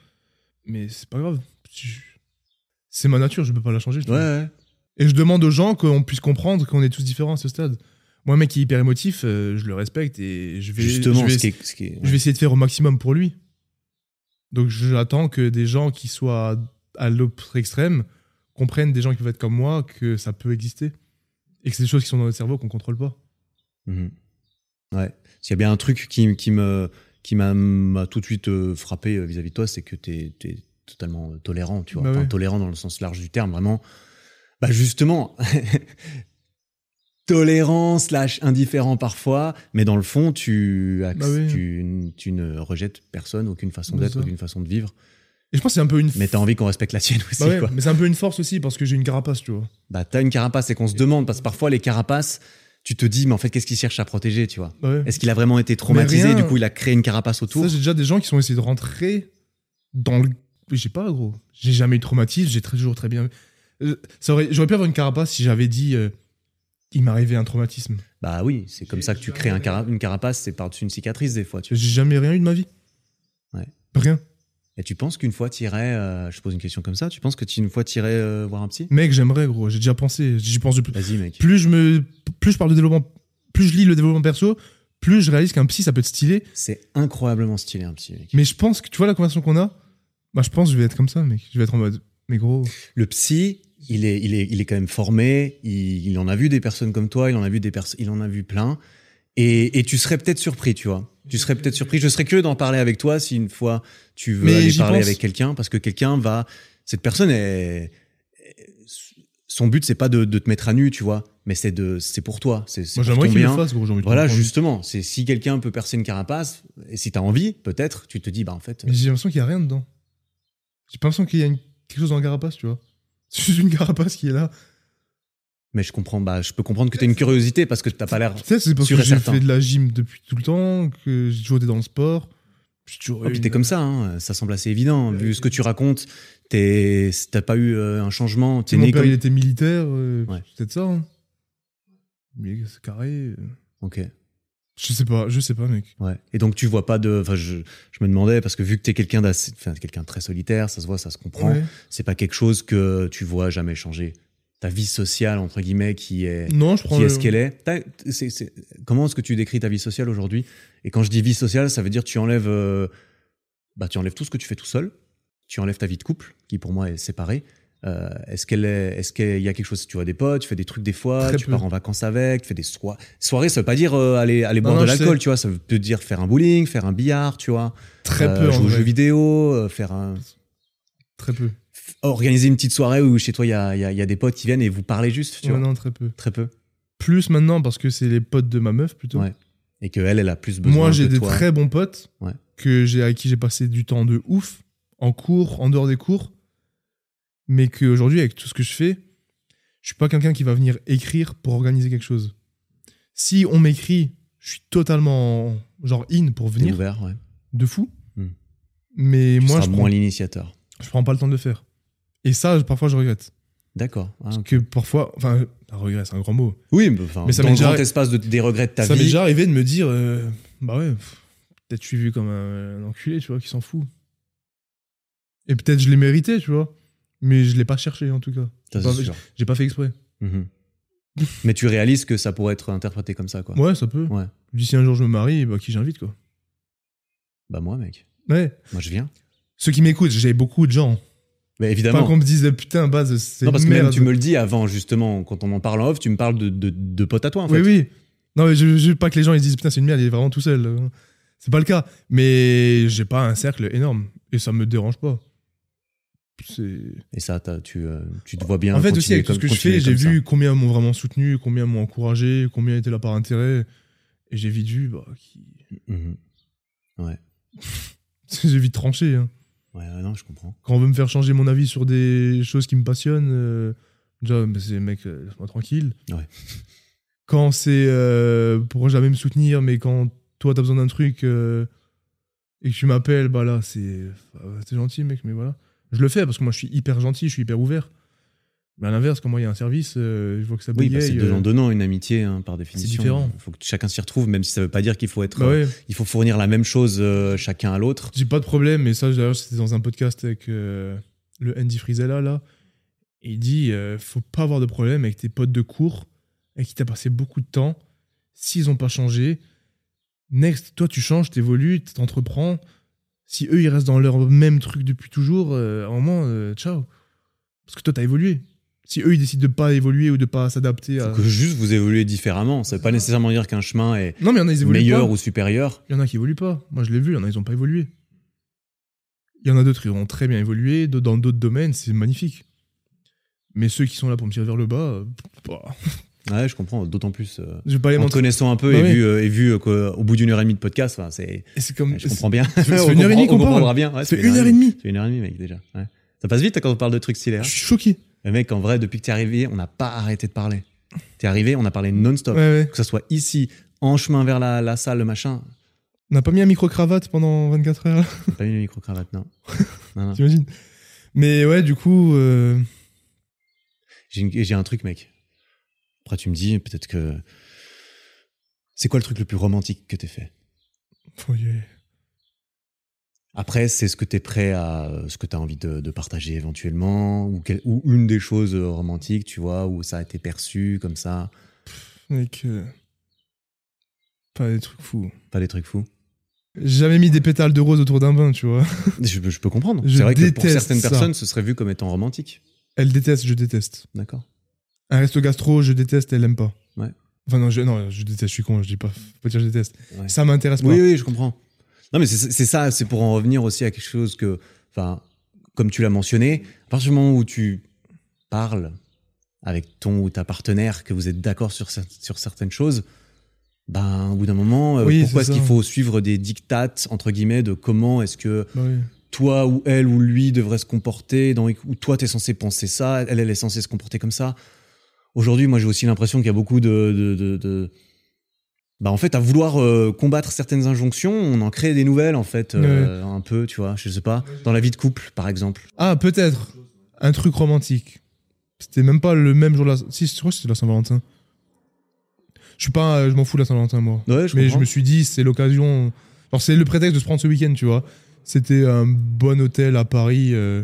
Mais c'est pas grave. Je- C'est ma nature, je peux pas la changer. je trouve.
Ouais, ouais.
Et je demande aux gens qu'on puisse comprendre qu'on est tous différents à ce stade. Moi, un mec qui est hyper émotif, euh, je le respecte et je vais,
Justement,
je vais,
ce qui est. ce qui est-
je vais essayer de faire au maximum pour lui. Donc j'attends que des gens qui soient à l'autre extrême comprennent des gens qui peuvent être comme moi que ça peut exister. Et que c'est des choses qui sont dans notre cerveau qu'on contrôle pas.
Mhm. Ouais. S'il y a bien un truc qui, qui me qui m'a- m'a tout de suite euh, frappé euh, vis-à-vis de toi, c'est que t'es es totalement euh, tolérant, tu vois.
Bah
Enfin,
ouais.
Tolérant dans le sens large du terme, vraiment. Bah justement, tolérant slash indifférent parfois, mais dans le fond, tu, acc-
Bah oui.
tu, tu ne rejettes personne, aucune façon
C'est
d'être,
ça.
aucune façon de vivre.
Et je pense que c'est un peu une.
Mais t'as envie qu'on respecte la tienne aussi,
Bah ouais,
quoi.
mais c'est un peu une force aussi parce que j'ai une carapace, tu vois.
Bah t'as une carapace et qu'on se demande, parce que parfois les carapaces, tu te dis, mais en fait, qu'est-ce qu'ils cherchent à protéger, tu vois
Bah ouais.
Est-ce qu'il a vraiment été traumatisé
Mais rien.
Du coup, il a créé une carapace autour.
Ça, j'ai déjà des gens qui sont essayés de rentrer dans le. Je sais pas, gros. J'ai jamais eu de traumatisme, j'ai très- toujours très bien. Euh, ça aurait- J'aurais pu avoir une carapace si j'avais dit euh, il m'arrivait un traumatisme.
Bah oui, c'est comme
J'ai-
ça que tu crées un cara- une carapace, c'est par-dessus une cicatrice des fois.
Tu
Tu...
vois, J'ai jamais rien eu de ma vie.
Ouais.
Rien.
Et tu penses qu'une fois t'irais, euh, je pose une question comme ça, tu penses que tu une fois t'irais euh, voir un psy
Mec, j'aimerais, gros. J'ai déjà pensé. J'y pense de plus.
Vas-y mec.
Plus je me, plus je parle de développement, plus je lis le développement perso, plus je réalise qu'un psy, ça peut être stylé.
C'est incroyablement stylé un psy mec.
Mais je pense que tu vois la conversation qu'on a. Bah, je pense que je vais être comme ça, mec. Je vais être en mode. Mais gros.
Le psy, il est, il est, il est quand même formé, il, il en a vu des personnes comme toi, il en a vu des personnes, il en a vu plein. Et, et tu serais peut-être surpris, tu vois. Tu serais peut-être surpris. Je serais curieux d'en parler avec toi si une fois tu veux
Mais
aller
j'y
parler
pense.
avec quelqu'un, parce que quelqu'un va. Cette personne est. Son but, c'est pas de, de te mettre à nu, tu vois, mais c'est de, c'est pour toi. C'est c'est
Moi,
pour
j'aimerais
ton
qu'il le
bien.
fasse, gros. J'ai envie de
Voilà,
comprendre.
justement. C'est si quelqu'un peut percer une carapace, et si t'as envie, peut-être, tu te dis, bah en fait,
Mais j'ai l'impression qu'il n'y a rien dedans. J'ai pas l'impression qu'il y a une- quelque chose dans la carapace, tu vois. C'est juste une carapace qui est là.
mais je comprends, bah je peux comprendre que t'aies une curiosité parce que t'as pas l'air.
Peut-être c'est parce
Sûr
que
et
j'ai
certain.
fait de la gym depuis tout le temps, que j'ai toujours été dans le sport. J'ai toujours
Oh,
eu
puis
une-
t'es comme ça, hein, ça semble assez évident. Vu ce que tu racontes, t'es- t'as pas eu euh, un changement. T'es
Mon
né
père,
comme.
il était militaire. euh,
Ouais.
C'est peut-être ça. hein. Mais c'est carré. euh.
Ok,
Je sais pas, je sais pas, mec.
ouais. Et donc tu vois pas de. Enfin, je, je me demandais parce que vu que t'es quelqu'un d'assez, enfin, quelqu'un de très solitaire, ça se voit, ça se comprend.
Ouais.
C'est pas quelque chose que tu vois jamais changer. Ta vie sociale entre guillemets qui est.
Non, je prends.
Qui
le-
est ce qu'elle est. T'as- c'est- c'est- Comment est-ce que tu décris ta vie sociale aujourd'hui Et quand je dis vie sociale, ça veut dire tu enlèves, euh, bah, tu enlèves tout ce que tu fais tout seul. Tu enlèves ta vie de couple, qui pour moi est séparée. Euh, est-ce qu'elle est, est-ce qu'il y a quelque chose Tu vois des potes, tu fais des trucs des fois,
Très
tu
peu.
pars en vacances avec, tu fais des soirées. Soirées, ça veut pas dire euh, aller aller
Non,
boire
non,
de
je
l'alcool,
sais.
tu vois. Ça peut dire faire un bowling, faire un billard, tu vois.
Très
Euh,
peu, en
jouer aux
vrai.
jeux vidéo, euh, faire un
Très peu.
f- organiser une petite soirée où chez toi il y a, il y a- il y a des potes qui viennent et vous parlez juste, tu
Ouais,
vois.
non, très peu.
Très peu.
Plus maintenant, parce que c'est les potes de ma meuf, plutôt.
Ouais. Et que elle, elle a plus besoin
Moi,
que
j'ai des
toi.
très bons potes
Ouais.
que j'ai à qui j'ai passé du temps de ouf en cours, en dehors des cours, mais qu'aujourd'hui, avec tout ce que je fais, je suis pas quelqu'un qui va venir écrire pour organiser quelque chose. Si on m'écrit, je suis totalement genre in pour
T'es
venir
ouvert, ouais.
de fou.
Hmm.
Mais
Tu
moi,
seras
je
moins
prends,
l'initiateur.
je prends pas le temps de le faire. Et ça, je- parfois, je regrette.
D'accord. Ah,
Parce
ok.
que parfois, enfin, un regret, c'est un grand mot.
oui, mais, enfin,
Mais ça
dans
m'est
le
déjà
grand
arri-
espace de, des regrets de ta
ça m'est
vie.
déjà arrivé de me dire, euh, bah ouais, pff, peut-être je suis vu comme un, un enculé, tu vois, qui s'en fout. Et peut-être je l'ai mérité, tu vois, mais je l'ai pas cherché en tout cas.
Ça, c'est
Bah,
sûr.
J'ai pas fait exprès.
Mhm. mais tu réalises que ça pourrait être interprété comme ça, quoi.
Ouais, ça peut.
Ouais.
Je dis si un jour je me marie, bah qui j'invite quoi.
Bah moi, mec.
Ouais.
Moi, je viens.
Ceux qui m'écoutent, j'ai beaucoup de gens.
Mais
Pas
évidemment.
qu'on me dise putain, base, c'est
Non, parce que
merde.
même tu me le dis avant, justement, quand on en parle en off, tu me parles de, de, de potes à toi, en
Oui,
fait.
oui. Non, mais je, je veux pas que les gens ils disent putain, c'est une merde, il est vraiment tout seul. C'est pas le cas. Mais j'ai pas un cercle énorme et ça me dérange pas. C'est.
Et ça, t'as- tu, euh, tu te vois bien.
En fait,
continuer
aussi, avec tout
comme-
ce que je
continuer
fais, j'ai
comme ça.
vu combien m'ont vraiment soutenu, combien m'ont encouragé, combien étaient là par intérêt. Et j'ai vite vu, bah, qui-
Mhm.
j'ai vite tranché. hein.
Ouais, ouais, non, je comprends.
Quand on veut me faire changer mon avis sur des choses qui me passionnent, euh, déjà, bah, c'est mec, euh, laisse-moi tranquille.
Ouais.
Quand c'est euh, pour jamais me soutenir, mais quand toi t'as besoin d'un truc euh, et que tu m'appelles, bah là, c'est. enfin, c'est gentil, mec, mais voilà. Je le fais parce que moi je suis hyper gentil, je suis hyper ouvert. Mais à l'inverse, quand moi, il y a un service, euh, je vois que ça
Oui,
bégaye.
bah, c'est
euh,
donnant donnant une amitié hein, par définition.
différent.
Il faut que chacun s'y retrouve, même si ça veut pas dire qu'il faut être.
bah
euh,
ouais.
il faut fournir la même chose euh, chacun à l'autre.
J'ai pas de problème, mais ça, d'ailleurs, c'était dans un podcast avec euh, le Andy Frisella, là. Il dit euh, faut pas avoir de problème avec tes potes de cours, avec qui t'as passé beaucoup de temps. S'ils ont pas changé, next, toi, tu changes, t'évolues, t'entreprends. Si eux, ils restent dans leur même truc depuis toujours, euh, à un moment, euh, ciao. Parce que toi, t'as évolué. Si eux, ils décident de pas évoluer ou de pas s'adapter
Faut
à.
que juste vous évoluez différemment. Ça veut pas nécessairement dire qu'un chemin est
Non, mais il y en a, ils évoluent
meilleur
pas.
ou supérieur.
Il y en a qui évoluent pas. Moi, je l'ai vu, il y en a, ils ont pas évolué. Il y en a d'autres, ils ont très bien évolué. d'autres- Dans d'autres domaines, c'est magnifique. Mais ceux qui sont là pour me tirer vers le bas, euh, bah,
Ouais, je comprends. D'autant plus. euh,
je vais pas les
en te
montrer.
connaissant un peu
Bah
et,
oui.
vu, euh, et vu euh, qu'au bout d'une heure et demie de podcast, enfin, c'est,
Et C'est comme.
je comprends bien.
fait
On
une heure et demie qu'on
comprend- on
parle.
comprendra bien. Ouais,
Ça fait une heure et demie.
Ça fait une heure et demie, mec, déjà. Ouais. Ça passe vite hein, quand on parle de trucs
Je
stellaires.
suis choqué.
Mais mec, en vrai, depuis que t'es arrivé, on n'a pas arrêté de parler. T'es arrivé, on a parlé non-stop.
Ouais, ouais.
Que ça soit ici, en chemin vers la, la salle, le machin.
On n'a pas mis un micro-cravate pendant 24 heures,
T'as pas mis le micro-cravate, non. Non, non.
t'imagines Mais ouais, du coup. euh,
J'ai une- j'ai un truc, mec. Après, tu me dis, peut-être que. C'est quoi le truc le plus romantique que t'aies fait
faut y aller.
Après, c'est ce que tu es prêt à, ce que tu as envie de, de partager éventuellement, ou, quel- ou une des choses euh, romantiques, tu vois, où ça a été perçu comme ça.
Avec. euh, Pas des trucs fous.
Pas des trucs fous.
J'ai Jamais mis des pétales de rose autour d'un bain, tu vois.
Je, peux- je peux comprendre.
Je
C'est vrai que pour
déteste
certaines
ça.
personnes, ce serait vu comme étant romantique.
Elle déteste, je déteste.
D'accord.
Un resto gastro, je déteste, elle aime pas.
Ouais.
Enfin, non, je, non, je déteste, je suis con, je dis pas, faut pas dire je déteste.
Ouais.
Ça m'intéresse pas.
Oui, oui, je comprends. Non, mais c'est c'est ça, c'est pour en revenir aussi à quelque chose que, enfin, comme tu l'as mentionné, à partir du moment où tu parles avec ton ou ta partenaire, que vous êtes d'accord sur, cer- sur certaines choses, ben, au bout d'un moment, euh,
Oui,
pourquoi
c'est
est-ce qu'il
ça.
faut suivre des dictates, entre guillemets, de comment est-ce que
Bah oui.
toi ou elle ou lui devrait se comporter, dans, ou toi, t'es censé penser ça, elle, elle est censée se comporter comme ça. Aujourd'hui, moi, j'ai aussi l'impression qu'il y a beaucoup de... de, de- de- Bah, en fait, à vouloir euh, combattre certaines injonctions, on en crée des nouvelles, en fait, euh, un peu, tu vois, je sais pas, dans la vie de couple, par exemple.
Ah, peut-être. Un truc romantique. C'était même pas le même jour de la. Si, je crois que c'était la Saint-Valentin. Je suis pas. euh, Je m'en fous de la Saint-Valentin, moi.
Ouais, je
Mais je
comprends.
me suis dit, c'est l'occasion. Genre, c'est le prétexte de se prendre ce week-end, tu vois. C'était un bon hôtel à Paris, euh,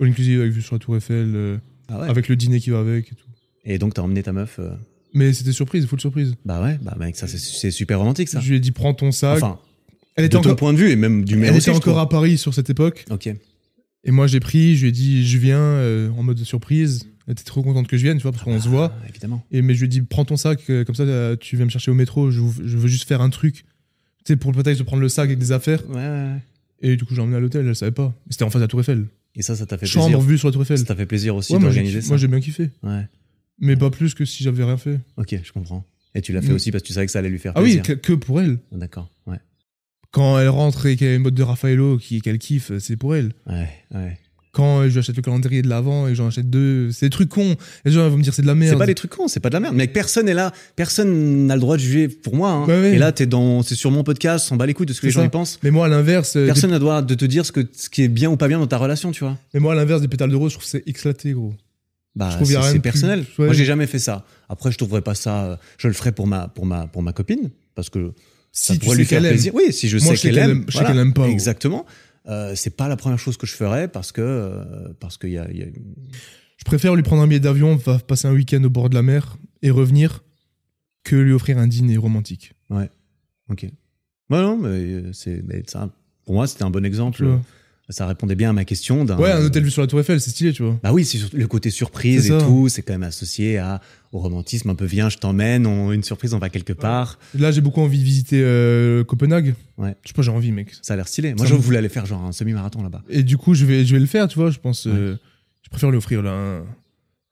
all inclusive avec vue sur la Tour Eiffel, euh,
Ah ouais.
avec le dîner qui va avec et tout.
Et donc, t'as emmené ta meuf... euh,
Mais c'était surprise, full surprise.
Bah ouais, bah mec, ça, c'est- c'est super romantique, ça.
Je lui ai dit, prends ton sac.
Enfin,
elle
de
était
ton
encore,
point de vue, et même du mien
elle
aussi,
était
je
encore à Paris sur cette époque.
trouve. Ok.
Et moi, j'ai pris, je lui ai dit, je viens euh, en mode surprise. Elle était trop contente que je vienne, tu vois, parce qu'on se voit.
Ah, évidemment.
Et mais je lui ai dit, prends ton sac, euh, comme ça, euh, tu viens me chercher au métro. Je, vou- je veux juste faire un truc. Tu sais, pour le prétexte de prendre le sac avec des affaires.
Ouais, ouais, ouais.
Et du coup, j'ai emmené à l'hôtel, elle savait pas. C'était en face de la Tour Eiffel.
Et ça, ça t'a fait
Chambre
plaisir.
vue sur la Tour Eiffel.
Ça t'a fait plaisir aussi
Ouais, moi,
d'organiser
j'ai
ça.
moi, j'ai bien kiffé.
Ouais.
Mais pas plus que si j'avais rien fait.
Ok, je comprends. Et tu l'as fait
Mm.
aussi parce que tu savais que ça allait lui faire
Ah oui,
plaisir.
que, que pour elle.
D'accord. Ouais.
Quand elle rentre et qu'elle a une mode de Raffaello qui- qu'elle kiffe, c'est pour elle.
Ouais. ouais.
Quand euh, je lui achète le calendrier de l'avant et j'en achète deux, c'est des trucs cons. Les gens ils vont me dire c'est de la merde.
C'est pas des trucs cons, c'est pas de la merde. Mec, personne est là, personne n'a le droit de juger pour moi. hein.
Ouais, ouais.
Et là, t'es dans, c'est sur mon podcast, on bat les couilles de ce que
C'est
les gens
ça.
y pensent.
Mais moi, à l'inverse, euh, des
Personne n'a le droit de te dire ce que, ce qui est bien ou pas bien dans ta relation, tu vois.
Mais moi, à l'inverse des pétales de rose, je trouve que c'est éclaté, gros.
Bah,
Je trouve y a
c'est
rien
c'est
de plus-
personnel.
ouais.
Moi, j'ai jamais fait ça. Après, je trouverais pas ça. euh, Je le ferais pour ma, pour ma, pour ma copine parce que ça
Si tu
pourrait
sais
lui faire
qu'elle aime.
plaisir. Oui, si je
Moi,
sais
je sais
qu'elle
qu'elle
aime,
aime- je sais qu'elle aime pas, oh. gros.
Exactement. Euh, c'est pas la première chose que je ferais parce que euh, parce qu'il y a, il y a-
Je préfère lui prendre un billet d'avion, va passer un week-end au bord de la mer et revenir que lui offrir un dîner romantique.
Ok. Ouais, non, mais euh, c'est mais ça. Pour moi, c'était un bon exemple.
Tu vois.
Ça répondait bien à ma question. d'un-
ouais, un hôtel vu sur la Tour Eiffel, c'est stylé, tu vois.
Bah oui, c'est surtout le côté surprise
C'est
et
ça.
tout. C'est quand même associé à au romantisme un peu. Viens, je t'emmène. On une surprise, on va quelque part.
Là, j'ai beaucoup envie de visiter euh, Copenhague.
Ouais.
Je sais pas, j'ai envie, mec.
Ça a l'air stylé. Moi,
Ça
je
me-
voulais aller faire genre un semi-marathon là-bas.
Et du coup, je vais, je vais le faire, tu vois. Je pense. euh, je préfère lui offrir là, un-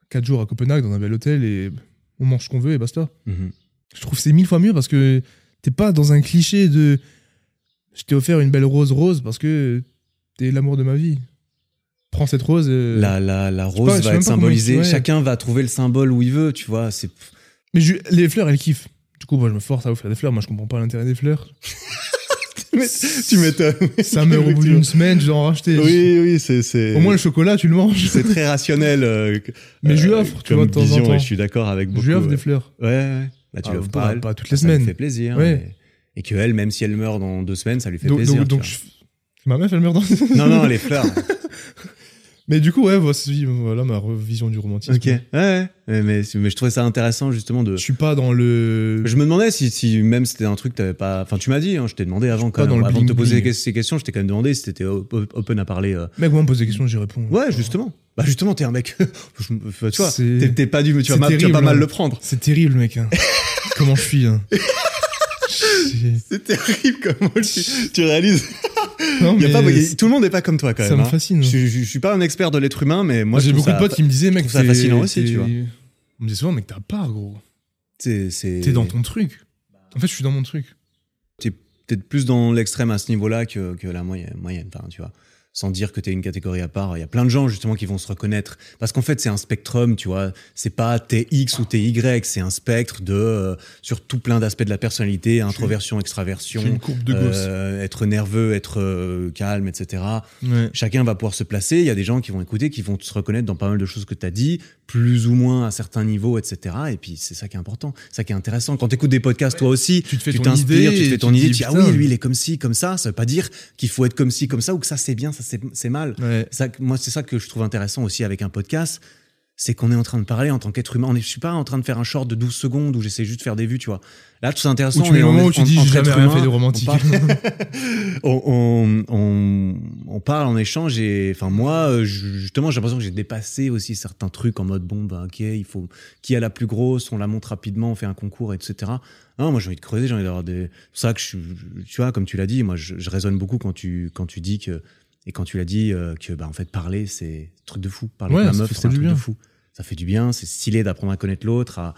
quatre jours à Copenhague dans un bel hôtel et on mange ce qu'on veut et basta.
Mhm.
Je trouve que c'est mille fois mieux parce que t'es pas dans un cliché de je t'ai offert une belle rose rose parce que t'es l'amour de ma vie. Prends cette rose. euh,
La, la, la rose
pas, je sais
va
même
être
pas comment-
symbolisée.
ouais.
Chacun va trouver le symbole où il veut, tu vois. C'est
Mais je- les fleurs, elles kiffent. Du coup, moi, je me force à offrir des fleurs. Moi, je comprends pas l'intérêt des fleurs.
Mais tu m'étonnes.
Ça me au bout d'une semaine, je dois en racheter.
Oui, oui, c'est- c'est.
Au moins le chocolat, tu le manges.
C'est très rationnel. euh, que-
Mais je lui
euh,
offre, tu
comme
vois, de temps en
vision,
temps.
Et je suis d'accord avec beaucoup.
Je lui offre
ouais.
des fleurs.
Ouais, ouais. Bah, tu
Ah,
lui offres
pas-
pas, elle.
pas toutes les
Ça
semaines.
lui fait plaisir.
Ouais.
Et, et que elle, même si elle meurt dans deux semaines, ça lui fait
Donc,
plaisir.
donc- donc
tu
je- ma meuf, elle meurt dans.
vois. Non, non, les fleurs.
Mais du coup, ouais, voici, voilà ma revision du romantisme.
ok. Ouais, ouais. Mais, mais, mais je trouvais ça intéressant justement de.
Je suis pas dans le.
Je me demandais si, si même c'était un truc que t'avais pas. Enfin, tu m'as dit. hein, je t'ai demandé avant quand
pas
même,
dans le
avant de te poser
bling-bling.
ces questions. Je t'ai quand même demandé si t'étais op- op- open à parler. euh,
Mec, moi, on me pose des questions, j'y réponds.
Ouais, justement. Bah justement, t'es un mec. Je- enfin, tu vois,
C'est-
t'es- t'es pas du, mais tu vas
c'est
ma- tu vas
terrible,
pas mal
hein.
le prendre.
C'est terrible, mec. hein. Comment je suis. hein. J'ai-
C'est terrible comment tu, tu réalises.
Non,
Il y a
mais
pas- il y a-
ça-
tout le monde n'est pas comme toi quand
ça
même.
me
hein.
fascine.
Je, je- je suis pas un expert de l'être humain, mais moi
J'ai
je trouve
beaucoup de
ça-
potes qui me disaient, mec,
trouve ça
t'es-
fascinant aussi,
t'es-
tu vois.
On me disait souvent, mec, t'as part, gros.
C'est- c'est-
T'es dans ton truc. En fait, je suis dans mon truc.
t'es peut-être plus dans l'extrême à ce niveau-là que, que la moyenne, moyenne enfin, tu vois. Sans dire que t'es une catégorie à part, il y a plein de gens justement qui vont se reconnaître. Parce qu'en fait, c'est un spectrum, tu vois. C'est pas TX ou TY, c'est un spectre de euh, sur tout plein d'aspects de la personnalité, introversion,
J'ai une
extraversion,
courbe de gosse.
euh, être nerveux, être euh, calme, etc.
Ouais.
Chacun va pouvoir se placer. Il y a des gens qui vont écouter, qui vont se reconnaître dans pas mal de choses que tu as dit, plus ou moins à certains niveaux, etc. Et puis, c'est ça qui est important, ça qui est intéressant. Quand tu écoutes des podcasts, toi aussi,
Tu te fais
tu
ton
t'inspires,
idée
tu te fais
et
ton
tu te
idée,
dis,
tu dis, ah
putain.
oui, lui, il est comme ci, comme ça. Ça veut pas dire qu'il faut être comme ci, comme ça, ou que ça, c'est bien, ça, c'est c'est mal.
Ouais.
Ça, moi, c'est ça que je trouve intéressant aussi avec un podcast. C'est qu'on est en train de parler en tant qu'être humain. On est, je suis pas en train de faire un short de 12 secondes où j'essaie juste de faire des vues, tu vois. Là, tout c'est
Ou
intéressant.
tu
on
mets
est-
le
on
moment
est-
où tu
on-
dis,
entre
j'ai jamais
êtres
rien
humains,
fait de
on
romantique.
parle- on, on, on- on parle en échange et enfin moi euh, ju- justement j'ai l'impression que j'ai dépassé aussi certains trucs en mode bon bah ok il faut qui a la plus grosse on la monte rapidement on fait un concours etc non moi j'ai envie de creuser j'ai envie d'avoir des c'est pour ça que je, je- tu vois comme tu l'as dit moi je, je raisonne beaucoup quand tu quand tu dis que et quand tu l'as dit euh, que bah en fait parler c'est un truc de fou parler
Ouais,
de la
ça
meuf
fait
c'est un
du
truc
bien.
de fou ça fait du bien c'est stylé d'apprendre à connaître l'autre à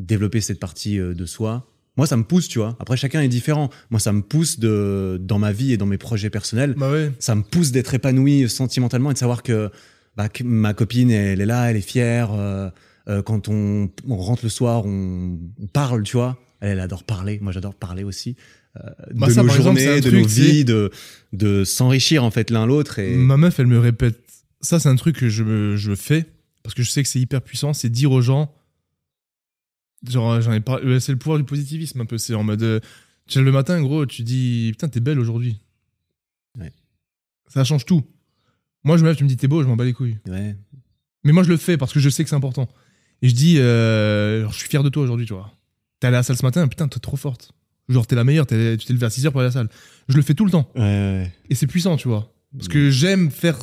développer cette partie euh, de soi moi, ça me pousse, tu vois. Après, chacun est différent. Moi, ça me pousse de, dans ma vie et dans mes projets personnels.
Bah ouais.
Ça me pousse d'être épanoui euh, sentimentalement et de savoir que, bah, que ma copine, elle est là, elle est fière. euh, euh, quand on, on rentre le soir, on, on parle, tu vois. Elle, elle adore parler. Moi, j'adore parler aussi. euh,
Bah,
de
ça,
nos
par exemple, c'est
journées,
un
de
truc,
nos
c'est-
vies, de, de s'enrichir, en fait, l'un l'autre. Et...
Ma meuf, elle me répète. Ça, c'est un truc que je, me- je fais parce que je sais que c'est hyper puissant. C'est dire aux gens. Genre, euh, j'en ai parlé. euh, C'est le pouvoir du positivisme un peu. C'est en mode. euh, Tu te lèves le matin, gros, tu dis Putain, t'es belle aujourd'hui.
Ouais.
Ça change tout. Moi, je me lève, tu me dis T'es beau, je m'en bats les couilles.
Ouais.
Mais moi, je le fais parce que je sais que c'est important. Et je dis euh, genre, Je suis fier de toi aujourd'hui, tu vois. T'es allé à la salle ce matin, putain, t'es trop forte. Genre, t'es la meilleure, t'es- tu t'es levé à 6 heures pour aller à la salle. Je le fais tout le temps.
Ouais, ouais,
Et c'est puissant, tu vois. Parce
Mmh.
que j'aime faire,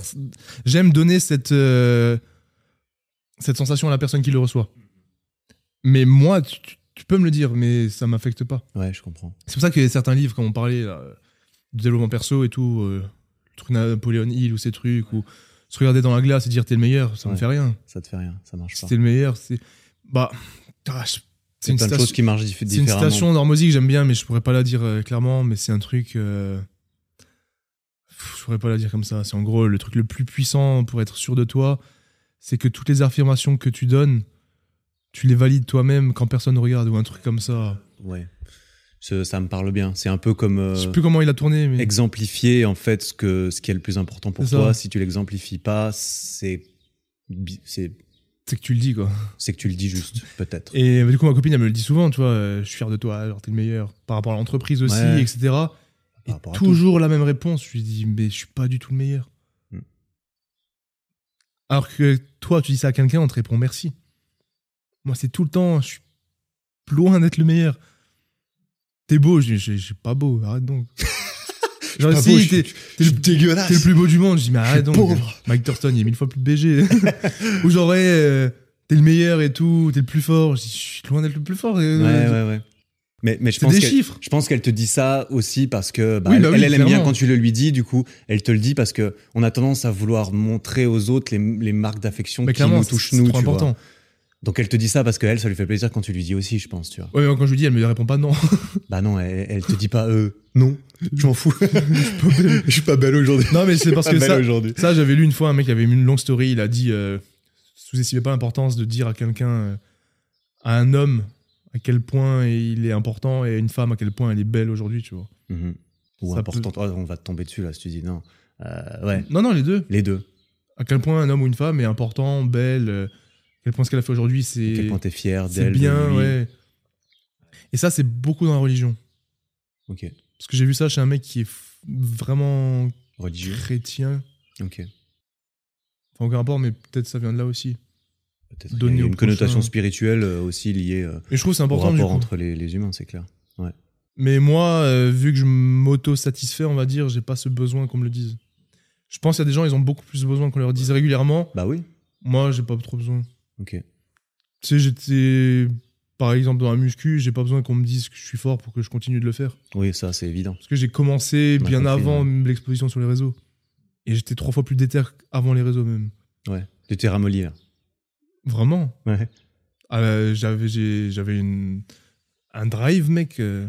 j'aime donner cette euh, cette sensation à la personne qui le reçoit. Mais moi, tu, tu- tu peux me le dire, mais ça m'affecte pas.
ouais, je comprends.
C'est pour ça que certains livres, quand on parlait là, du développement perso et tout, euh, le truc Napoléon Hill ou ces trucs, ou se regarder dans la glace et dire t'es le meilleur, ça me
Ouais.
fait rien.
Ça te fait rien. Ça marche
Si
pas.
t'es le meilleur, c'est bah, ah, je-
C'est plein de
station-
choses qui marchent diffé-
c'est une
différemment.
station d'Ormosie que j'aime bien, mais je pourrais pas la dire euh, clairement. Mais c'est un truc. euh, pff, Je pourrais pas la dire comme ça. C'est en gros le truc le plus puissant pour être sûr de toi, c'est que toutes les affirmations que tu donnes, tu les valides toi-même quand personne regarde ou un truc comme ça.
Ouais. Ce- Ça me parle bien. C'est un peu comme. euh,
Je sais plus comment il a tourné, mais
exemplifier en fait ce que ce qui est le plus important pour
C'est
toi
ça.
si tu l'exemplifies pas c'est bi- c'est
c'est que tu le dis quoi.
c'est que tu le dis juste peut-être
Et euh, du coup ma copine elle me le dit souvent, tu vois, euh, je suis fier de toi, genre t'es le meilleur par rapport à l'entreprise aussi,
Ouais.
etc. Et
rapport à
toujours la même réponse. Je lui dis, mais je suis pas du tout le meilleur.
Hmm.
Alors que toi, tu dis ça à quelqu'un, on te répond merci. Moi, c'est tout le temps, je suis loin d'être le meilleur. T'es beau, je dis, je je suis pas beau, arrête donc. Genre,
pas
si,
beau, je
t'es
suis-
t'es le,
dégueulasse
t'es le plus beau du monde, je dis, mais
Je suis
arrête donc.
pauvre.
Mike Thurston, il est mille fois plus BG. Ou genre, ouais, euh, t'es le meilleur et tout, t'es le plus fort. Je dis, je suis loin d'être le plus fort. et-
ouais ouais ouais mais, mais je
C'est
pense
des
qu'elle-
chiffres.
je pense qu'elle te dit ça aussi parce que bah,
Oui,
elle,
bah oui,
elle, elle aime bien
clairement.
quand tu le lui dis du coup elle te le dit parce que on a tendance à vouloir montrer aux autres les, les marques d'affection
Mais
qui
clairement,
nous
c'est
touchent
c'est
nous
trop
tu vois.
important.
donc elle te dit ça parce que elle ça lui fait plaisir quand tu lui dis aussi je pense tu vois
Ouais, mais quand je lui dis, elle me répond pas non.
bah non elle, elle te dit pas euh, non je m'en fous je suis pas belle aujourd'hui
non, mais c'est parce que
Pas belle
ça,
aujourd'hui
ça j'avais lu une fois un mec qui avait mis une longue story. Il a dit euh, sous-estimez pas l'importance de dire à quelqu'un, euh, à un homme, à quel point il est important et à une femme à quel point elle est belle aujourd'hui, tu vois.
Mhm. Ou
Ça
importante. Oh, on va te tomber dessus là si tu dis non. Euh, ouais,
Non, non, les deux.
les deux.
À quel point un homme ou une femme est important, belle, euh, à quel point ce qu'elle a fait aujourd'hui,
À quel
c'est
point t'es fier
c'est
d'elle. de
bien,
lui.
ouais. Et ça, c'est beaucoup dans la religion.
Ok.
Parce que j'ai vu ça chez un mec qui est f- vraiment
Religieux.
chrétien.
Ok.
Enfin, aucun rapport, mais peut-être ça vient de là aussi.
Peut-être qu'il y a
Donner au
une connotation
prochain.
spirituelle euh, aussi liée euh,
Et je trouve que c'est
au
important, du
rapport
coup.
entre les, les humains, c'est clair.
Mais moi, euh, vu que je m'auto-satisfais, on va dire, j'ai pas ce besoin qu'on me le dise. Je pense qu'il y a des gens, ils ont beaucoup plus besoin qu'on leur dise régulièrement.
Bah oui.
Moi, j'ai pas trop besoin.
Ok.
Tu sais, j'étais, par exemple, dans la muscu, j'ai pas besoin qu'on me dise que je suis fort pour que je continue de le faire.
Oui, ça c'est évident.
Parce que j'ai commencé
On a
bien
compris,
avant l'exposition sur les réseaux. Et j'étais trois fois plus déter avant les réseaux, même.
Ouais. Tu t'es ramolli là.
Vraiment.
Ouais.
Ah, euh, j'avais, j'ai- j'avais une, un drive, mec. euh,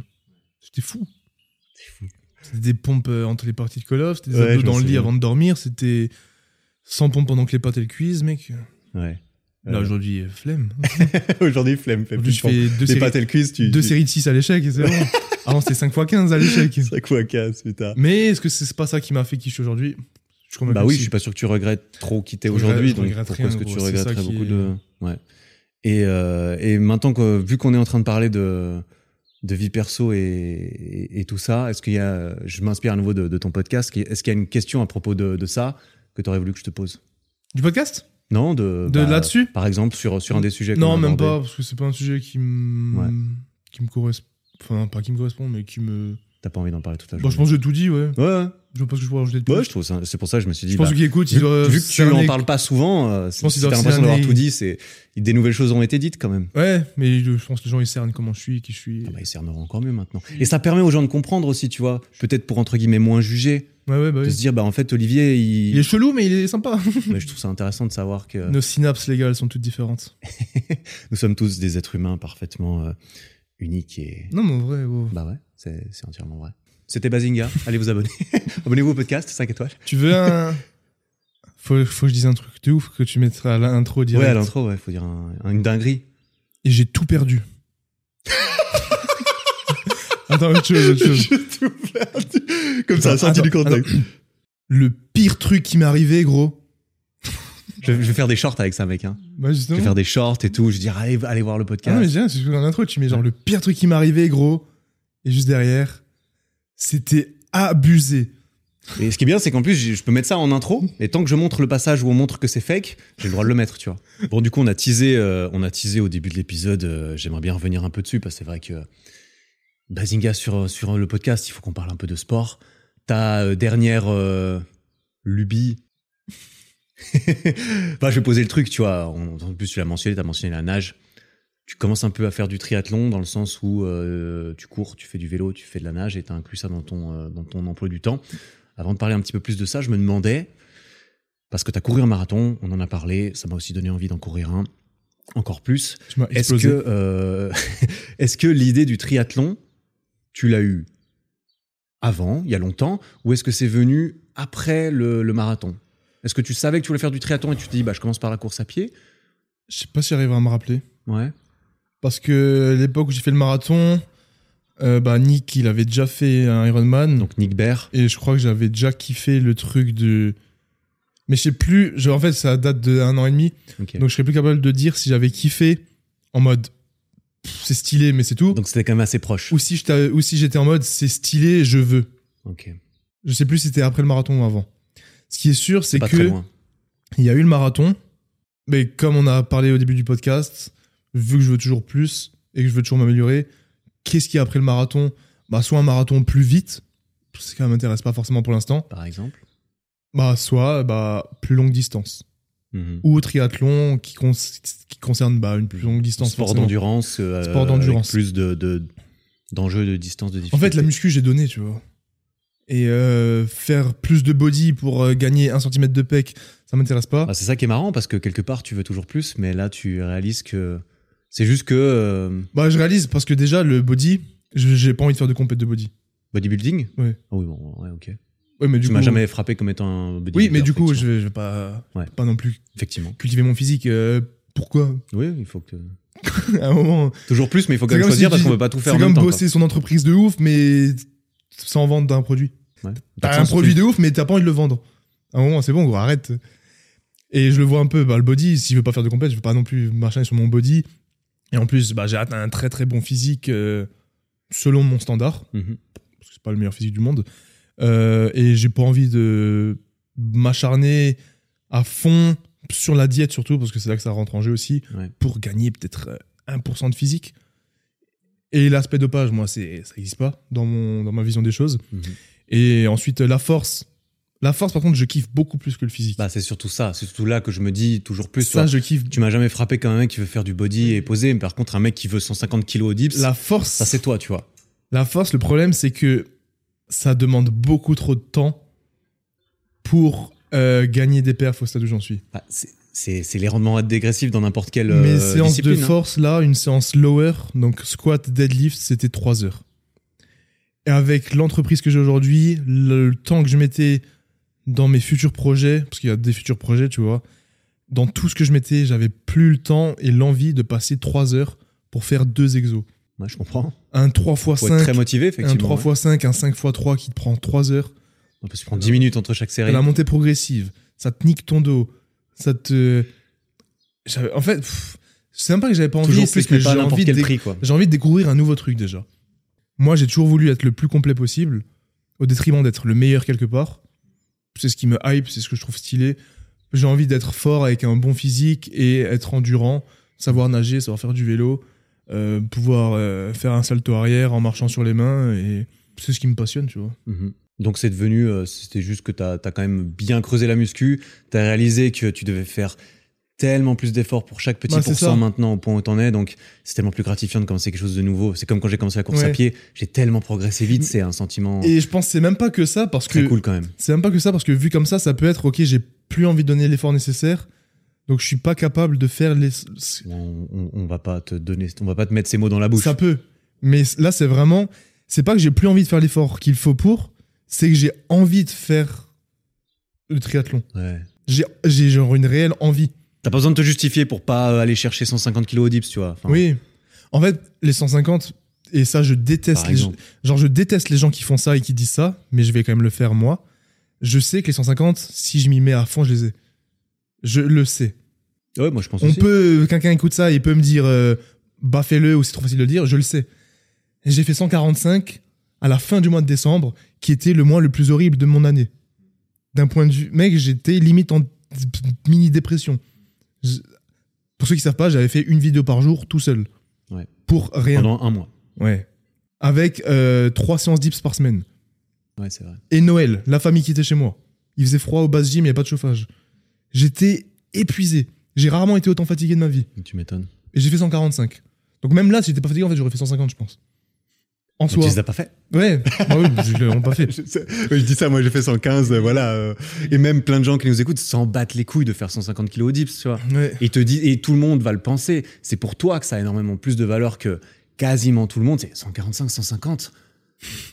J'étais fou. C'était des pompes euh, entre les parties de Call of, c'était des
Ouais,
abdos
je me
dans le lit
souviens.
avant de dormir, c'était 100 pompes pendant que les pâtes et le cuisent, mec.
Ouais.
Là,
Euh,
aujourd'hui, euh, flemme.
Aujourd'hui, flemme. Fais
Aujourd'hui,
plus
je fais deux, séries,
pas tel quiz, tu.
deux séries de 6 à l'échec et c'est bon. Avant, c'était 5 x 15 à l'échec.
5 ou 15, putain.
Mais est-ce que c'est pas ça qui m'a fait qui je suis aujourd'hui Je suis convaincu
Bah
que
oui,
si.
je suis pas sûr que tu regrettes trop quitter
Je
aujourd'hui.
regrette- je
Donc
regrette
pourquoi
rien,
est-ce que
gros,
tu
c'est ça
regretterais
qui
beaucoup
est-
de. Ouais. Et, euh, et maintenant, que, vu qu'on est en train de parler de, de vie perso et, et, et tout ça, est-ce qu'il y a. Je m'inspire à nouveau de, de ton podcast. qui- Est-ce qu'il y a une question à propos de, de ça que tu aurais voulu que je te pose
Du podcast
Non De, bah,
De là-dessus
Par exemple, sur, sur un des sujets qu'on
Non,
a
même
abordé.
pas, parce que c'est pas un sujet qui me,
Ouais.
qui me correspond. Enfin, pas qui me correspond, mais qui me.
T'as pas envie d'en parler tout à l'heure.
Bon, je pense que j'ai tout dit, ouais.
Ouais,
Je pense que je pourrais rajouter de plus.
ouais. ouais, je trouve ça. C'est pour ça que je me suis dit.
Je pense euh,
bah,
qu'ils écoutent,
Vu,
ils doivent.
vu que tu en
cerner-
parles pas souvent, euh, si
pense
si
qu'ils
t'as
doivent
l'impression d'avoir
cerner-
tout dit, c'est des nouvelles choses ont été dites quand même.
Ouais, mais je pense que les gens ils cernent comment je suis, qui je suis.
Ah bah, ils cerneront encore mieux maintenant. Et ça permet aux gens de comprendre aussi, tu vois, peut-être pour entre guillemets moins juger,
Ouais, ouais, bah
de
oui.
se dire bah en fait Olivier,
Il
il...
est chelou, mais il est sympa.
mais je trouve ça intéressant de savoir que
Nos synapses, les gars, elles sont toutes différentes.
nous sommes tous des êtres humains parfaitement euh, uniques et
Non, mais en vrai, wow.
bah ouais, c'est c'est entièrement vrai. C'était Bazinga, allez vous abonner, abonnez-vous au podcast 5 étoiles.
tu veux un. Faut, faut que je dise un truc de ouf que tu mettras à l'intro
Ouais, à
direct.
l'intro, ouais, faut dire un- un- une dinguerie.
Et j'ai tout perdu. Attends, autre chose, autre chose.
tout perdu. Comme
Attends, attends, Le pire truc qui m'est arrivé, gros.
Je, je vais faire des shorts avec ça, mec. Hein.
Bah,
Je
justement.
vais faire des shorts et tout. Je vais dire allez, allez voir le
Ah non,
podcast.
mais c'est bien, c'est ce que dans l'intro, tu mets genre le pire truc qui m'est arrivé, gros. Et juste derrière, c'était abusé.
Et ce qui est bien, c'est qu'en plus, je je peux mettre ça en intro. Et tant que je montre le passage où on montre que c'est fake, j'ai le droit de le mettre, tu vois. Bon, du coup, on a teasé, euh, on a teasé au début de l'épisode. euh, J'aimerais bien revenir un peu dessus parce que c'est vrai que Bazinga sur sur le podcast, il faut qu'on parle un peu de sport. Ta euh, dernière euh, lubie. bah, je vais poser le truc, tu vois. On- En plus, tu l'as mentionné, t'as mentionné la nage. Tu commences un peu à faire du triathlon dans le sens où euh, tu cours, tu fais du vélo, tu fais de la nage et t'as inclus ça dans ton, euh, dans ton emploi du temps. Avant de parler un petit peu plus de ça, je me demandais, parce que tu as couru un marathon, on en a parlé, ça m'a aussi donné envie d'en courir un, encore plus.
Tu m'as
Est-ce
explosé.
que, euh, est-ce que l'idée du triathlon, tu l'as eu avant, il y a longtemps, ou est-ce que c'est venu après le, le marathon Est-ce que tu savais que tu voulais faire du triathlon et tu te dis, bah, je commence par la course à pied
Je sais pas si j'arriverai à me rappeler.
Ouais.
Parce que l'époque où j'ai fait le marathon, euh, bah Nick, il avait déjà fait un Ironman.
Donc Nick Baird,
Et je crois que j'avais déjà kiffé le truc de. Mais je sais plus, je- en fait, ça date de un an et demi.
ok.
Donc je serais plus capable de dire si j'avais kiffé en mode pff, c'est stylé, mais c'est tout.
donc c'était quand même assez proche.
Ou si j'étais ou si j'étais en mode c'est stylé, je veux.
Ok.
Je sais plus si c'était après le marathon ou avant. Ce qui est sûr, c'est
Pas très
que
loin.
il y a eu le marathon, mais comme on a parlé au début du podcast, vu que je veux toujours plus et que je veux toujours m'améliorer, qu'est-ce qu'il y a après le marathon Bah soit un marathon plus vite, ce qui m'intéresse pas forcément pour l'instant.
Par exemple.
Bah soit bah plus longue distance
Mhm.
ou triathlon qui, cons- qui concerne bah une plus longue distance.
sport
forcément.
d'endurance. euh,
Sport
avec
d'endurance.
Plus de, de- d'enjeux de distance de
En
difficulté.
fait, la muscu, j'ai donné, tu vois. Et euh, faire plus de body pour euh, gagner un centimètre de pec, ça m'intéresse pas.
Ah, c'est ça qui est marrant parce que quelque part tu veux toujours plus, mais là tu réalises que c'est juste que euh,
Bah, je réalise parce que déjà, le body, je- j'ai pas envie de faire de compète de body.
bodybuilding.
Ouais.
Ah oui bon ouais ok.
Ouais, mais du
tu
coup.
m'as jamais frappé comme étant un bodybuilder.
Oui, mais du coup, je
effectivement.
vais, je vais pas,
Ouais.
pas non plus
effectivement.
cultiver mon physique. euh, pourquoi
Oui il faut que
À un moment,
toujours plus, mais il faut quand
C'est
même
comme si tu
choisir parce qu'on
dis-
peut pas tout faire
c'est
en même
comme
temps. quoi.
bosser son entreprise de ouf, mais sans vendre d'un produit.
Ouais.
T'as un produit de ouf, mais t'as pas envie de le vendre. À un moment, c'est bon, gros, arrête. Et je le vois un peu, bah, le body, si je veux pas faire de compète, je veux pas non plus marcher sur mon body. Et en plus, bah, j'ai atteint un très très bon physique euh, selon mon standard,
Mhm.
parce que c'est pas le meilleur physique du monde. Euh, et j'ai pas envie de m'acharner à fond sur la diète surtout, parce que c'est là que ça rentre en jeu aussi,
Ouais.
pour gagner peut-être euh, 1% de physique. Et l'aspect dopage, moi, c'est ça n'existe pas dans, mon, dans ma vision des choses.
Mhm.
Et ensuite, la force. La force, par contre, je kiffe beaucoup plus que le physique.
Bah, c'est surtout ça, c'est surtout là que je me dis toujours plus.
ça,
tu vois.
je kiffe.
Tu m'as jamais frappé comme un mec qui veut faire du body et poser, mais par contre, un mec qui veut 150 kilos au dips,
La force,
ça c'est toi, tu vois.
la force, le problème, c'est que ça demande beaucoup trop de temps pour euh, gagner des perfs au stade où j'en suis.
Bah, c'est- c'est c'est les rendements dégressifs dans n'importe quelle
Mes
euh,
séances de
discipline. hein.
force, là, une séance lower, donc squat, deadlift, c'était 3 heures. Et avec l'entreprise que j'ai aujourd'hui, le temps que je mettais dans mes futurs projets, parce qu'il y a des futurs projets, tu vois, dans tout ce que je mettais, j'avais plus le temps et l'envie de passer 3 heures pour faire deux exos.
Ouais, je comprends.
Un 3x5,
Faut être très motivé,
un
effectivement.
3x5, un 5x3 qui te prend 3 heures.
ouais. Parce que tu prends 10 minutes entre chaque série.
la montée progressive, ça te nique ton dos, ça te. J'avais- En fait, pff, c'est même pas que j'avais pas envie,
Toujours
c'est
plus,
que
mais pas à
j'ai
n'importe
envie, de
quel
dé-
prix, quoi.
j'ai envie de découvrir un nouveau truc déjà. Moi, j'ai toujours voulu être le plus complet possible, au détriment d'être le meilleur quelque part. C'est ce qui me hype, c'est ce que je trouve stylé. J'ai envie d'être fort avec un bon physique et être endurant, savoir nager, savoir faire du vélo, euh, pouvoir euh, faire un salto arrière en marchant sur les mains et c'est ce qui me passionne, tu vois.
Mhm. Donc c'est devenu, euh, c'était juste que t'as as quand même bien creusé la muscu, t'as réalisé que tu devais faire tellement plus d'efforts pour chaque petit
Bah, c'est
pourcent
ça.
maintenant au point où t'en es, donc c'est tellement plus gratifiant de commencer quelque chose de nouveau. C'est comme quand j'ai commencé la course à
Ouais.
pied, j'ai tellement progressé vite, c'est un sentiment
Et je pense que c'est même pas que ça parce
très
que
cool quand même.
C'est même pas que ça, parce que vu comme ça, ça peut être ok, j'ai plus envie de donner l'effort nécessaire, donc je suis pas capable de faire les.
On, on- on va pas te donner, on va pas te mettre ces mots dans la bouche.
Ça peut. Mais là, c'est vraiment. C'est pas que j'ai plus envie de faire l'effort qu'il faut pour, c'est que j'ai envie de faire le triathlon.
Ouais.
J'ai j'ai genre une réelle envie.
T'as pas besoin de te justifier pour pas euh, aller chercher 150 kilos au dips, tu vois. Enfin,
Oui. En fait, les 150, et ça, je déteste.
par
Les,
exemple.
genre, je déteste les gens qui font ça et qui disent ça, mais je vais quand même le faire moi. Je sais que les 150, si je m'y mets à fond, je les ai. Je le sais.
Ouais, moi je pense
On
aussi.
peut, euh, quelqu'un écoute ça, il peut me dire, euh, bah fais-le, ou c'est trop facile de le dire, je le sais. Et J'ai fait 145 à la fin du mois de décembre, qui était le mois le plus horrible de mon année. D'un point de vue, mec, j'étais limite en mini dépression. Je- Pour ceux qui savent pas, j'avais fait une vidéo par jour tout seul.
Ouais.
Pour rien.
pendant un mois.
Ouais. Avec euh, trois séances dips par semaine.
Ouais, c'est vrai.
Et Noël, la famille qui était chez moi. Il faisait froid au bas gym, il n'y avait pas de chauffage. J'étais épuisé. J'ai rarement été autant fatigué de ma vie.
Tu m'étonnes.
Et j'ai fait 145. Donc même là, si j'étais pas fatigué, en fait, j'aurais fait 150, je pense. En
Tu
soi.
les as pas fait.
Ouais, bah oui, parce que je l'ai vraiment pas fait.
je, sais. Oui, je dis ça, moi j'ai fait 115, euh, voilà. euh, et même plein de gens qui nous écoutent s'en battent les couilles de faire 150 kilos au dips, tu vois.
Ouais.
Et, te dis, et tout le monde va le penser. C'est pour toi que ça a énormément plus de valeur que quasiment tout le monde. C'est 145, 150.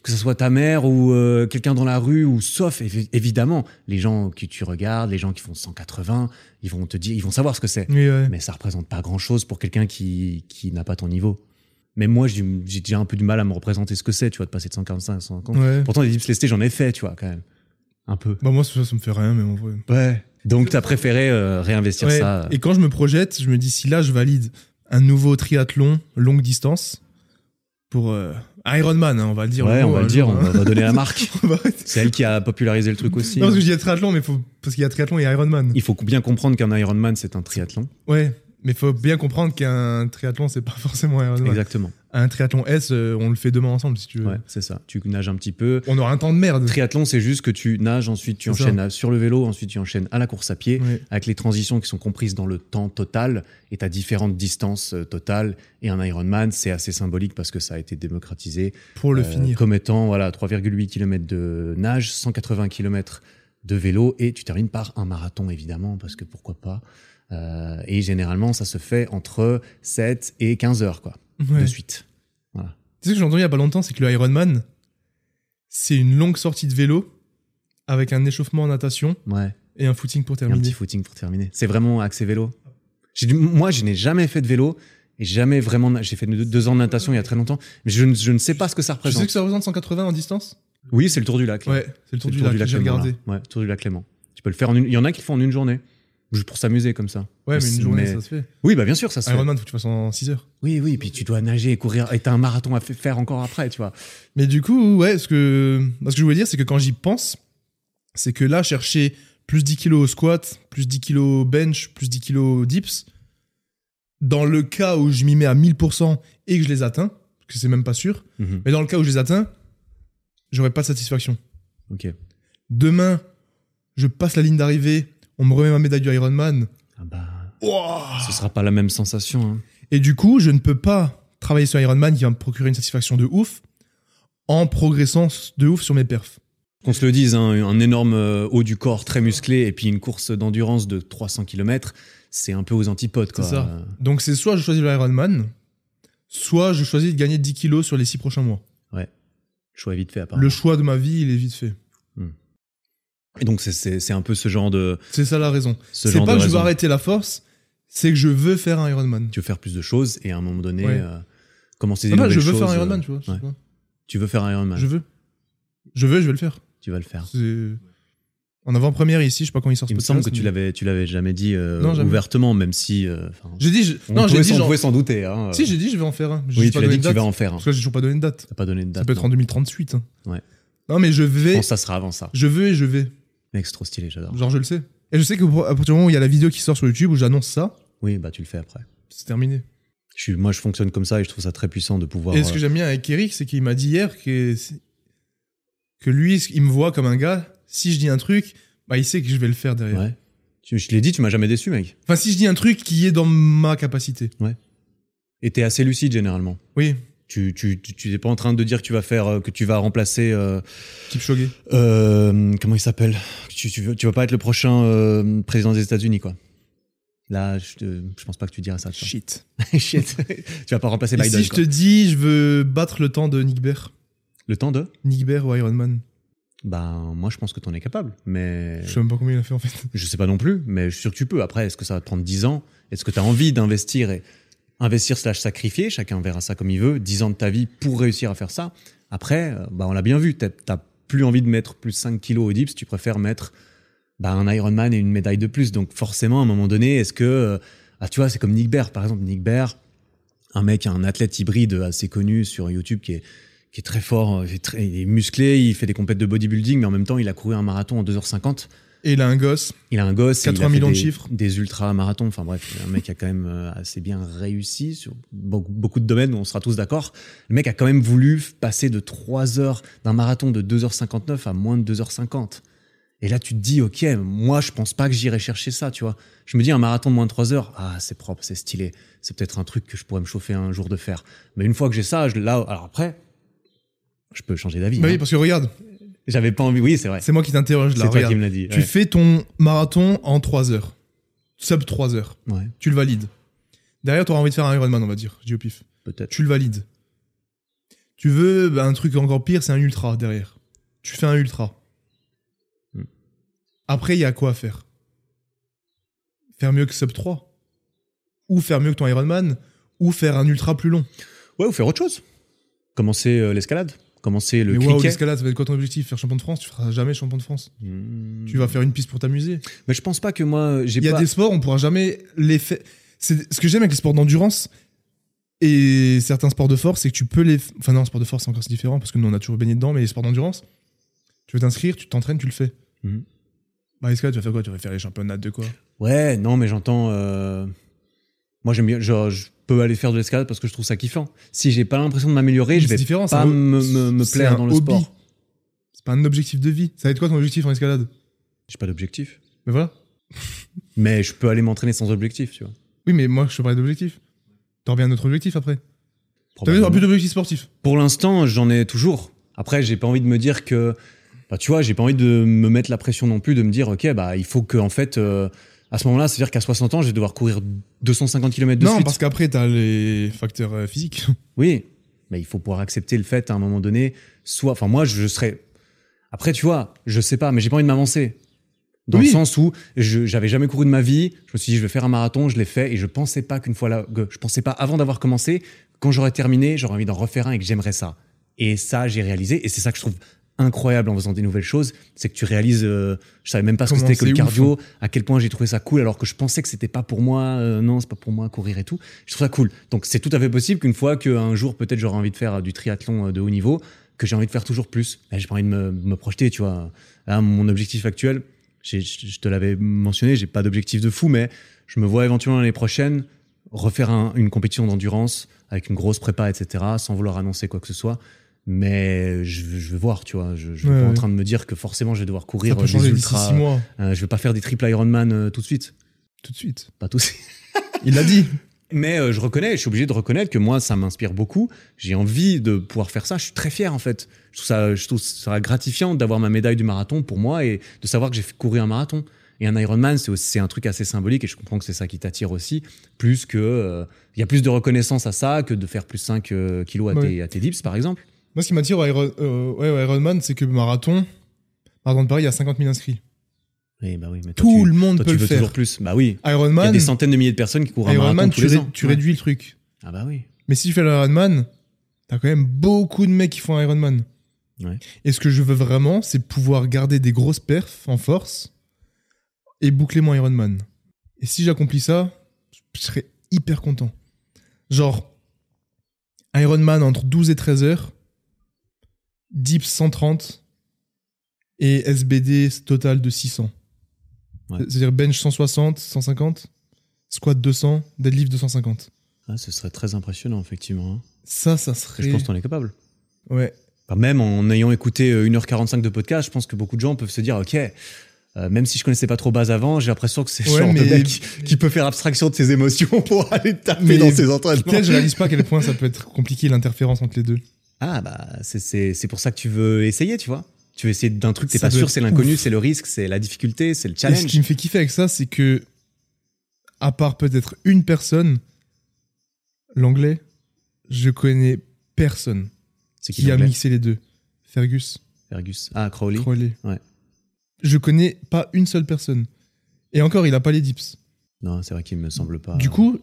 Que ce soit ta mère ou euh, quelqu'un dans la rue, ou sauf évi- évidemment les gens que tu regardes, les gens qui font 180, ils vont te dire, ils vont savoir ce que c'est.
Mais ouais.
Mais ça représente pas grand chose pour quelqu'un qui, qui n'a pas ton niveau. Même moi, j'ai j'ai déjà un peu du mal à me représenter ce que c'est, tu vois, de passer de 145 à 150.
Ouais.
Pourtant, les dips lestés, j'en ai fait, tu vois, quand même. Un peu.
Bah moi, ça, ça me fait rien, mais en vrai.
Ouais. Donc, t'as préféré euh, réinvestir
Ouais.
ça.
Et quand je me projette, je me dis si là, je valide un nouveau triathlon longue distance pour euh, Ironman, hein, on va le dire.
ouais,
le
on
mot,
va
un
le dire,
jour,
on
hein.
va- on va donner la marque.
On va arrêter.
C'est elle qui a popularisé le truc aussi. hein.
Non, parce que je dis triathlon, mais faut... parce qu'il y a triathlon et Ironman.
Il faut bien comprendre qu'un Ironman, c'est un triathlon.
Ouais, mais faut bien comprendre qu'un triathlon, c'est pas forcément Ironman.
Exactement.
Un triathlon S, euh, on le fait demain ensemble, si tu veux.
Ouais, c'est ça. Tu nages un petit peu.
On aura un temps de merde.
Triathlon, c'est juste que tu nages, ensuite tu
C'est ça.
enchaînes à- sur le vélo, ensuite tu enchaînes à la course à pied,
Ouais.
avec les transitions qui sont comprises dans le temps total et t'as différentes distances euh, totales. Et un Ironman, c'est assez symbolique parce que ça a été démocratisé.
Pour le
Euh,
finir.
Comme étant voilà, 3,8 km de nage, 180 km de vélo et tu termines par un marathon évidemment parce que pourquoi pas. Euh, et généralement ça se fait entre 7 et 15 heures quoi,
Ouais.
de suite.
Tu sais ce que j'ai entendu il y a pas longtemps, c'est que le Ironman, c'est une longue sortie de vélo avec un échauffement en natation
Ouais,
et un footing pour
et un
terminer.
petit footing pour terminer. C'est vraiment axé vélo. J'ai du- Moi je n'ai jamais fait de vélo et jamais vraiment. na- J'ai fait deux, deux ans de natation il y a très longtemps, mais je, ne- je ne sais pas ce que ça
Tu sais
représente.
que ça représente 180 en distance
Oui, c'est le tour du lac.
Ouais, c'est le
C'est
tour du lac, que j'ai
Léman,
regardé.
là. Ouais, le tour du lac Clément. Tu peux le faire en une. Il y en a qui le font en une journée, juste pour s'amuser comme ça.
Ouais, mais
c'est-
une journée,
mais-
ça se fait.
Oui, bah bien sûr, ça se fait.
Ironman, faut que tu fasses en 6 heures.
Oui, oui, puis tu dois nager et courir, et t'as un marathon à fa- faire encore après, tu vois.
Mais du coup, ouais, ce que, ce que je voulais dire, c'est que quand j'y pense, c'est que là, chercher plus 10 kilos au squat, plus 10 kilos au bench, plus 10 kilos au dips, dans le cas où je m'y mets à 1000% et que je les atteins, parce que c'est même pas sûr,
Mhm,
mais dans le cas où je les atteins, j'aurai pas de satisfaction.
Ok.
Demain, je passe la ligne d'arrivée, on me remet ma médaille du Ironman.
Ah bah,
Ouah
ce sera pas la même sensation. hein.
Et du coup, je ne peux pas travailler sur Ironman qui va me procurer une satisfaction de ouf en progressant de ouf sur mes perfs.
Qu'on se le dise, hein, un énorme euh, haut du corps très musclé et puis une course d'endurance de 300 km, c'est un peu aux antipodes, quoi.
C'est ça. Donc c'est soit je choisis l'Ironman, soit je choisis de gagner 10 kilos sur les 6 prochains mois.
Choix vite fait, à part.
Le choix de ma vie, il est vite fait.
Et donc, c'est- c'est c'est un peu ce genre de.
C'est ça la raison.
ce
C'est
genre
pas
de
que je veux
raison.
arrêter la force, c'est que je veux faire un Ironman.
Tu veux faire plus de choses et à un moment donné,
Ouais.
euh, commencer des
Non, non, je
nouvelles
veux
choses,
faire un
euh,
Ironman, tu vois. je sais
ouais.
pas.
Tu veux faire un Ironman.
Je veux. Je veux, je vais le faire.
Tu vas le faire.
C'est en avant-première ici, je sais pas quand il sort ce
Il me semble que
podcast,
tu
mais-
l'avais, tu l'avais jamais dit euh,
Non, jamais.
ouvertement, même si. euh, enfin,
J'ai dit, je-
on
non, j'ai
pouvait
dit,
s'en- on
genre-
pouvait s'en douter. hein.
si j'ai dit, je vais en faire un. J'ai
oui,
pas
tu l'as
donné
dit,
de
tu vas
date.
en faire. un.
Parce que j'ai toujours pas donné de date.
T'as pas donné de date.
Ça peut être
non.
en 2038. hein.
Ouais.
Non, mais je
Je
vais,
pense que ça sera avant ça.
je veux et je vais.
Mec, c'est trop stylé, j'adore.
Genre, je le sais. Et je sais que pour- à partir du moment où il y a la vidéo qui sort sur YouTube où j'annonce ça,
Oui, bah tu le fais après.
c'est terminé.
Je suis, moi, je fonctionne comme ça et je trouve ça très puissant de pouvoir.
Et ce
euh,
que j'aime bien avec Eric, c'est qu'il m'a dit hier que, que lui, il me voit comme un gars. Si je dis un truc, bah, il sait que je vais le faire derrière.
ouais. Tu- Je l'ai dit, tu m'as jamais déçu, mec.
Enfin, si je dis un truc qui est dans ma capacité.
Et t'es assez lucide généralement.
Oui,
Tu, tu, tu, tu es pas en train de dire que tu vas faire, euh, que tu vas remplacer. euh,
Kipchoge.
euh, comment il s'appelle tu, tu, veux- tu vas pas être le prochain euh, président des États-Unis, quoi. Là, je, te- je pense pas que tu diras ça. tu vois.
Shit.
Shit. tu vas pas remplacer
Et
Biden.
si je
quoi.
te dis, je veux battre le temps de Nick Bear.
Le temps de
Nick Bear ou Ironman.
Ben, moi, je pense que t'en es capable, mais
Je sais même pas combien il a fait en fait.
je sais pas non plus, mais je suis sûr que tu peux. Après, est-ce que ça va te prendre 10 ans Est-ce que t'as envie d'investir et investir slash sacrifier Chacun verra ça comme il veut. 10 ans de ta vie pour réussir à faire ça. Après, euh, bah, on l'a bien vu, t'as- t'as plus envie de mettre plus 5 kilos au dips, tu préfères mettre bah, un Ironman et une médaille de plus. Donc forcément, à un moment donné, est-ce que... euh, Ah, tu vois, c'est comme Nick Baird, par exemple. Nick Baird, un mec, un athlète hybride assez connu sur YouTube qui est, qui est très fort, euh, il est très- il est musclé, il fait des compètes de bodybuilding, mais en même temps, il a couru un marathon en 2h50.
Et il a un gosse.
Il a un gosse,
80
il a fait
millions de
des-
chiffres.
des ultra-marathons. Enfin bref, un mec a quand même euh, assez bien réussi sur beaucoup, beaucoup de domaines, on sera tous d'accord. Le mec a quand même voulu f- passer de 3 heures d'un marathon de 2h59 à moins de 2h50. Et là, tu te dis, ok, moi, je pense pas que j'irai chercher ça, tu vois. Je me dis, un marathon de moins de 3 heures, ah, c'est propre, c'est stylé. C'est peut-être un truc que je pourrais me chauffer un jour de faire. Mais une fois que j'ai ça, je- là, alors après, je peux changer d'avis.
Bah
hein.
oui, parce que regarde,
J'avais pas envie, oui, c'est vrai.
c'est moi qui t'interroge
C'est
là.
toi
Regarde.
qui me l'as dit.
Tu
ouais.
fais ton marathon en 3 heures. Sub 3 heures.
Ouais,
Tu le valides. Derrière, tu auras envie de faire un Ironman, on va dire. Je dis au pif.
peut-être.
Tu le valides. Tu veux bah, un truc encore pire, c'est un ultra derrière. Tu fais un ultra.
Hmm.
Après, il y a quoi à faire Faire mieux que sub 3 Ou faire mieux que ton Ironman Ou faire un ultra plus long
Ouais, ou faire autre chose. Commencer euh, l'escalade, commencer le
Mais waouh,
cricket.
l'escalade, ça va être quoi ton objectif Faire champion de France Tu feras jamais champion de France.
Mmh.
Tu vas faire une piste pour t'amuser.
Mais je pense pas que moi euh, j'ai
Il y a
pas.
des sports, on pourra jamais les faire. C'est ce que j'aime avec les sports d'endurance et certains sports de force, c'est que tu peux les. Enfin non, sport de force c'est encore différent parce que nous on a toujours baigné dedans, mais les sports d'endurance, tu veux t'inscrire, tu t'entraînes, tu le fais.
Mhm.
Bah est-ce que tu vas faire quoi Tu vas faire les championnats de quoi
Ouais, non, mais j'entends. euh, Moi j'aime bien, genre je peux aller faire de l'escalade parce que je trouve ça kiffant. Si j'ai pas l'impression de m'améliorer, je
C'est
vais
différent, c'est
pas
un-
me, me- me
c'est
plaire
un
dans le
hobby.
sport.
C'est pas un objectif de vie. Ça va être quoi ton objectif en escalade
J'ai pas d'objectif.
Mais voilà.
Mais je peux aller m'entraîner sans objectif, tu vois.
Oui, mais moi je te parlais d'objectif. T'en reviens à notre objectif après. T'as vu,
Probablement.
t'auras plus d'objectif sportif.
Pour l'instant, j'en ai toujours. Après, j'ai pas envie de me dire que, bah, tu vois, j'ai pas envie de me mettre la pression non plus de me dire, ok, bah, il faut que, en fait, euh, à ce moment-là, c'est-à-dire qu'à 60 ans, je vais devoir courir 250 km de
non,
suite.
parce qu'après t'as les facteurs euh, physiques.
Oui, mais il faut pouvoir accepter le fait à un moment donné, soit, enfin, moi, je serais, après, tu vois, je sais pas, mais j'ai pas envie de m'avancer. Dans
Oui.
le sens où je- j'avais jamais couru de ma vie, je me suis dit je vais faire un marathon, je l'ai fait et je pensais pas qu'une fois là, que je pensais pas avant d'avoir commencé, quand j'aurais terminé, j'aurais envie d'en refaire un et que j'aimerais ça. Et ça, j'ai réalisé et c'est ça que je trouve incroyable en faisant des nouvelles choses, c'est que tu réalises, euh, je savais même pas ce que
Comment
c'était que le
c'est ouf, hein.
cardio, à quel point j'ai trouvé ça cool alors que je pensais que c'était pas pour moi, euh, non, c'est pas pour moi courir et tout. Je trouve ça cool. Donc c'est tout à fait possible qu'une fois qu'un jour peut-être j'aurai envie de faire euh, du triathlon euh, de haut niveau, que j'ai envie de faire toujours plus. Là, j'ai pas envie de me, me projeter, tu vois. Là, mon objectif actuel, j'ai- je je te l'avais mentionné, j'ai pas d'objectif de fou, mais je me vois éventuellement l'année prochaine refaire un- une compétition d'endurance avec une grosse prépa, etc., sans vouloir annoncer quoi que ce soit. Mais je, je vais voir, tu vois. Je, je suis
Ouais,
pas en
ouais.
train de me dire que forcément je vais devoir courir
Ça peut
euh,
changer
des
d'ici
ultras.
6 mois,
Euh, je vais pas faire des triple Ironman euh, tout de suite.
tout de suite.
Pas tout de suite.
Il l'a dit.
Mais euh, je reconnais, je suis obligé de reconnaître que moi, ça m'inspire beaucoup. J'ai envie de pouvoir faire ça. Je suis très fier, en fait. Je trouve ça, je trouve ça gratifiant d'avoir ma médaille du marathon pour moi et de savoir que j'ai fait courir un marathon. Et un Ironman, c'est aussi- c'est un truc assez symbolique et je comprends que c'est ça qui t'attire aussi. Plus que, euh, il y a plus de reconnaissance à ça que de faire plus 5 kilos à,
Ouais.
tes, à tes dips, par exemple.
Moi, ce qui m'attire au Iron, euh, ouais, au Ironman, c'est que marathon, marathon de Paris, il y a 50 000 inscrits.
Et bah oui, mais toi,
Tout
tu,
le monde
toi,
peut
tu
le
veux
faire.
toujours plus. Bah oui. Il y a
Ironman,
des centaines de milliers de personnes qui courent un marathon
Ironman,
tous
tu,
les
ré-
ans.
tu
Ouais.
réduis le truc.
Ah bah oui.
Mais si tu fais l'Ironman, t'as quand même beaucoup de mecs qui font Ironman.
Ouais.
Et ce que je veux vraiment, c'est pouvoir garder des grosses perfs en force et boucler mon Ironman. Et si j'accomplis ça, je serais hyper content. Genre, Ironman entre 12 et 13 heures, dips 130 et SBD total de 600.
Ouais.
C'est-à-dire bench 160, 150, squat 200, deadlift 250.
Ah, ce serait très impressionnant, effectivement. hein.
Ça, ça serait.
Je pense qu'on est capable.
Ouais.
Enfin, Bah, même en ayant écouté euh, 1h45 de podcast, je pense que beaucoup de gens peuvent se dire, OK, euh, même si je connaissais pas trop Baz avant, j'ai l'impression que c'est le
Ouais,
genre de
mais-
mec qui- qui peut faire abstraction de ses émotions pour aller taper
Mais-
dans ses entraînements.
Peut-être je réalise pas à quel point ça peut être compliqué l'interférence entre les deux.
Ah, bah, c'est- c'est c'est pour ça que tu veux essayer, tu vois. Tu veux essayer d'un truc, t'es
Ça
pas
doit
sûr,
être
c'est l'inconnu,
ouf.
c'est le risque, c'est la difficulté, c'est le
Et ce
challenge.
qui me fait kiffer avec ça, c'est que, à part peut-être une personne, l'anglais, je connais personne
C'est qui
qui a
l'anglais
mixé les deux. Fergus,
Fergus. Ah, Crowley.
Crowley.
Ouais.
Je connais pas une seule personne. Et encore, il a pas les dips.
Non, c'est vrai qu'il me semble pas.
Du coup,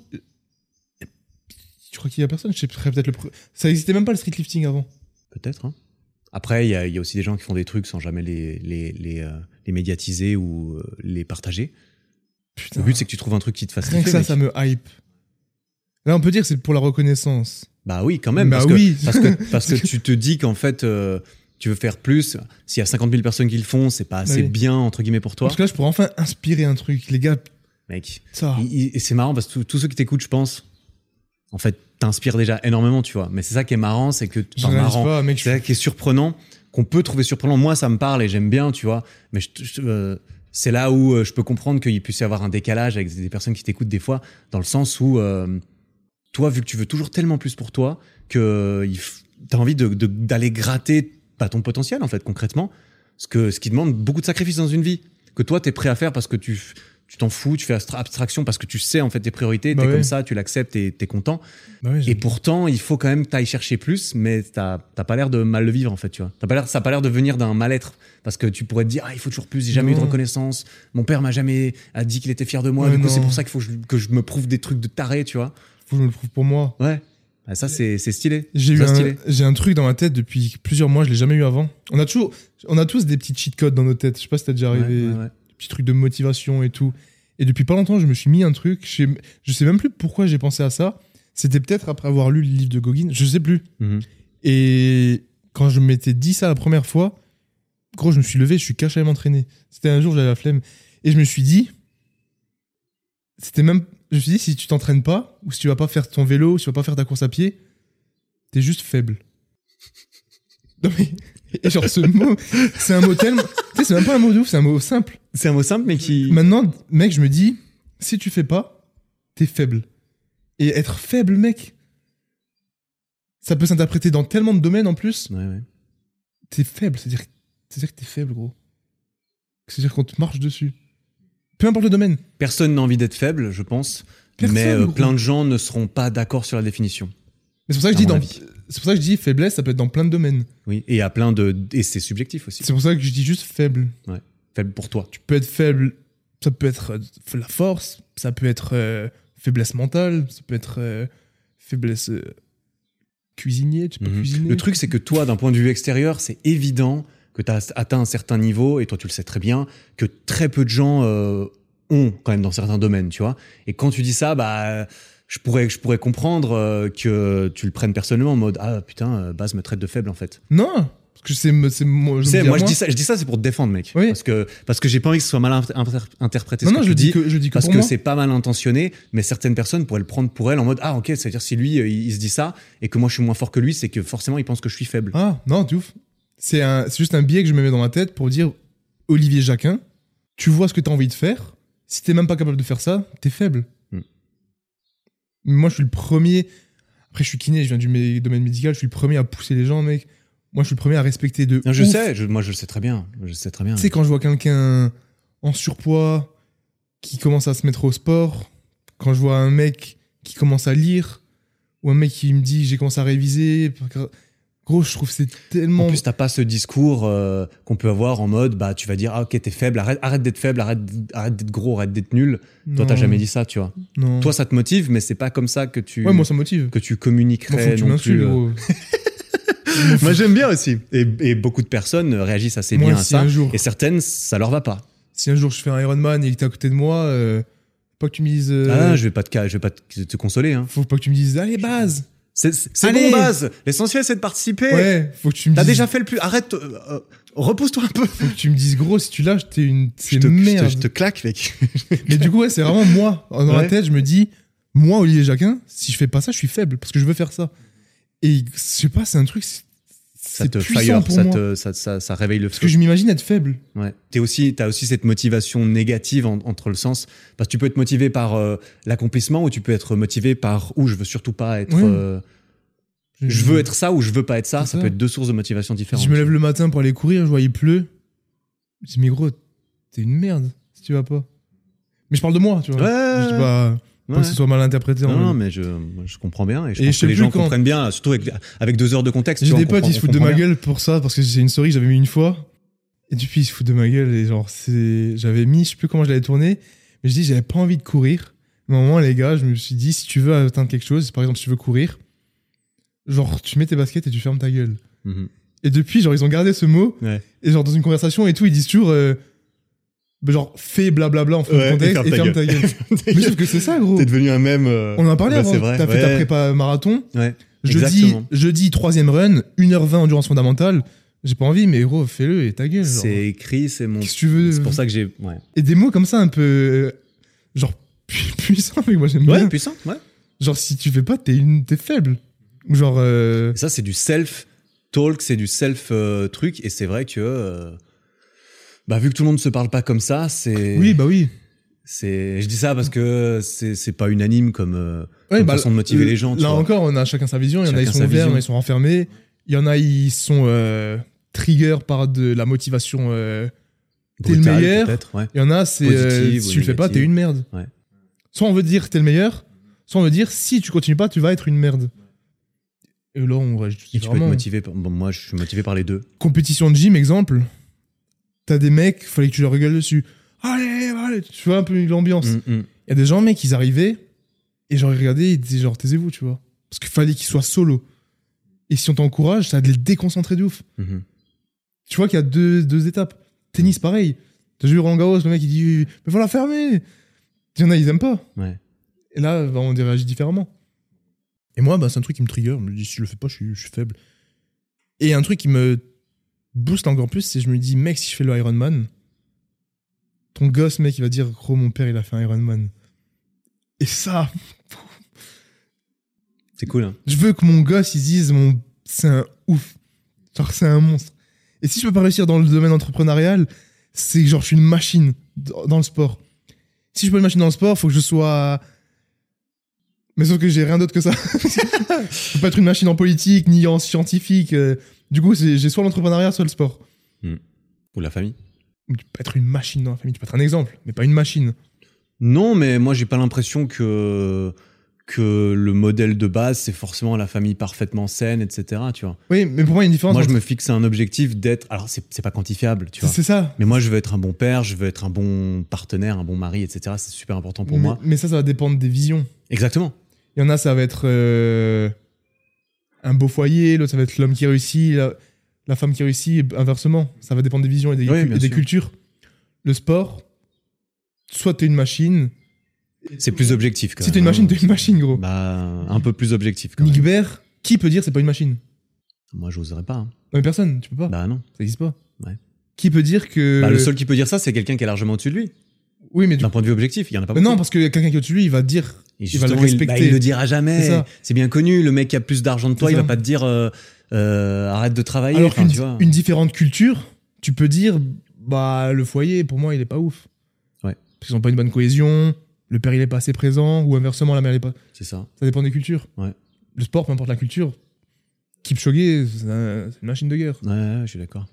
tu crois qu'il y a personne Je sais peut-être le. pre- Ça n'existait même pas le street lifting avant.
Peut-être. hein. Après, il y a, il y a aussi des gens qui font des trucs sans jamais les, les, les, euh, les médiatiser ou euh, les partager.
Putain.
Le but, c'est que tu trouves un truc qui te fasse
Ah. Rien que
kiffer,
ça,
mec.
ça me hype. Là, on peut dire que c'est pour la reconnaissance.
Bah oui, quand même.
Bah
parce
oui.
Que, parce, que, parce que tu te dis qu'en fait, euh, tu veux faire plus. S'il y a 50 000 personnes qui le font, c'est pas assez
Bah oui.
bien, entre guillemets, pour toi.
Parce que là, je pourrais enfin inspirer un truc, les gars.
Mec,
Ça.
il- il- et c'est marrant parce que tous- tous ceux qui t'écoutent, je pense, en fait, t'inspires déjà énormément, tu vois. Mais c'est ça qui est marrant, c'est que.
Je
Enfin,
réalise
marrant.
pas, mec. je-
C'est ça qui est surprenant, qu'on peut trouver surprenant. Moi, ça me parle et j'aime bien, tu vois. Mais je- je- euh, c'est là où euh, je peux comprendre qu'il puisse y avoir un décalage avec des personnes qui t'écoutent des fois, dans le sens où, euh, toi, vu que tu veux toujours tellement plus pour toi, que tu as envie de- de- d'aller gratter pas ton potentiel, en fait, concrètement. Ce, que, ce qui demande beaucoup de sacrifices dans une vie. Que toi, tu es prêt à faire parce que tu f- tu t'en fous, tu fais abstra- abstraction parce que tu sais, en fait, tes priorités,
Bah
t'es
ouais.
comme ça, tu l'acceptes et t'es content.
Bah ouais, j'ai-
Et pourtant, il faut quand même que tu chercher plus, mais t'as t'as pas l'air de mal le vivre en fait, tu vois. T'as pas l'air, ça a pas l'air de venir d'un mal-être, parce que tu pourrais te dire ah il faut toujours plus, j'ai jamais eu de
Non.
reconnaissance, mon père m'a jamais a dit qu'il était fier de moi,
Ouais,
du coup
non.
c'est pour ça qu'il faut que je, que je me prouve des trucs de taré, tu vois.
Faut que je me le prouve pour moi.
Ouais, Ah, ça c'est c'est stylé.
J'ai eu
Ça,
un,
stylé.
j'ai un truc dans ma tête depuis plusieurs mois, je l'ai jamais eu avant. On a toujours, on a tous des petits cheat codes dans nos têtes. Je sais pas si t'as déjà
Ouais,
arrivé,
ouais, ouais.
des petits trucs de motivation et tout. Et depuis pas longtemps, je me suis mis un truc. Je sais, je sais même plus pourquoi j'ai pensé à ça. C'était peut-être après avoir lu le livre de Gauguin, je sais plus.
Mhm.
Et quand je m'étais dit ça la première fois, gros, je me suis levé, je suis caché à m'entraîner. C'était un jour, j'avais la flemme. Et je me suis dit, c'était même, je me suis dit, si tu t'entraînes pas, ou si tu vas pas faire ton vélo, ou si tu vas pas faire ta course à pied, t'es juste faible. Non mais, et genre ce mot, c'est un mot tellement, tu sais, c'est même pas un mot de ouf, c'est un mot simple.
C'est un mot simple mais qui.
Maintenant, mec, je me dis, si tu fais pas, t'es faible. Et être faible, mec, ça peut s'interpréter dans tellement de domaines en plus
Ouais, ouais.
t'es faible. C'est-à-dire c'est-à-dire que t'es faible, gros. C'est-à-dire qu'on te marche dessus. Peu importe le domaine.
Personne n'a envie d'être faible, je pense,
Personne,
mais euh,
gros.
plein de gens ne seront pas d'accord sur la définition.
Mais c'est pour ça que
À
je dis
mon
dans-
avis.
c'est pour ça que je dis faiblesse, ça peut être dans plein de domaines.
Oui, et à plein de et c'est subjectif aussi.
C'est pour ça que je dis juste faible.
Faible pour toi.
Tu peux être faible, ça peut être euh, la force, ça peut être euh, faiblesse mentale, ça peut être euh, faiblesse euh, cuisinier, tu peux
Mhm.
cuisiner.
Le truc, c'est que toi, d'un point de vue extérieur, c'est évident que tu as atteint un certain niveau, et toi tu le sais très bien, que très peu de gens euh, ont quand même dans certains domaines, tu vois. Et quand tu dis ça, bah, je pourrais, je pourrais comprendre euh, que tu le prennes personnellement en mode Ah putain, euh, Baz me traite de faible en fait.
Non, parce que c'est c'est moi. me
Tu sais,
dis à
moi je dis ça, je dis ça c'est pour te défendre, mec.
Oui.
Parce que, parce que j'ai pas envie que ce soit mal inter- inter- interprété.
Non,
ce
non,
que
je
tu
le dis que je le dis que
parce
pour
que
moi.
c'est pas mal intentionné, mais certaines personnes pourraient le prendre pour elles en mode Ah ok, c'est-à-dire si lui euh, il, il se dit ça et que moi je suis moins fort que lui, c'est que forcément il pense que je suis faible.
Ah non, tu ouf. C'est un- c'est juste un biais que je me mets dans ma tête pour dire Olivier Jacquin, tu vois ce que t'as envie de faire. Si t'es même pas capable de faire ça, t'es faible.
Hmm.
Moi, je suis le premier. Après, je suis kiné, je viens du mé- domaine médical. Je suis le premier à pousser les gens, mec. Moi, je suis le premier à respecter de.
Non, je
ouf.
sais, je- moi je le sais très bien. Je le sais très bien.
Tu sais, quand je vois quelqu'un en surpoids qui commence à se mettre au sport, quand je vois un mec qui commence à lire, ou un mec qui me dit j'ai commencé à réviser. Gros, je trouve que c'est tellement.
En plus, t'as pas ce discours euh, qu'on peut avoir en mode bah tu vas dire ah, ok t'es faible, arrête, arrête d'être faible, arrête, arrête d'être gros, arrête d'être nul. Toi t'as
Non,
jamais dit ça, tu vois.
Non.
Toi ça te motive, mais c'est pas comme ça que tu
Ouais, moi ça me motive.
que tu
Moi,
communiquerais
faut que tu
non
m'insultes,
plus. euh.
gros.
Moi j'aime bien aussi. Et, et beaucoup de personnes réagissent assez
Moi, hein,
bien à
si
ça.
un jour-
Et certaines ça leur va pas.
Si un jour je fais un Ironman et que t'es à côté de moi, euh, pas que tu me dises. euh,
Ah, je vais pas te, ca- je vais pas te, te consoler. Hein.
Faut pas que tu me dises, allez, base
C'est c'est
Allez.
bon base. L'essentiel c'est de participer.
Ouais, faut que tu me
Eh T'as
dises.
déjà fait le plus. Arrête. euh, euh, Repousse-toi un peu.
Faut que tu me dises, gros, si tu lâches, t'es une.
Je
C'est
te, je te-
merde.
je te claque, mec.
Mais du coup, ouais, c'est vraiment moi. Dans ma
Ouais.
tête, je me dis, moi, Olivier Jacquin, si je fais pas ça, je suis faible parce que je veux faire ça. Et je sais pas, c'est un truc. c'est-
Ça
C'est
te
puissant
fire,
pour
ça,
moi.
te, ça, ça, ça réveille le
Parce que
feu.
je m'imagine être faible.
Ouais. T'es aussi, t'as aussi cette motivation négative en- entre le sens, parce que tu peux être motivé par euh, l'accomplissement ou tu peux être motivé par où je veux surtout pas être.
Ouais.
euh, je veux être ça ou je veux pas être ça.
C'est
Ça,
ça.
peut être deux sources de motivation différentes.
Si je me lève le matin pour aller courir, je vois il pleut. Je dis, mais gros, t'es une merde si tu vas pas. Mais je parle de moi, tu vois.
Ouais.
Je dis pas, pas
Ouais.
que ce soit mal interprété. en
Non, non,
mode.
mais je, moi, je comprends bien et je
Et
pense
je sais
que les
plus
gens
quand-
comprennent bien, surtout avec, avec deux heures de contexte. tu
J'ai
vois,
des
on
potes,
comprend-
ils se
on
foutent de
comprend
ma
bien.
gueule pour ça, parce que c'est une story que j'avais mis une fois. Et depuis, ils se foutent de ma gueule. Et genre, c'est... j'avais mis, je sais plus comment je l'avais tourné, mais je dis, j'avais pas envie de courir. Mais au moment, les gars, je me suis dit, si tu veux atteindre quelque chose, par exemple, si tu veux courir, genre, tu mets tes baskets et tu fermes ta gueule.
Mhm.
Et depuis, genre, ils ont gardé ce mot.
Ouais.
Et genre, dans une conversation et tout, ils disent toujours, euh, bah, genre, fais blablabla en fond
Ouais,
de contexte
et ferme
et
ta
ferme
gueule.
ta gueule. Mais sauf que c'est ça, gros.
Mhm. T'es devenu un même. euh,
On en a parlé
bah,
avant.
c'est vrai,
T'as fait ta
ouais.
prépa euh, marathon.
Ouais,
Jeudi,
exactement.
jeudi, troisième run, 1h20 endurance fondamentale. J'ai pas envie, mais gros, fais-le et ta gueule. genre.
C'est écrit, c'est mon.
Qu'est-ce que tu veux
C'est pour ça que j'ai. Ouais,
Et des mots comme ça, un peu. euh, Genre, pu- puissant, mais moi j'aime
ouais
bien.
puissant. Ouais.
Genre, si tu fais pas, t'es une... t'es faible. Ou genre. euh,
Et ça, c'est du self-talk, c'est du self-truc. et c'est vrai que, euh, bah, vu que tout le monde ne se parle pas comme ça, c'est.
Oui, bah oui.
c'est- Je dis ça parce que c'est c'est pas unanime comme, euh,
Ouais,
comme
bah,
façon de motiver
euh,
les gens. tu
Là
vois.
encore, on a chacun sa vision. Il y en a, ils
Chacun
sont
sa
ouverts, il y en
vision.
a, ils sont renfermés. Il y en a, ils sont euh, trigger par de la motivation. euh, t'es le
Brutal,
meilleur.
peut-être, ouais.
Il y en a, c'est euh,
Positive
si
ou
tu le fais pas,
négative.
t'es une merde.
Ouais.
Soit on veut dire t'es le meilleur, soit on veut dire si tu continues pas, tu vas être une merde. Et là, on reste
Et tu peux
vraiment.
être motivé. par- bon, moi, je suis motivé par les deux.
Compétition de gym, exemple. T'as des mecs, fallait que tu leur gueules dessus. Allez, allez, tu vois un peu l'ambiance. Il
Mm, mm.
y a des gens, mec, ils arrivaient et genre ils regardaient, ils disaient genre taisez-vous, tu vois. Parce qu'il fallait qu'ils soient solo. Et si on t'encourage, ça va les déconcentrer de ouf.
Mhm.
Tu vois qu'il y a deux, deux étapes. Tennis, pareil. T'as vu Roland Garros, le mec, il dit Mais faut la fermer Il y en a, ils aiment pas.
Ouais.
Et là, bah, on réagit différemment. Et moi, bah, c'est un truc qui me trigger. Je me dis Si je le fais pas, je suis, je suis faible. Et un truc qui me booste encore plus, c'est que je me dis Mec, si je fais le Ironman, ton gosse, mec, il va dire Gros, mon père, il a fait un Ironman. Et ça,
C'est cool. hein.
je veux que mon gosse, il se dise mon... C'est un ouf. Genre, c'est un monstre. Et si je peux pas réussir dans le domaine entrepreneurial, c'est que genre, je suis une machine d- dans le sport. Si je peux une machine dans le sport, faut que je sois. Mais sauf que j'ai rien d'autre que ça. je peux pas être une machine en politique ni en scientifique. euh, Du coup, c'est- j'ai soit l'entrepreneuriat, soit le sport.
Ou la famille.
Mais Tu peux être une machine dans la famille, tu peux être un exemple, mais pas une machine.
Non, mais moi, j'ai pas l'impression que que le modèle de base, c'est forcément la famille parfaitement saine, etc. Tu vois.
Oui, mais pour moi, il y a une différence.
Moi, je
entre-
me fixe un objectif d'être. Alors, c'est c'est pas quantifiable, tu vois.
C'est ça.
Mais moi, je veux être un bon père, je veux être un bon partenaire, un bon mari, etc. C'est super important pour
mais,
moi.
mais ça, ça va dépendre des visions.
Exactement.
Il y en a, ça va être euh, un beau foyer, l'autre, ça va être l'homme qui réussit. La, la femme qui réussit, et inversement. Ça va dépendre des visions et des,
Oui, bien
et des
sûr.
cultures. Le sport, soit t'es une machine.
C'est plus objectif. Quand
Si
même,
t'es une
hein.
machine, t'es une machine, gros.
Bah, un peu plus objectif quand
Nick
même.
Bear, qui peut dire c'est pas une machine
Moi, j'oserais pas. hein.
Non, mais personne, tu peux pas.
Bah non.
Ça existe pas.
Ouais.
Qui peut dire que.
Bah, le seul qui peut dire ça, c'est quelqu'un qui est largement au-dessus de lui.
Oui, mais Euh, du
D'un point de vue objectif, il y en a pas
Mais
beaucoup.
non, parce que quelqu'un qui est au-dessus de lui, il va dire.
Et
il va le
justement, il- bah,
respecter.
Il, le dira
C'est
jamais.
ça.
C'est bien connu. Le mec qui a plus d'argent que toi,
C'est
il va
ça.
pas te dire euh, euh, arrête de travailler.
Alors
enfin,
qu'une
tu vois.
une différente culture, tu peux dire, bah, le foyer, pour moi, il est pas ouf.
Ouais.
Parce qu'ils ont pas une bonne cohésion, le père, il est pas assez présent, ou inversement, la mère, elle est pas.
C'est ça.
Ça dépend des cultures.
Ouais.
Le sport, peu importe la culture. Kipchoge, c'est un- c'est une machine de guerre.
Ouais, ouais, je suis d'accord.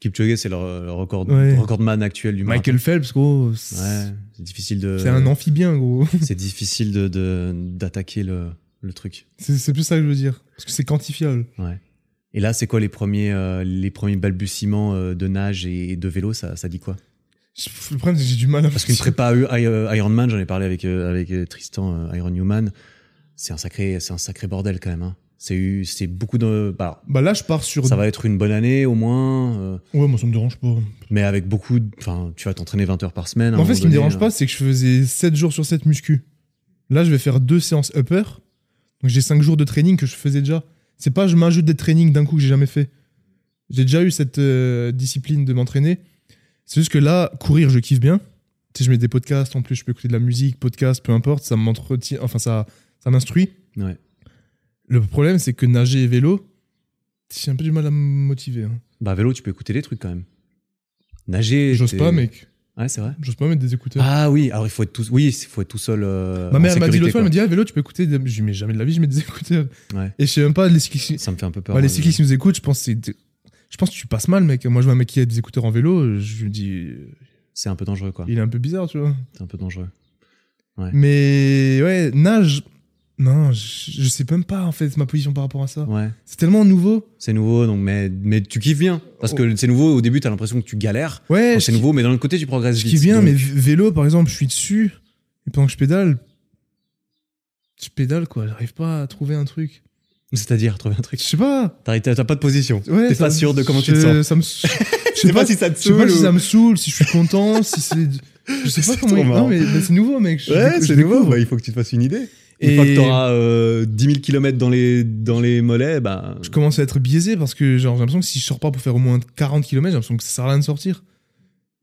Kipchoge, c'est le, le record,
Ouais.
recordman actuel du
Michael Phelps, gros, c'est
marathon. Ouais, Euh. c'est difficile de.
c'est un amphibien, gros.
C'est difficile de- de d'attaquer le, le truc.
c'est c'est plus ça que je veux dire. Parce que c'est quantifiable.
Et là, c'est quoi les premiers, euh, les premiers balbutiements euh, de nage et, et de vélo Ça, ça dit quoi
Je- Le problème, c'est que j'ai du mal à
Parce qu'une prépa euh, I- euh, Ironman, j'en ai parlé avec, euh, avec euh, Tristan euh, Iron Newman, c'est un sacré, c'est un sacré bordel quand même. hein. C'est eu, c'est beaucoup de, bah,
Bah là, je pars sur.
ça va être une bonne année au moins, euh,
Ouais, moi, ça me dérange pas.
mais avec beaucoup, de- enfin, tu vas t'entraîner 20 heures par semaine.
Mais
à un
en fait,
moment
ce qui me
donné, euh,
dérange pas, c'est que je faisais 7 jours sur 7 muscu. Là, je vais faire deux séances upper. Donc, j'ai 5 jours de training que je faisais déjà. C'est pas je m'ajoute des trainings d'un coup que j'ai jamais fait. J'ai déjà eu cette euh, discipline de m'entraîner. C'est juste que là, courir, je kiffe bien. Tu sais, je mets des podcasts, en plus, je peux écouter de la musique, podcast, peu importe. Ça m'entretient, enfin, ça, ça m'instruit.
euh, ouais.
Le problème, c'est que nager et vélo, j'ai un peu du mal à me motiver. hein.
Bah, vélo, tu peux écouter des trucs quand même. Nager.
J'ose
t'es-
pas, mec.
Ouais, c'est vrai.
J'ose pas mettre des écouteurs.
Ah oui, alors il faut être tout, oui, il faut être tout seul. euh,
Ma
en
mère elle m'a dit
sécurité,
l'autre fois, elle
quoi.
m'a dit ah, vélo, tu peux écouter. des- Je lui mets jamais de la vie, je mets des écouteurs.
Ouais.
Et je sais même pas, les cyclistes,
Ça me fait un peu peur.
bah, les
hein,
cyclistes qui nous écoutent, je pense que c'est- je pense que tu passes mal, mec. Moi, je vois un mec qui a des écouteurs en vélo, je lui dis, euh,
C'est un peu dangereux, quoi.
il est un peu bizarre, tu vois.
C'est un peu dangereux.
Mais ouais, nage, non, je, je sais même pas en fait ma position par rapport à ça.
Ouais.
C'est tellement nouveau.
C'est nouveau, donc mais, mais tu kiffes bien. Parce que c'est nouveau, au début, t'as l'impression que tu galères.
Oh. Ouais,
Quand
je
Oh, c'est nouveau, mais d'un autre côté, tu progresses
Je
vite.
kiffe bien,
Donc,
mais v- vélo, par exemple, je suis dessus, et pendant que je pédale, je pédale, quoi, j'arrive pas à trouver un truc.
C'est-à-dire, trouver un
Je
truc.
sais pas.
T'as t'as pas de position.
Ouais,
T'es
ça
pas
me-
sûr de comment tu te
je-
sens.
ça me- Je
Je sais pas si ça te
Je sais pas
saoule
si
ou-
ça me saoule, si je suis content, si c'est. Je sais pas
C'est
comment.
trop
il- Non,
marrant.
mais, mais c'est nouveau, mec. Je-
Ouais,
je
c'est
découvre.
nouveau. Bah, il faut que tu te fasses une idée. Une
Et-
fois que t'auras euh, 10 000 km dans les, dans les mollets, bah.
Je commence à être biaisé parce que genre, j'ai l'impression que si je sors pas pour faire au moins 40 km, j'ai l'impression que ça sert à rien de sortir.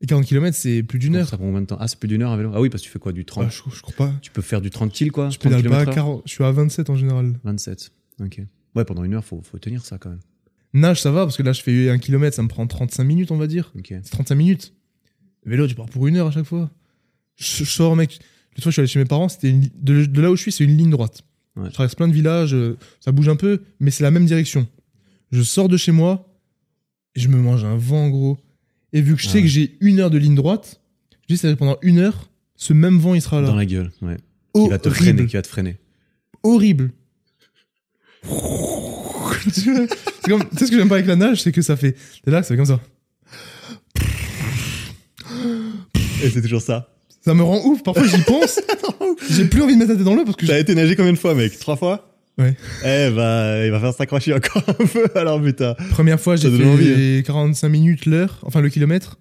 Et 40 km, c'est plus d'une heure.
Ça prend combien de temps Ah, c'est plus d'une heure à vélo. Ah oui, parce que tu fais quoi Du 30
Ah, je, je cours pas.
Tu peux faire du 30 kills, quoi
Je
30
pédale pas à
km/h
40 Je suis à 27 en général.
27. Ok. Ouais, pendant une heure, faut, faut tenir ça quand même.
Nage, ça va parce que là, je fais 1 km, ça me prend 35 minutes, on va dire.
Ok.
C'est 35 minutes. Vélo, tu pars pour une heure à chaque fois. Je, je sors, mec. L'autre fois, je suis allé chez mes parents, c'était une li- de, de là où je suis, c'est une ligne droite.
Ouais.
Je traverse plein de villages, euh, ça bouge un peu, mais c'est la même direction. Je sors de chez moi, et je me mange un vent, gros. Et vu que je
Ah
sais
ouais.
que j'ai une heure de ligne droite, je dis, ça va être pendant une heure, ce même vent, il sera là.
Dans la gueule, ouais. Qui va
horrible,
te freiner, qui va te freiner.
horrible. tu vois C'est comme- tu sais ce que j'aime pas avec la nage, c'est que ça fait. T'es là, ça fait comme ça.
Et c'est toujours ça.
Ça me rend ouf. Parfois, j'y pense. J'ai plus envie de mettre la tête dans l'eau parce que je-
T'as été nager combien de fois, mec Trois fois
Ouais.
Eh bah, il va faire s'accrocher encore un peu, alors putain.
Première fois, j'ai
donne
fait
envie, hein.
les 45 minutes, l'heure, enfin le kilomètre.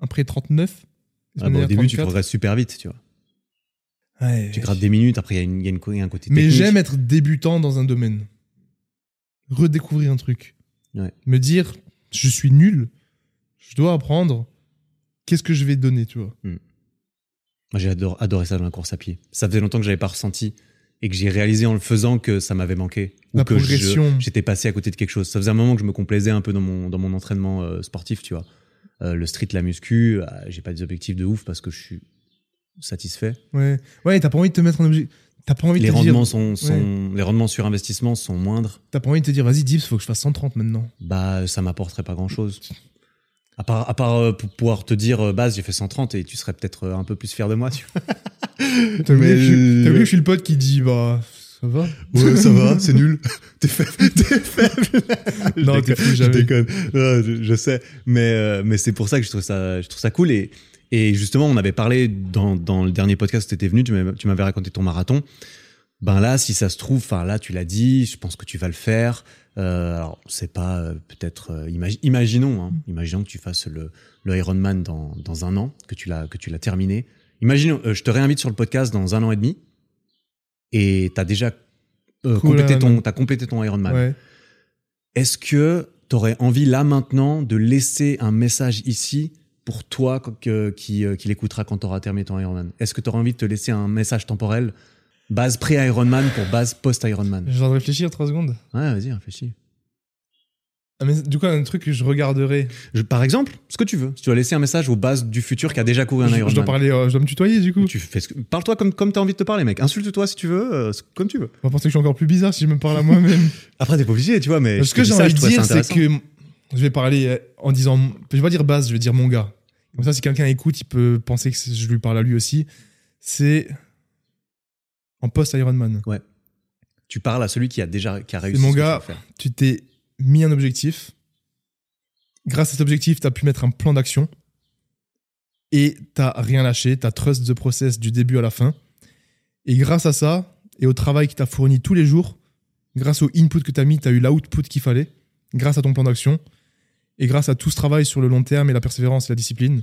Après 39.
Ah bah, au
Dernière,
début, tu
34.
progresses super vite, tu vois.
Ouais.
Tu grattes des minutes, après, il y, a une- il y a une co- il y a un côté
Mais
technique.
j'aime être débutant dans un domaine. Redécouvrir un truc.
Ouais.
Me dire, je suis nul. Je dois apprendre. Qu'est-ce que je vais donner, tu vois
Moi, j'ai ador- adoré ça dans la course à pied. Ça faisait longtemps que j'avais pas ressenti et que j'ai réalisé en le faisant que ça m'avait manqué.
La
que je-
progression.
j'étais passé à côté de quelque chose. Ça faisait un moment que je me complaisais un peu dans mon, dans mon entraînement euh, sportif, tu vois. Euh, le street, la muscu, euh, j'ai pas des objectifs de ouf parce que je suis satisfait.
Ouais. Ouais, t'as pas envie de te mettre en objet. T'as pas envie de
Les
te dire.
rendements, sont, sont- les rendements sur investissement sont moindres.
T'as pas envie de te dire, vas-y, Dips, faut que je fasse 130 maintenant.
bah ça m'apporterait pas grand chose. À part, à part euh, pour pouvoir te dire, euh, Baz, j'ai fait 130 et tu serais peut-être euh, un peu plus fier de moi. Tu
T'as oublié,
Mais-
que je suis- t'as oublié que je suis le pote qui dit, bah, ça va. Ouais, ça va,
c'est nul. T'es faible. T'es faible.
Non, t'es fou,
je
jamais.
déconne. Non, je, je sais. Mais, euh, mais c'est pour ça que je trouve ça, je trouve ça cool. Et, et justement, on avait parlé dans, dans le dernier podcast où t'étais venu, tu m'avais tu m'avais raconté ton marathon. ben là, si ça se trouve, enfin là, tu l'as dit, je pense que tu vas le faire. Euh, alors, c'est pas euh, peut-être. euh, imagi- imaginons,
Mm.
hein, imaginons que tu fasses le, le Ironman dans, dans un an, que tu l'as que tu l'as terminé. Imaginons, euh, je te réinvite sur le podcast dans un an et demi, et t'as déjà euh,
Cool,
complété ton
Ironman.
t'as complété ton Ironman.
Ouais.
Est-ce que t'aurais envie là maintenant de laisser un message ici pour toi que- qui, euh, qui l'écoutera quand t'auras terminé ton Ironman Est-ce que t'aurais envie de te laisser un message temporel base pré-Ironman pour base post-Ironman
Je viens de réfléchir trois secondes.
Ouais, vas-y, réfléchis.
Ah, mais du coup, un truc que je regarderai.
Je- par exemple, ce que tu veux. Si tu as laissé un message aux bases du futur qui a déjà couru un
Je, je
Ironman.
dois parler, euh, je dois me tutoyer du coup.
Tu fais ce que- Parle-toi comme, comme t'as envie de te parler, mec. Insulte-toi si tu veux, euh, ce- comme tu veux.
On va penser que je suis encore plus bizarre si je me parle à moi-même.
Après, t'es pas obligé, tu vois, mais.
Ce que j'ai envie de dire, c'est que je vais parler euh, en disant, je vais pas dire base, je vais dire mon gars. Comme ça, si quelqu'un écoute, il peut penser que c'est- je lui parle à lui aussi. C'est en post Ironman.
Tu parles à celui qui a déjà qui a réussi.
mon
ce que
gars.
tu veux faire.
Tu t'es mis un objectif. Grâce à cet objectif, tu as pu mettre un plan d'action. Et t'as rien lâché. T'as trust the process du début à la fin. Et grâce à ça, et au travail que t'as fourni tous les jours, grâce au input que t'as mis, t'as eu l'output qu'il fallait, grâce à ton plan d'action. Et grâce à tout ce travail sur le long terme et la persévérance et la discipline,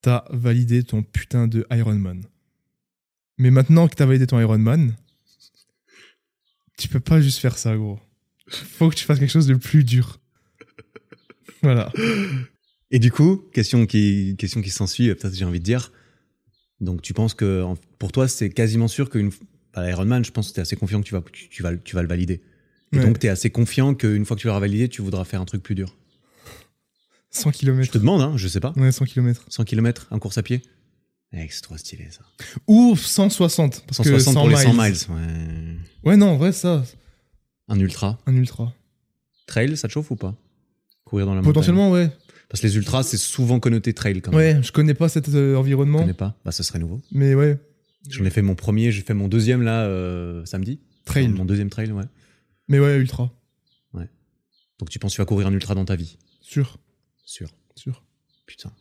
t'as validé ton putain de Ironman. Mais maintenant que t'as validé ton Ironman, tu peux pas juste faire ça, gros. Faut que tu fasses quelque chose de plus dur. Voilà.
Et du coup, question qui, question qui s'ensuit, euh, peut-être j'ai envie de dire. Donc, tu penses que en- pour toi, c'est quasiment sûr qu'une. f- À l'Ironman, je pense que t'es assez confiant que tu vas, tu, tu vas, le- tu vas le valider. Et
Ouais.
donc, t'es assez confiant qu'une fois que tu l'auras validé, tu voudras faire un truc plus dur.
100
Je te
km.
demande, hein, je sais pas.
Ouais, 100 km.
100 km, un course à pied Mec, c'est trop stylé ça.
Ou 160. Parce
160
que 100
pour les 100
miles.
miles. ouais.
Ouais, non, en vrai, ça,
Un ultra.
un ultra.
Trail, ça te chauffe ou pas Courir dans la montagne.
Potentiellement, ouais.
Parce que les ultras, c'est souvent connoté trail quand même.
Ouais, je connais pas cet euh,
Je
environnement,
connais pas. Bah, ça serait nouveau.
mais ouais.
J'en ai fait mon premier, j'ai fait mon deuxième là euh, samedi.
Trail.
Mon deuxième trail, ouais.
Mais ouais, ultra.
Donc tu penses que tu vas courir un ultra dans ta vie
Sûr.
Sûr.
Sûr.
Putain.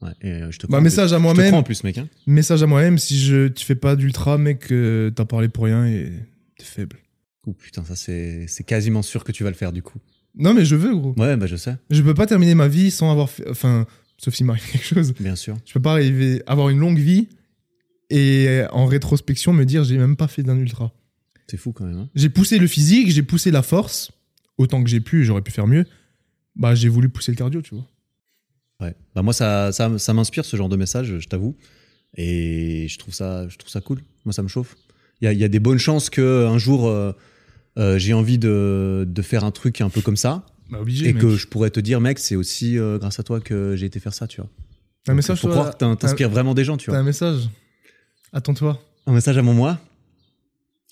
Ouais, et euh, je te crois.
Bah,
en
message à
plus. Je te
moi-même.
crois en plus, mec. hein.
Message à moi-même, si je, tu fais pas d'ultra, mec, euh, t'as parlé pour rien et t'es faible.
Ouh, putain, ça c'est c'est quasiment sûr que tu vas le faire du coup.
Non, mais je veux, gros.
Ouais, bah je sais,
Je peux pas terminer ma vie sans avoir fait. Enfin, sauf s'il m'arrive quelque chose.
bien sûr.
Je peux pas arriver, avoir une longue vie et euh, en rétrospection me dire j'ai même pas fait d'un ultra.
C'est fou quand même. hein.
J'ai poussé le physique, j'ai poussé la force, autant que j'ai pu, j'aurais pu faire mieux. Bah, j'ai voulu pousser le cardio, tu vois.
Ouais. Bah moi ça ça, ça m'inspire ce genre de message, je t'avoue. Et je trouve ça je trouve ça cool. Moi ça me chauffe. Il y a, il y a des bonnes chances que un jour euh, euh, j'ai envie de, de faire un truc un peu comme ça
Bah, obligé.
et que je pourrais te dire mec c'est aussi euh, grâce à toi que j'ai été faire ça tu vois.
un message,
Faut
toi,
croire que t'in- t'inspires vraiment des gens tu
T'as
vois.
un message. Attends-toi.
Un message à mon moi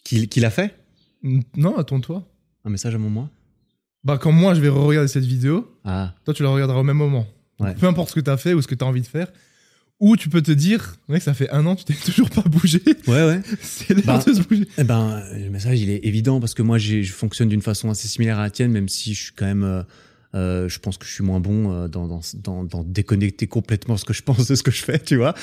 qui, qui l'a fait
Mm, Non, attends-toi.
Un message à mon moi
Bah, quand moi je vais regarder cette vidéo,
Ah
toi tu la regarderas au même moment.
Ouais.
Peu importe ce que t'as fait ou ce que t'as envie de faire. Ou tu peux te dire, mec, ça fait un an, tu t'es toujours pas bougé.
ouais ouais.
C'est l'heure
Bah,
de se bouger.
Eh ben, le message, il est évident parce que moi, j'ai- je fonctionne d'une façon assez similaire à la tienne, même si je suis quand même. euh, euh, je pense que je suis moins bon euh, dans, dans, dans, dans déconnecter complètement ce que je pense de ce que je fais, tu vois.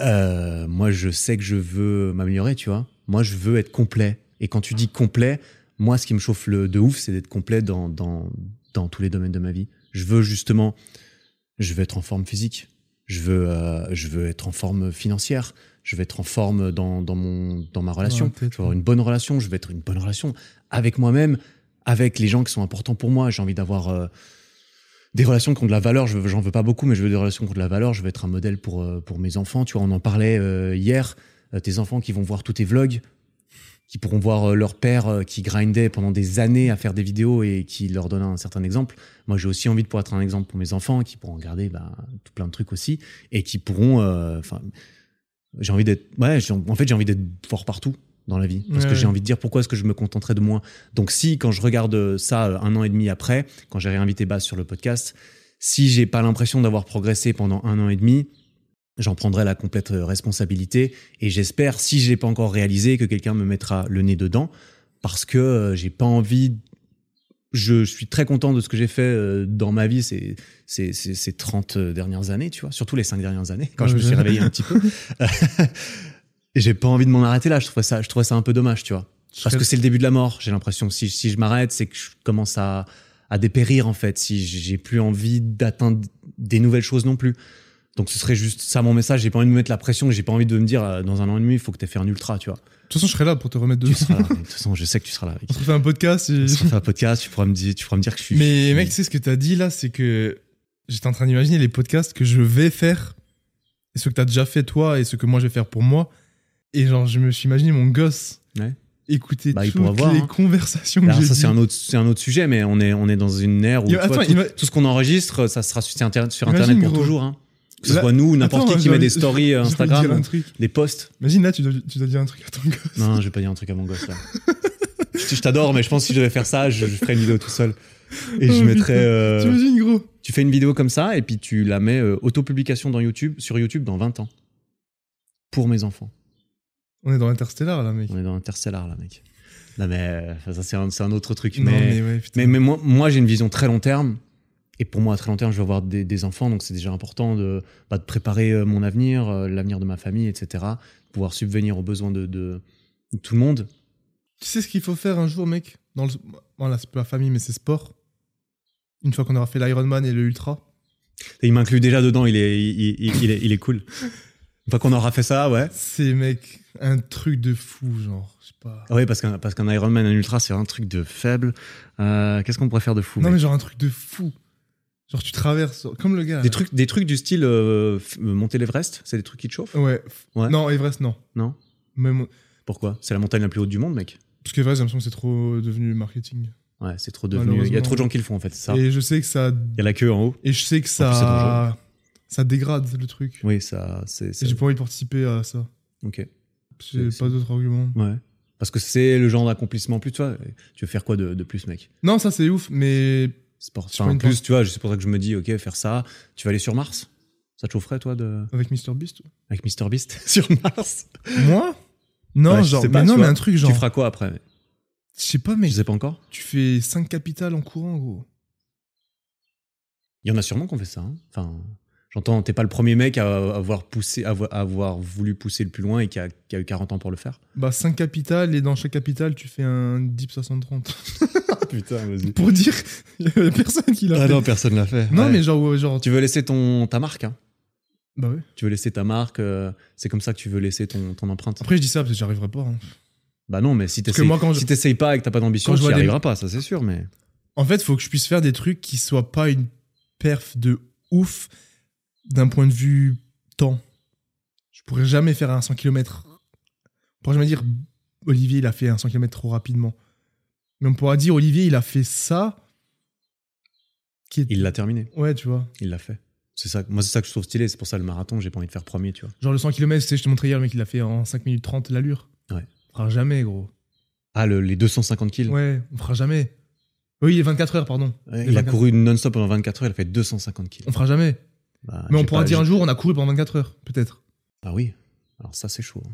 Euh, moi, je sais que je veux m'améliorer, tu vois. Moi, je veux être complet. Et quand tu dis complet, moi, ce qui me chauffe le, de ouf, c'est d'être complet dans, dans, dans tous les domaines de ma vie. Je veux justement. Je veux être en forme physique. Je veux, euh, je veux être en forme financière. Je veux être en forme dans, dans, mon, dans ma relation.
Ouais, peut-être,
je veux avoir une bonne relation. Je veux être une bonne relation avec moi-même, avec les gens qui sont importants pour moi. J'ai envie d'avoir euh, des relations qui ont de la valeur. Je veux- J'en veux pas beaucoup, mais je veux des relations qui ont de la valeur. Je veux être un modèle pour, euh, pour mes enfants. Tu vois, on en parlait euh, hier. Euh, tes enfants qui vont voir tous tes vlogs, qui pourront voir euh, leur père euh, qui grindait pendant des années à faire des vidéos et qui leur donne un certain exemple. Moi, j'ai aussi envie de pouvoir être un exemple pour mes enfants, qui pourront regarder bah, tout plein de trucs aussi et qui pourront. euh, Enfin, j'ai envie d'être. Ouais, j'ai- en fait, j'ai envie d'être fort partout dans la vie parce
Ouais,
que j'ai
ouais.
envie de dire pourquoi est-ce que je me contenterais de moins. Donc, si quand je regarde euh, ça euh, un an et demi après, quand j'ai réinvité Bass sur le podcast, si j'ai pas l'impression d'avoir progressé pendant un an et demi, j'en prendrai la complète euh, responsabilité et j'espère, si je l'ai pas encore réalisé, que quelqu'un me mettra le nez dedans parce que euh, j'ai pas envie. Je suis très content de ce que j'ai fait euh, dans ma vie ces, ces, ces, ces euh, 30 dernières années, tu vois, surtout les 5 dernières années, quand je me suis réveillé un petit peu. Et j'ai pas envie de m'en arrêter là. Je trouvais ça, je trouvais ça un peu dommage, tu vois.
Je
Parce
serais-
que c'est le début de la mort, j'ai l'impression. Si, si je m'arrête, c'est que je commence à, à dépérir, en fait. Si j'ai plus envie d'atteindre des nouvelles choses non plus. Donc ce serait juste ça mon message. J'ai pas envie de me mettre la pression, j'ai pas envie de me dire euh, dans un an et demi, il faut que t'aies fait un ultra, tu vois.
De toute façon, je serai là pour te remettre
Tu
dessus.
seras là. De toute façon, je sais que tu seras là. Avec.
On se refait un podcast. et-
On se refait un podcast, tu pourras me dire, tu pourras me dire que je suis.
Mais mec, tu sais ce que t'as dit là, c'est que j'étais en train d'imaginer les podcasts que je vais faire, et ce que t'as déjà fait toi, et ce que moi je vais faire pour moi. Et genre, je me suis imaginé mon gosse
Ouais.
écouter
Bah, il
toutes
pourra voir,
les
hein.
conversations
Alors
que j'ai
ça c'est
dit.
un autre c'est un autre sujet mais on est on est dans une ère où
Il-
tu vois,
attends,
tout,
il va-
tout ce qu'on enregistre ça sera sur internet, sur
Imagine,
internet pour
gros.
toujours hein. Que ce
Là-
soit nous ou n'importe
Attends,
qui qui
je
met
dois-
des stories euh,
je dois dire un
Instagram,
truc.
des posts.
Imagine là, tu dois, tu dois dire un truc à ton gosse.
Non, je vais pas dire un truc à mon gosse là. je je t'adore mais je pense que si je devais faire ça, je, je ferais une vidéo tout seul et je
Oh, putain.
mettrais euh,
T'imagines, gros
tu fais une vidéo comme ça et puis tu la mets euh, auto-publication dans YouTube sur YouTube dans 20 ans. Pour mes enfants.
On est dans l'interstellar là, mec.
On est dans Interstellar là mec. Non mais euh, ça c'est un, c'est un autre truc
Non, mais ouais, putain.
Mais, mais moi, moi j'ai une vision très long terme. Et pour moi, à très long terme, je vais avoir des, des enfants, donc c'est déjà important de, bah, de préparer euh, mon avenir, euh, l'avenir de ma famille, etc. de Pouvoir subvenir aux besoins de, de- de tout le monde.
Tu sais ce qu'il faut faire un jour, mec dans le... Voilà, c'est pas la famille, mais c'est sport. Une fois qu'on aura fait l'Ironman et le Ultra.
Et il m'inclut déjà dedans, il est, il, il- il est, il est cool. Une fois qu'on aura fait ça, ouais.
C'est, mec, un truc de fou, genre. Je sais pas.
Ah Oui, parce qu'un parce qu'un Ironman, un ultra, c'est un truc de faible. Euh, Qu'est-ce qu'on pourrait faire de fou
Non,
mec
mais genre un truc de fou. Genre tu traverses, comme le gars.
des,
là.
trucs, des trucs du style euh, f- euh, monter l'Everest, c'est des trucs qui te chauffent
Ouais.
Ouais.
Non, Everest, non.
Non
Même...
Pourquoi C'est la montagne la plus haute du monde, mec.
Parce qu'Everest, j'ai l'impression que c'est trop devenu marketing.
Ouais, c'est trop devenu. Il y a
Malheureusement.
trop de gens qui le font, en fait, c'est ça. Il
Et je sais que ça.
y a la queue en haut.
Et je sais que
plus, c'est
ça. Ça dégrade le truc.
Oui, ça, c'est.
Et
c'est-
j'ai pas envie de participer à ça.
Ok.
J'ai
C'est-
pas d'autre argument.
Ouais. Parce que c'est le genre d'accomplissement plus, tu vois. Tu veux faire quoi de, de plus, mec
Non, ça c'est ouf, mais
Sport.
Je
Enfin,
prends une
plus,
pause.
tu vois, c'est pour ça que je me dis, ok, faire ça. Tu vas aller sur Mars Ça te chaufferait, toi, de...
avec MrBeast.
avec MrBeast sur Mars
Moi Non,
Ouais, je
genre.
sais
Mais
pas,
non,
tu
mais
vois.
un truc genre.
Tu feras quoi après
Je sais pas,
Je
mec.
sais pas encore.
Tu fais 5 capitales en courant, gros.
Il y en a sûrement qu'on fait ça. hein. Enfin, j'entends, t'es pas le premier mec à avoir, poussé, à avoir- à avoir voulu pousser le plus loin et qui a, qui a eu 40 ans pour le faire.
Bah, 5 capitales, et dans chaque capitale, tu fais un Deep 530.
Ah, Putain, vas-y.
Pour dire, y avait Ah personne qui l'a fait.
personne l'a fait.
Mm. Non, mais genre, ouais, genre,
Tu veux laisser ton, ta marque, hein
bah ouais.
Tu veux laisser ta marque, euh, c'est comme ça que tu veux laisser ton, ton empreinte.
Après, je dis ça parce que j'y arriverai pas. hein.
Bah non, mais si
Parce
t'essayes
que moi, quand je-
si t'essayes pas et que t'as pas d'ambition,
quand je
tu n'y
vois des-
arriveras pas, ça c'est sûr, mais...
En fait, faut que je puisse faire des trucs qui soient pas une perf de ouf d'un point de vue temps. Je pourrais jamais faire un 100 km. On pourra jamais dire Olivier, il a fait un 100 km trop rapidement. Mais on pourra dire Olivier, il a fait ça. Qui est...
Il l'a terminé,
Ouais, tu vois.
il l'a fait. C'est ça, moi c'est ça que je trouve stylé, c'est pour ça le marathon, j'ai pas envie de faire premier, tu vois.
Genre le 100 km, tu sais, je te montrais hier, le mec, il a fait en 5 minutes 30 l'allure.
Ouais.
On fera jamais, gros.
Ah, le- les 250 kills
Ouais, on fera jamais. Oui, il est 24 heures, pardon.
Ouais,
Les
Il a
24
couru non-stop pendant 24 heures, il a fait 250 kills.
On fera jamais.
Bah,
Mais on
j'ai
pourra
pas-
dire
j'ai-
un jour, on a couru pendant 24 heures, peut-être.
Ah oui, alors ça c'est chaud. hein.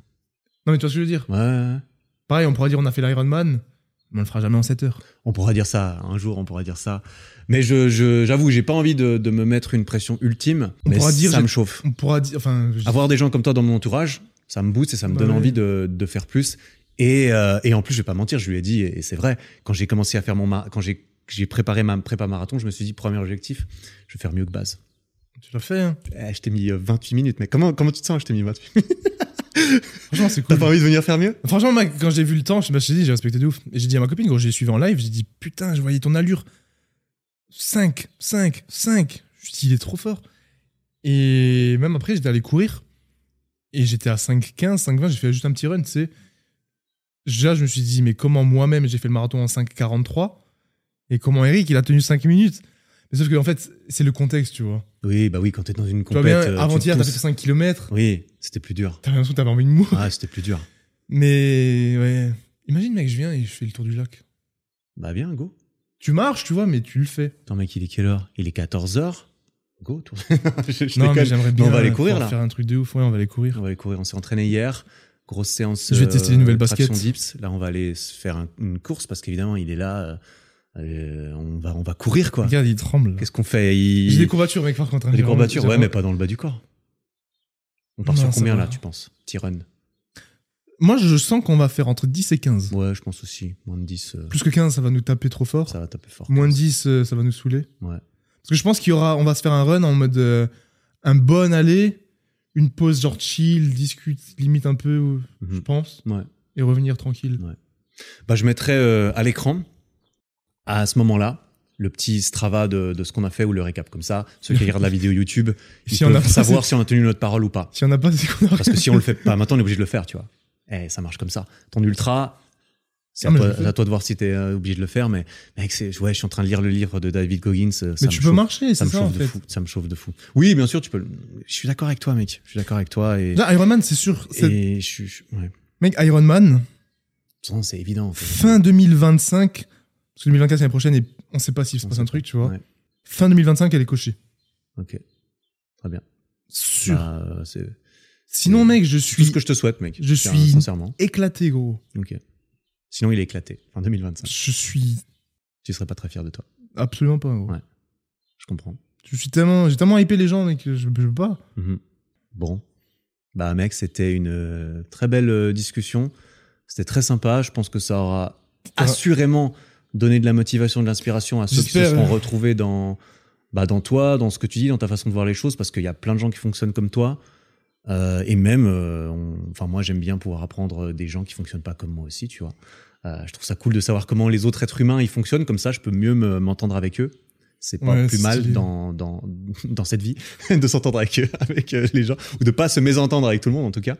Non, mais tu vois ce que je veux dire
Ouais, ouais, ouais.
Pareil, on pourra dire, on a fait l'Ironman, mais on le fera jamais en 7 heures.
On pourra dire ça, un jour on pourra dire ça. Mais je, je- j'avoue, j'ai pas envie de, de me mettre une pression ultime,
On
mais
pourra dire-
ça me chauffe.
On pourra dire. Enfin, je-
avoir des gens comme toi dans mon entourage, ça me booste et ça me
Bah
donne
ouais.
envie de, de faire plus. Et, euh, et en plus, je vais pas mentir, je lui ai dit, et c'est vrai, quand j'ai commencé à faire mon mar- quand j'ai que j'ai préparé ma prépa marathon, je me suis dit, premier objectif, je vais faire mieux que base.
tu l'as fait, hein.
Eh, je t'ai mis euh, 28 minutes, mais comment, comment tu te sens Je t'ai mis 28 minutes.
Franchement, c'est
T'as
cool.
pas envie de venir faire mieux
Franchement, mec, quand j'ai vu le temps, je me suis dit, j'ai respecté de ouf. Et j'ai dit à ma copine, quand j'ai suivi en live, j'ai dit, putain, je voyais ton allure. 5, 5, 5. Je dis, il est trop fort. Et même après, j'étais allé courir. Et j'étais à 5,15, 5,20. J'ai fait juste un petit run, tu sais. Déjà, je me suis dit, mais comment moi-même j'ai fait le marathon en 5,43 Et comment Eric, il a tenu 5 minutes Mais sauf que, en fait, c'est le contexte, tu vois.
Oui, bah oui, quand t'es dans une
Tu vois
compète.
bien,
euh, tu
avant-hier,
te
t'as
pousses.
fait 5 km.
Oui, c'était plus dur.
T'avais l'impression que t'avais envie de mourir.
Ah, c'était plus dur.
Mais ouais. Imagine, mec, je viens et je fais le tour du lac.
Bah bien, go.
Tu marches, tu vois, mais tu le fais.
Attends, mec, il est quelle heure Il est 14h Go, tour. je, je
non, mais
déconne.
j'aimerais
Mais
bien.
on va aller courir,
pouvoir
là.
faire un truc de ouf. Ouais, on va aller courir.
On va aller courir, on s'est entraîné hier. Grosse séance.
Je vais tester les nouvelles
traction
baskets.
dips. Là, on va aller se faire un- une course parce qu'évidemment, il est là. euh, euh, on, va, on va courir, quoi.
Regarde, il tremble. là.
Qu'est-ce qu'on fait il...
J'ai des courbatures, mec, par contre. hein,
Des
j'ai
courbatures,
vraiment-
ouais, mais pas dans le bas du corps. On part
Non,
sur
ça
combien,
va.
là, tu penses Petit run.
Moi, je sens qu'on va faire entre 10 et 15.
Ouais, je pense aussi. Moins de 10, euh,
Plus que 15, ça va nous taper trop fort.
ça va taper fort.
Moins de 10, euh, ça va nous saouler.
Ouais.
Parce que je pense qu'il y aura, on va se faire un run en mode euh, un bon aller, une pause genre chill, discute, limite un peu, ou- je
Mhm.
pense,
Ouais.
et revenir tranquille.
Bah, je mettrais euh, à l'écran, à ce moment-là, le petit Strava de, de ce qu'on a fait ou le récap. Comme ça, ceux qui regardent la vidéo YouTube, ils
Si on
peuvent
a pas-
savoir si on a tenu notre parole ou pas.
Si on n'a pas, c'est qu'on a
Parce que si on le fait pas, maintenant on est obligé de le faire, tu vois. Eh, ça marche comme ça. Ton ultra, c'est
Ah,
à,
mais
toi-
je le fais.
à toi de voir si t'es euh, obligé de le faire, mais mec, c'est- ouais, je suis en train de lire le livre de David Goggins. euh, ça
Mais
me
tu
chauffe.
peux marcher, c'est
ça me
ça
chauffe
en
de
fait.
fou. Ça me chauffe de fou. Oui, bien sûr, tu peux. le- Je suis d'accord avec toi, mec. Je suis d'accord avec toi et,
Là, Iron Man, c'est sûr. c'est-
et je suis. je- Ouais.
Mec, Iron Man,
Ça, C'est évident. en fait.
fin 2025, parce que 2024 c'est l'année prochaine et on sait pas s'il se
On
passe
sait
un
pas.
truc, tu vois.
Ouais.
Fin 2025, elle est cochée.
Ok. Très bien.
Sûr.
Bah, euh, c'est
Sinon, mec, je
tout
suis
ce que je te souhaite, mec.
je
Tiens,
suis-
Sincèrement.
éclaté, gros.
Ok. Sinon, il est éclaté. En 2025.
Je suis
Tu serais pas très fier de toi.
absolument pas, gros.
Ouais. Je comprends.
Je suis tellement, j'ai tellement hypé les gens, mec, que je, je peux pas.
Mhm. Bon. Bah, mec, c'était une euh, très belle euh, discussion. C'était très sympa. Je pense que ça aura assurément donné de la motivation, de l'inspiration à ceux qui se
J'espère.
seront retrouvés dans, bah, dans toi, dans ce que tu dis, dans ta façon de voir les choses, parce qu'il y a plein de gens qui fonctionnent comme toi. Euh, et même, euh, on- enfin, moi, j'aime bien pouvoir apprendre des gens qui fonctionnent pas comme moi aussi, tu vois. Euh, je trouve ça cool de savoir comment les autres êtres humains ils fonctionnent, comme ça, je peux mieux me- m'entendre avec eux. C'est pas
Ouais,
plus mal
stylé.
dans, dans, dans cette vie de s'entendre avec, eux, avec euh, les gens, ou de pas se mésentendre avec tout le monde en tout cas.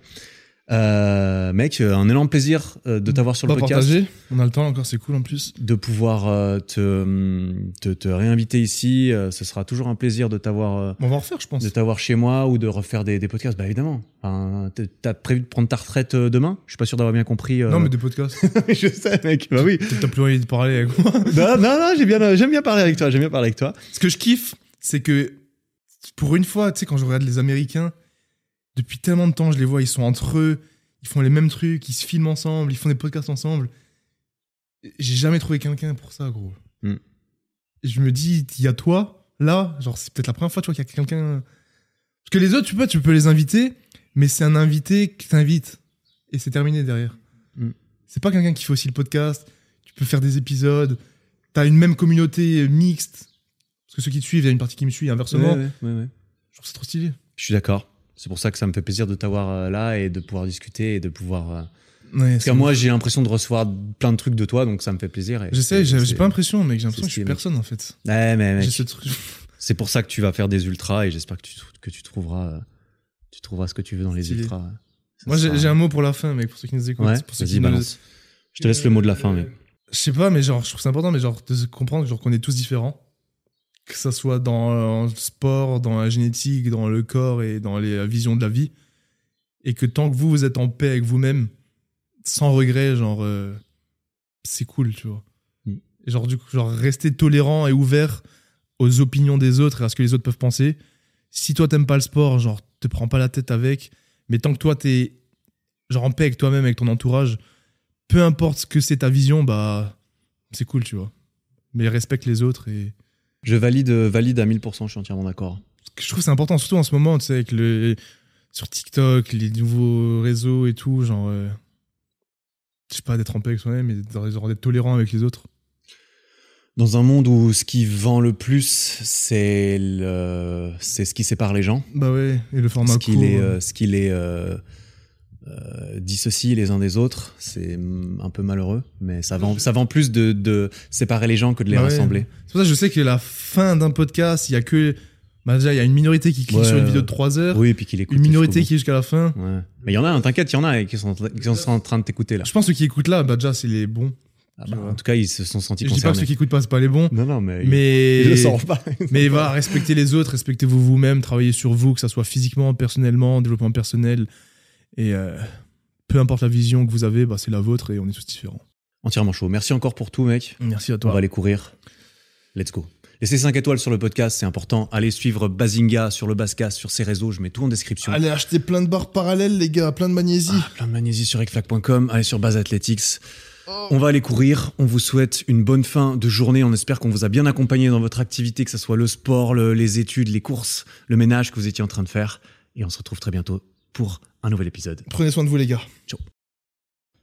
Euh, mec, euh, un énorme plaisir euh, de t'avoir sur le
Pas
podcast
partagé. On a le temps encore, c'est cool en plus.
de pouvoir euh, te, hum, te, te réinviter ici. Euh, ce sera toujours un plaisir de t'avoir euh,
On va en refaire, je pense.
de t'avoir chez moi ou de refaire des, des podcasts. Bah évidemment. Enfin, t- T'as prévu de prendre ta retraite euh, demain Je suis pas sûr d'avoir bien compris. euh.
Non, mais des podcasts.
je sais, mec. Bah oui.
Peut-être T'as plus envie de parler avec moi.
non, non, non. J'ai bien, euh, j'aime bien parler avec toi. J'aime bien parler avec toi.
Ce que je kiffe, c'est que pour une fois, tu sais, quand je regarde les Américains, depuis tellement de temps, je les vois, ils sont entre eux, ils font les mêmes trucs, ils se filment ensemble, ils font des podcasts ensemble. J'ai jamais trouvé quelqu'un pour ça, gros.
Hmm.
Et je me dis, il y a toi, là, genre, c'est peut-être la première fois, tu vois, qu'il y a quelqu'un. Parce que les autres, tu peux, tu peux les inviter, mais c'est un invité qui t'invite. Et c'est terminé derrière.
Hmm.
C'est pas quelqu'un qui fait aussi le podcast, tu peux faire des épisodes, t'as une même communauté euh, mixte. Parce que ceux qui te suivent, il y a une partie qui me suit, et inversement.
Ouais, ouais, ouais, ouais.
Je trouve que c'est trop stylé.
Je suis d'accord. C'est pour ça que ça me fait plaisir de t'avoir euh, là et de pouvoir discuter et de pouvoir. euh,
Ouais,
Parce que moi, j'ai l'impression de recevoir plein de trucs de toi, donc ça me fait plaisir. et
J'essaie,
c'est-
j'ai
c'est-
j'ai pas l'impression, mec. J'ai l'impression que je suis
stylé.
personne en fait.
Ouais, mais mec,
J'ai ce truc.
c'est pour ça que tu vas faire des ultras et j'espère que tu, que tu trouveras, euh, tu trouveras ce que tu veux dans les
Stylé.
ultras. Ça
Moi, j'ai
sera-
j'ai un mot pour la fin, mec, pour ceux qui nous écoutent.
Ouais,
pour ceux
vas-y,
qui nous-
balance. Je te laisse le mot de la fin, mais.
Je sais pas, mais genre, je trouve c'est important, mais genre, de se comprendre genre, qu'on est tous différents. Que ça soit dans le sport, dans la génétique, dans le corps et dans les euh, visions de la vie. Et que tant que vous, vous êtes en paix avec vous-même, sans regret, genre, euh, c'est cool, tu vois.
Mm.
Et genre, du coup, genre, rester tolérant et ouvert aux opinions des autres et à ce que les autres peuvent penser. Si toi, t'aimes pas le sport, genre, te prends pas la tête avec. Mais tant que toi, t'es genre en paix avec toi-même, avec ton entourage, peu importe ce que c'est ta vision, bah c'est cool, tu vois. Mais respecte les autres et
Je valide, euh, valide à 1000%, je suis entièrement d'accord.
je trouve que c'est important, surtout en ce moment, tu sais, avec le sur TikTok, les nouveaux réseaux et tout, genre, euh, je sais pas, d'être en paix avec soi-même et d'être genre d'être tolérant avec les autres.
Dans un monde où ce qui vend le plus, c'est le... c'est ce qui sépare les gens,
Bah ouais, et le format
ce
court.
qui les,
euh,
euh, ce qui les euh, euh, dissocie les uns des autres, c'est mm, un peu malheureux, mais ça vend, ça vend plus de, de séparer les gens que de les
Bah ouais.
rassembler.
C'est pour ça que je sais que la fin d'un podcast, il y a que. Bah déjà, il y a une minorité qui clique
Ouais,
sur une vidéo
ouais.
de 3 heures,
Oui, et puis qu'il écoute.
une minorité
jusqu'au
qui est jusqu'à la fin.
bout. Ouais. Mais il y en a, hein, t'inquiète, il y en a et qui sont, qui sont en train de t'écouter là.
Je pense que ceux qui écoutent là, bah déjà, c'est les bons.
Ah
tu
bah,
vois.
en tout cas, ils se sont sentis
Et je dis pas que
concernés.
ceux qui écoutent pas, c'est pas les bons.
Non, non, mais.
Mais.
Ils le savent pas.
Mais voilà, respectez les autres, respectez-vous vous-même, travaillez sur vous, que ça soit physiquement, personnellement, développement personnel. Et euh, peu importe la vision que vous avez, bah, c'est la vôtre et on est tous différents.
Entièrement chaud. Merci encore pour tout, mec.
Merci à
On va
toi.
aller courir. Let's go. Laissez 5 étoiles sur le podcast, c'est important. Allez suivre Bazinga sur le Bascast, sur ses réseaux, je mets tout en description.
Allez acheter plein de barres parallèles, les gars, plein de magnésie.
Ah, plein de magnésie sur ecflac.com, allez sur Base Athletics. On va aller courir. On vous souhaite une bonne fin de journée. On espère qu'on vous a bien accompagné dans votre activité, que ce soit le sport, le- les études, les courses, le ménage que vous étiez en train de faire. Et on se retrouve très bientôt pour un nouvel épisode.
Prenez soin de vous, les gars.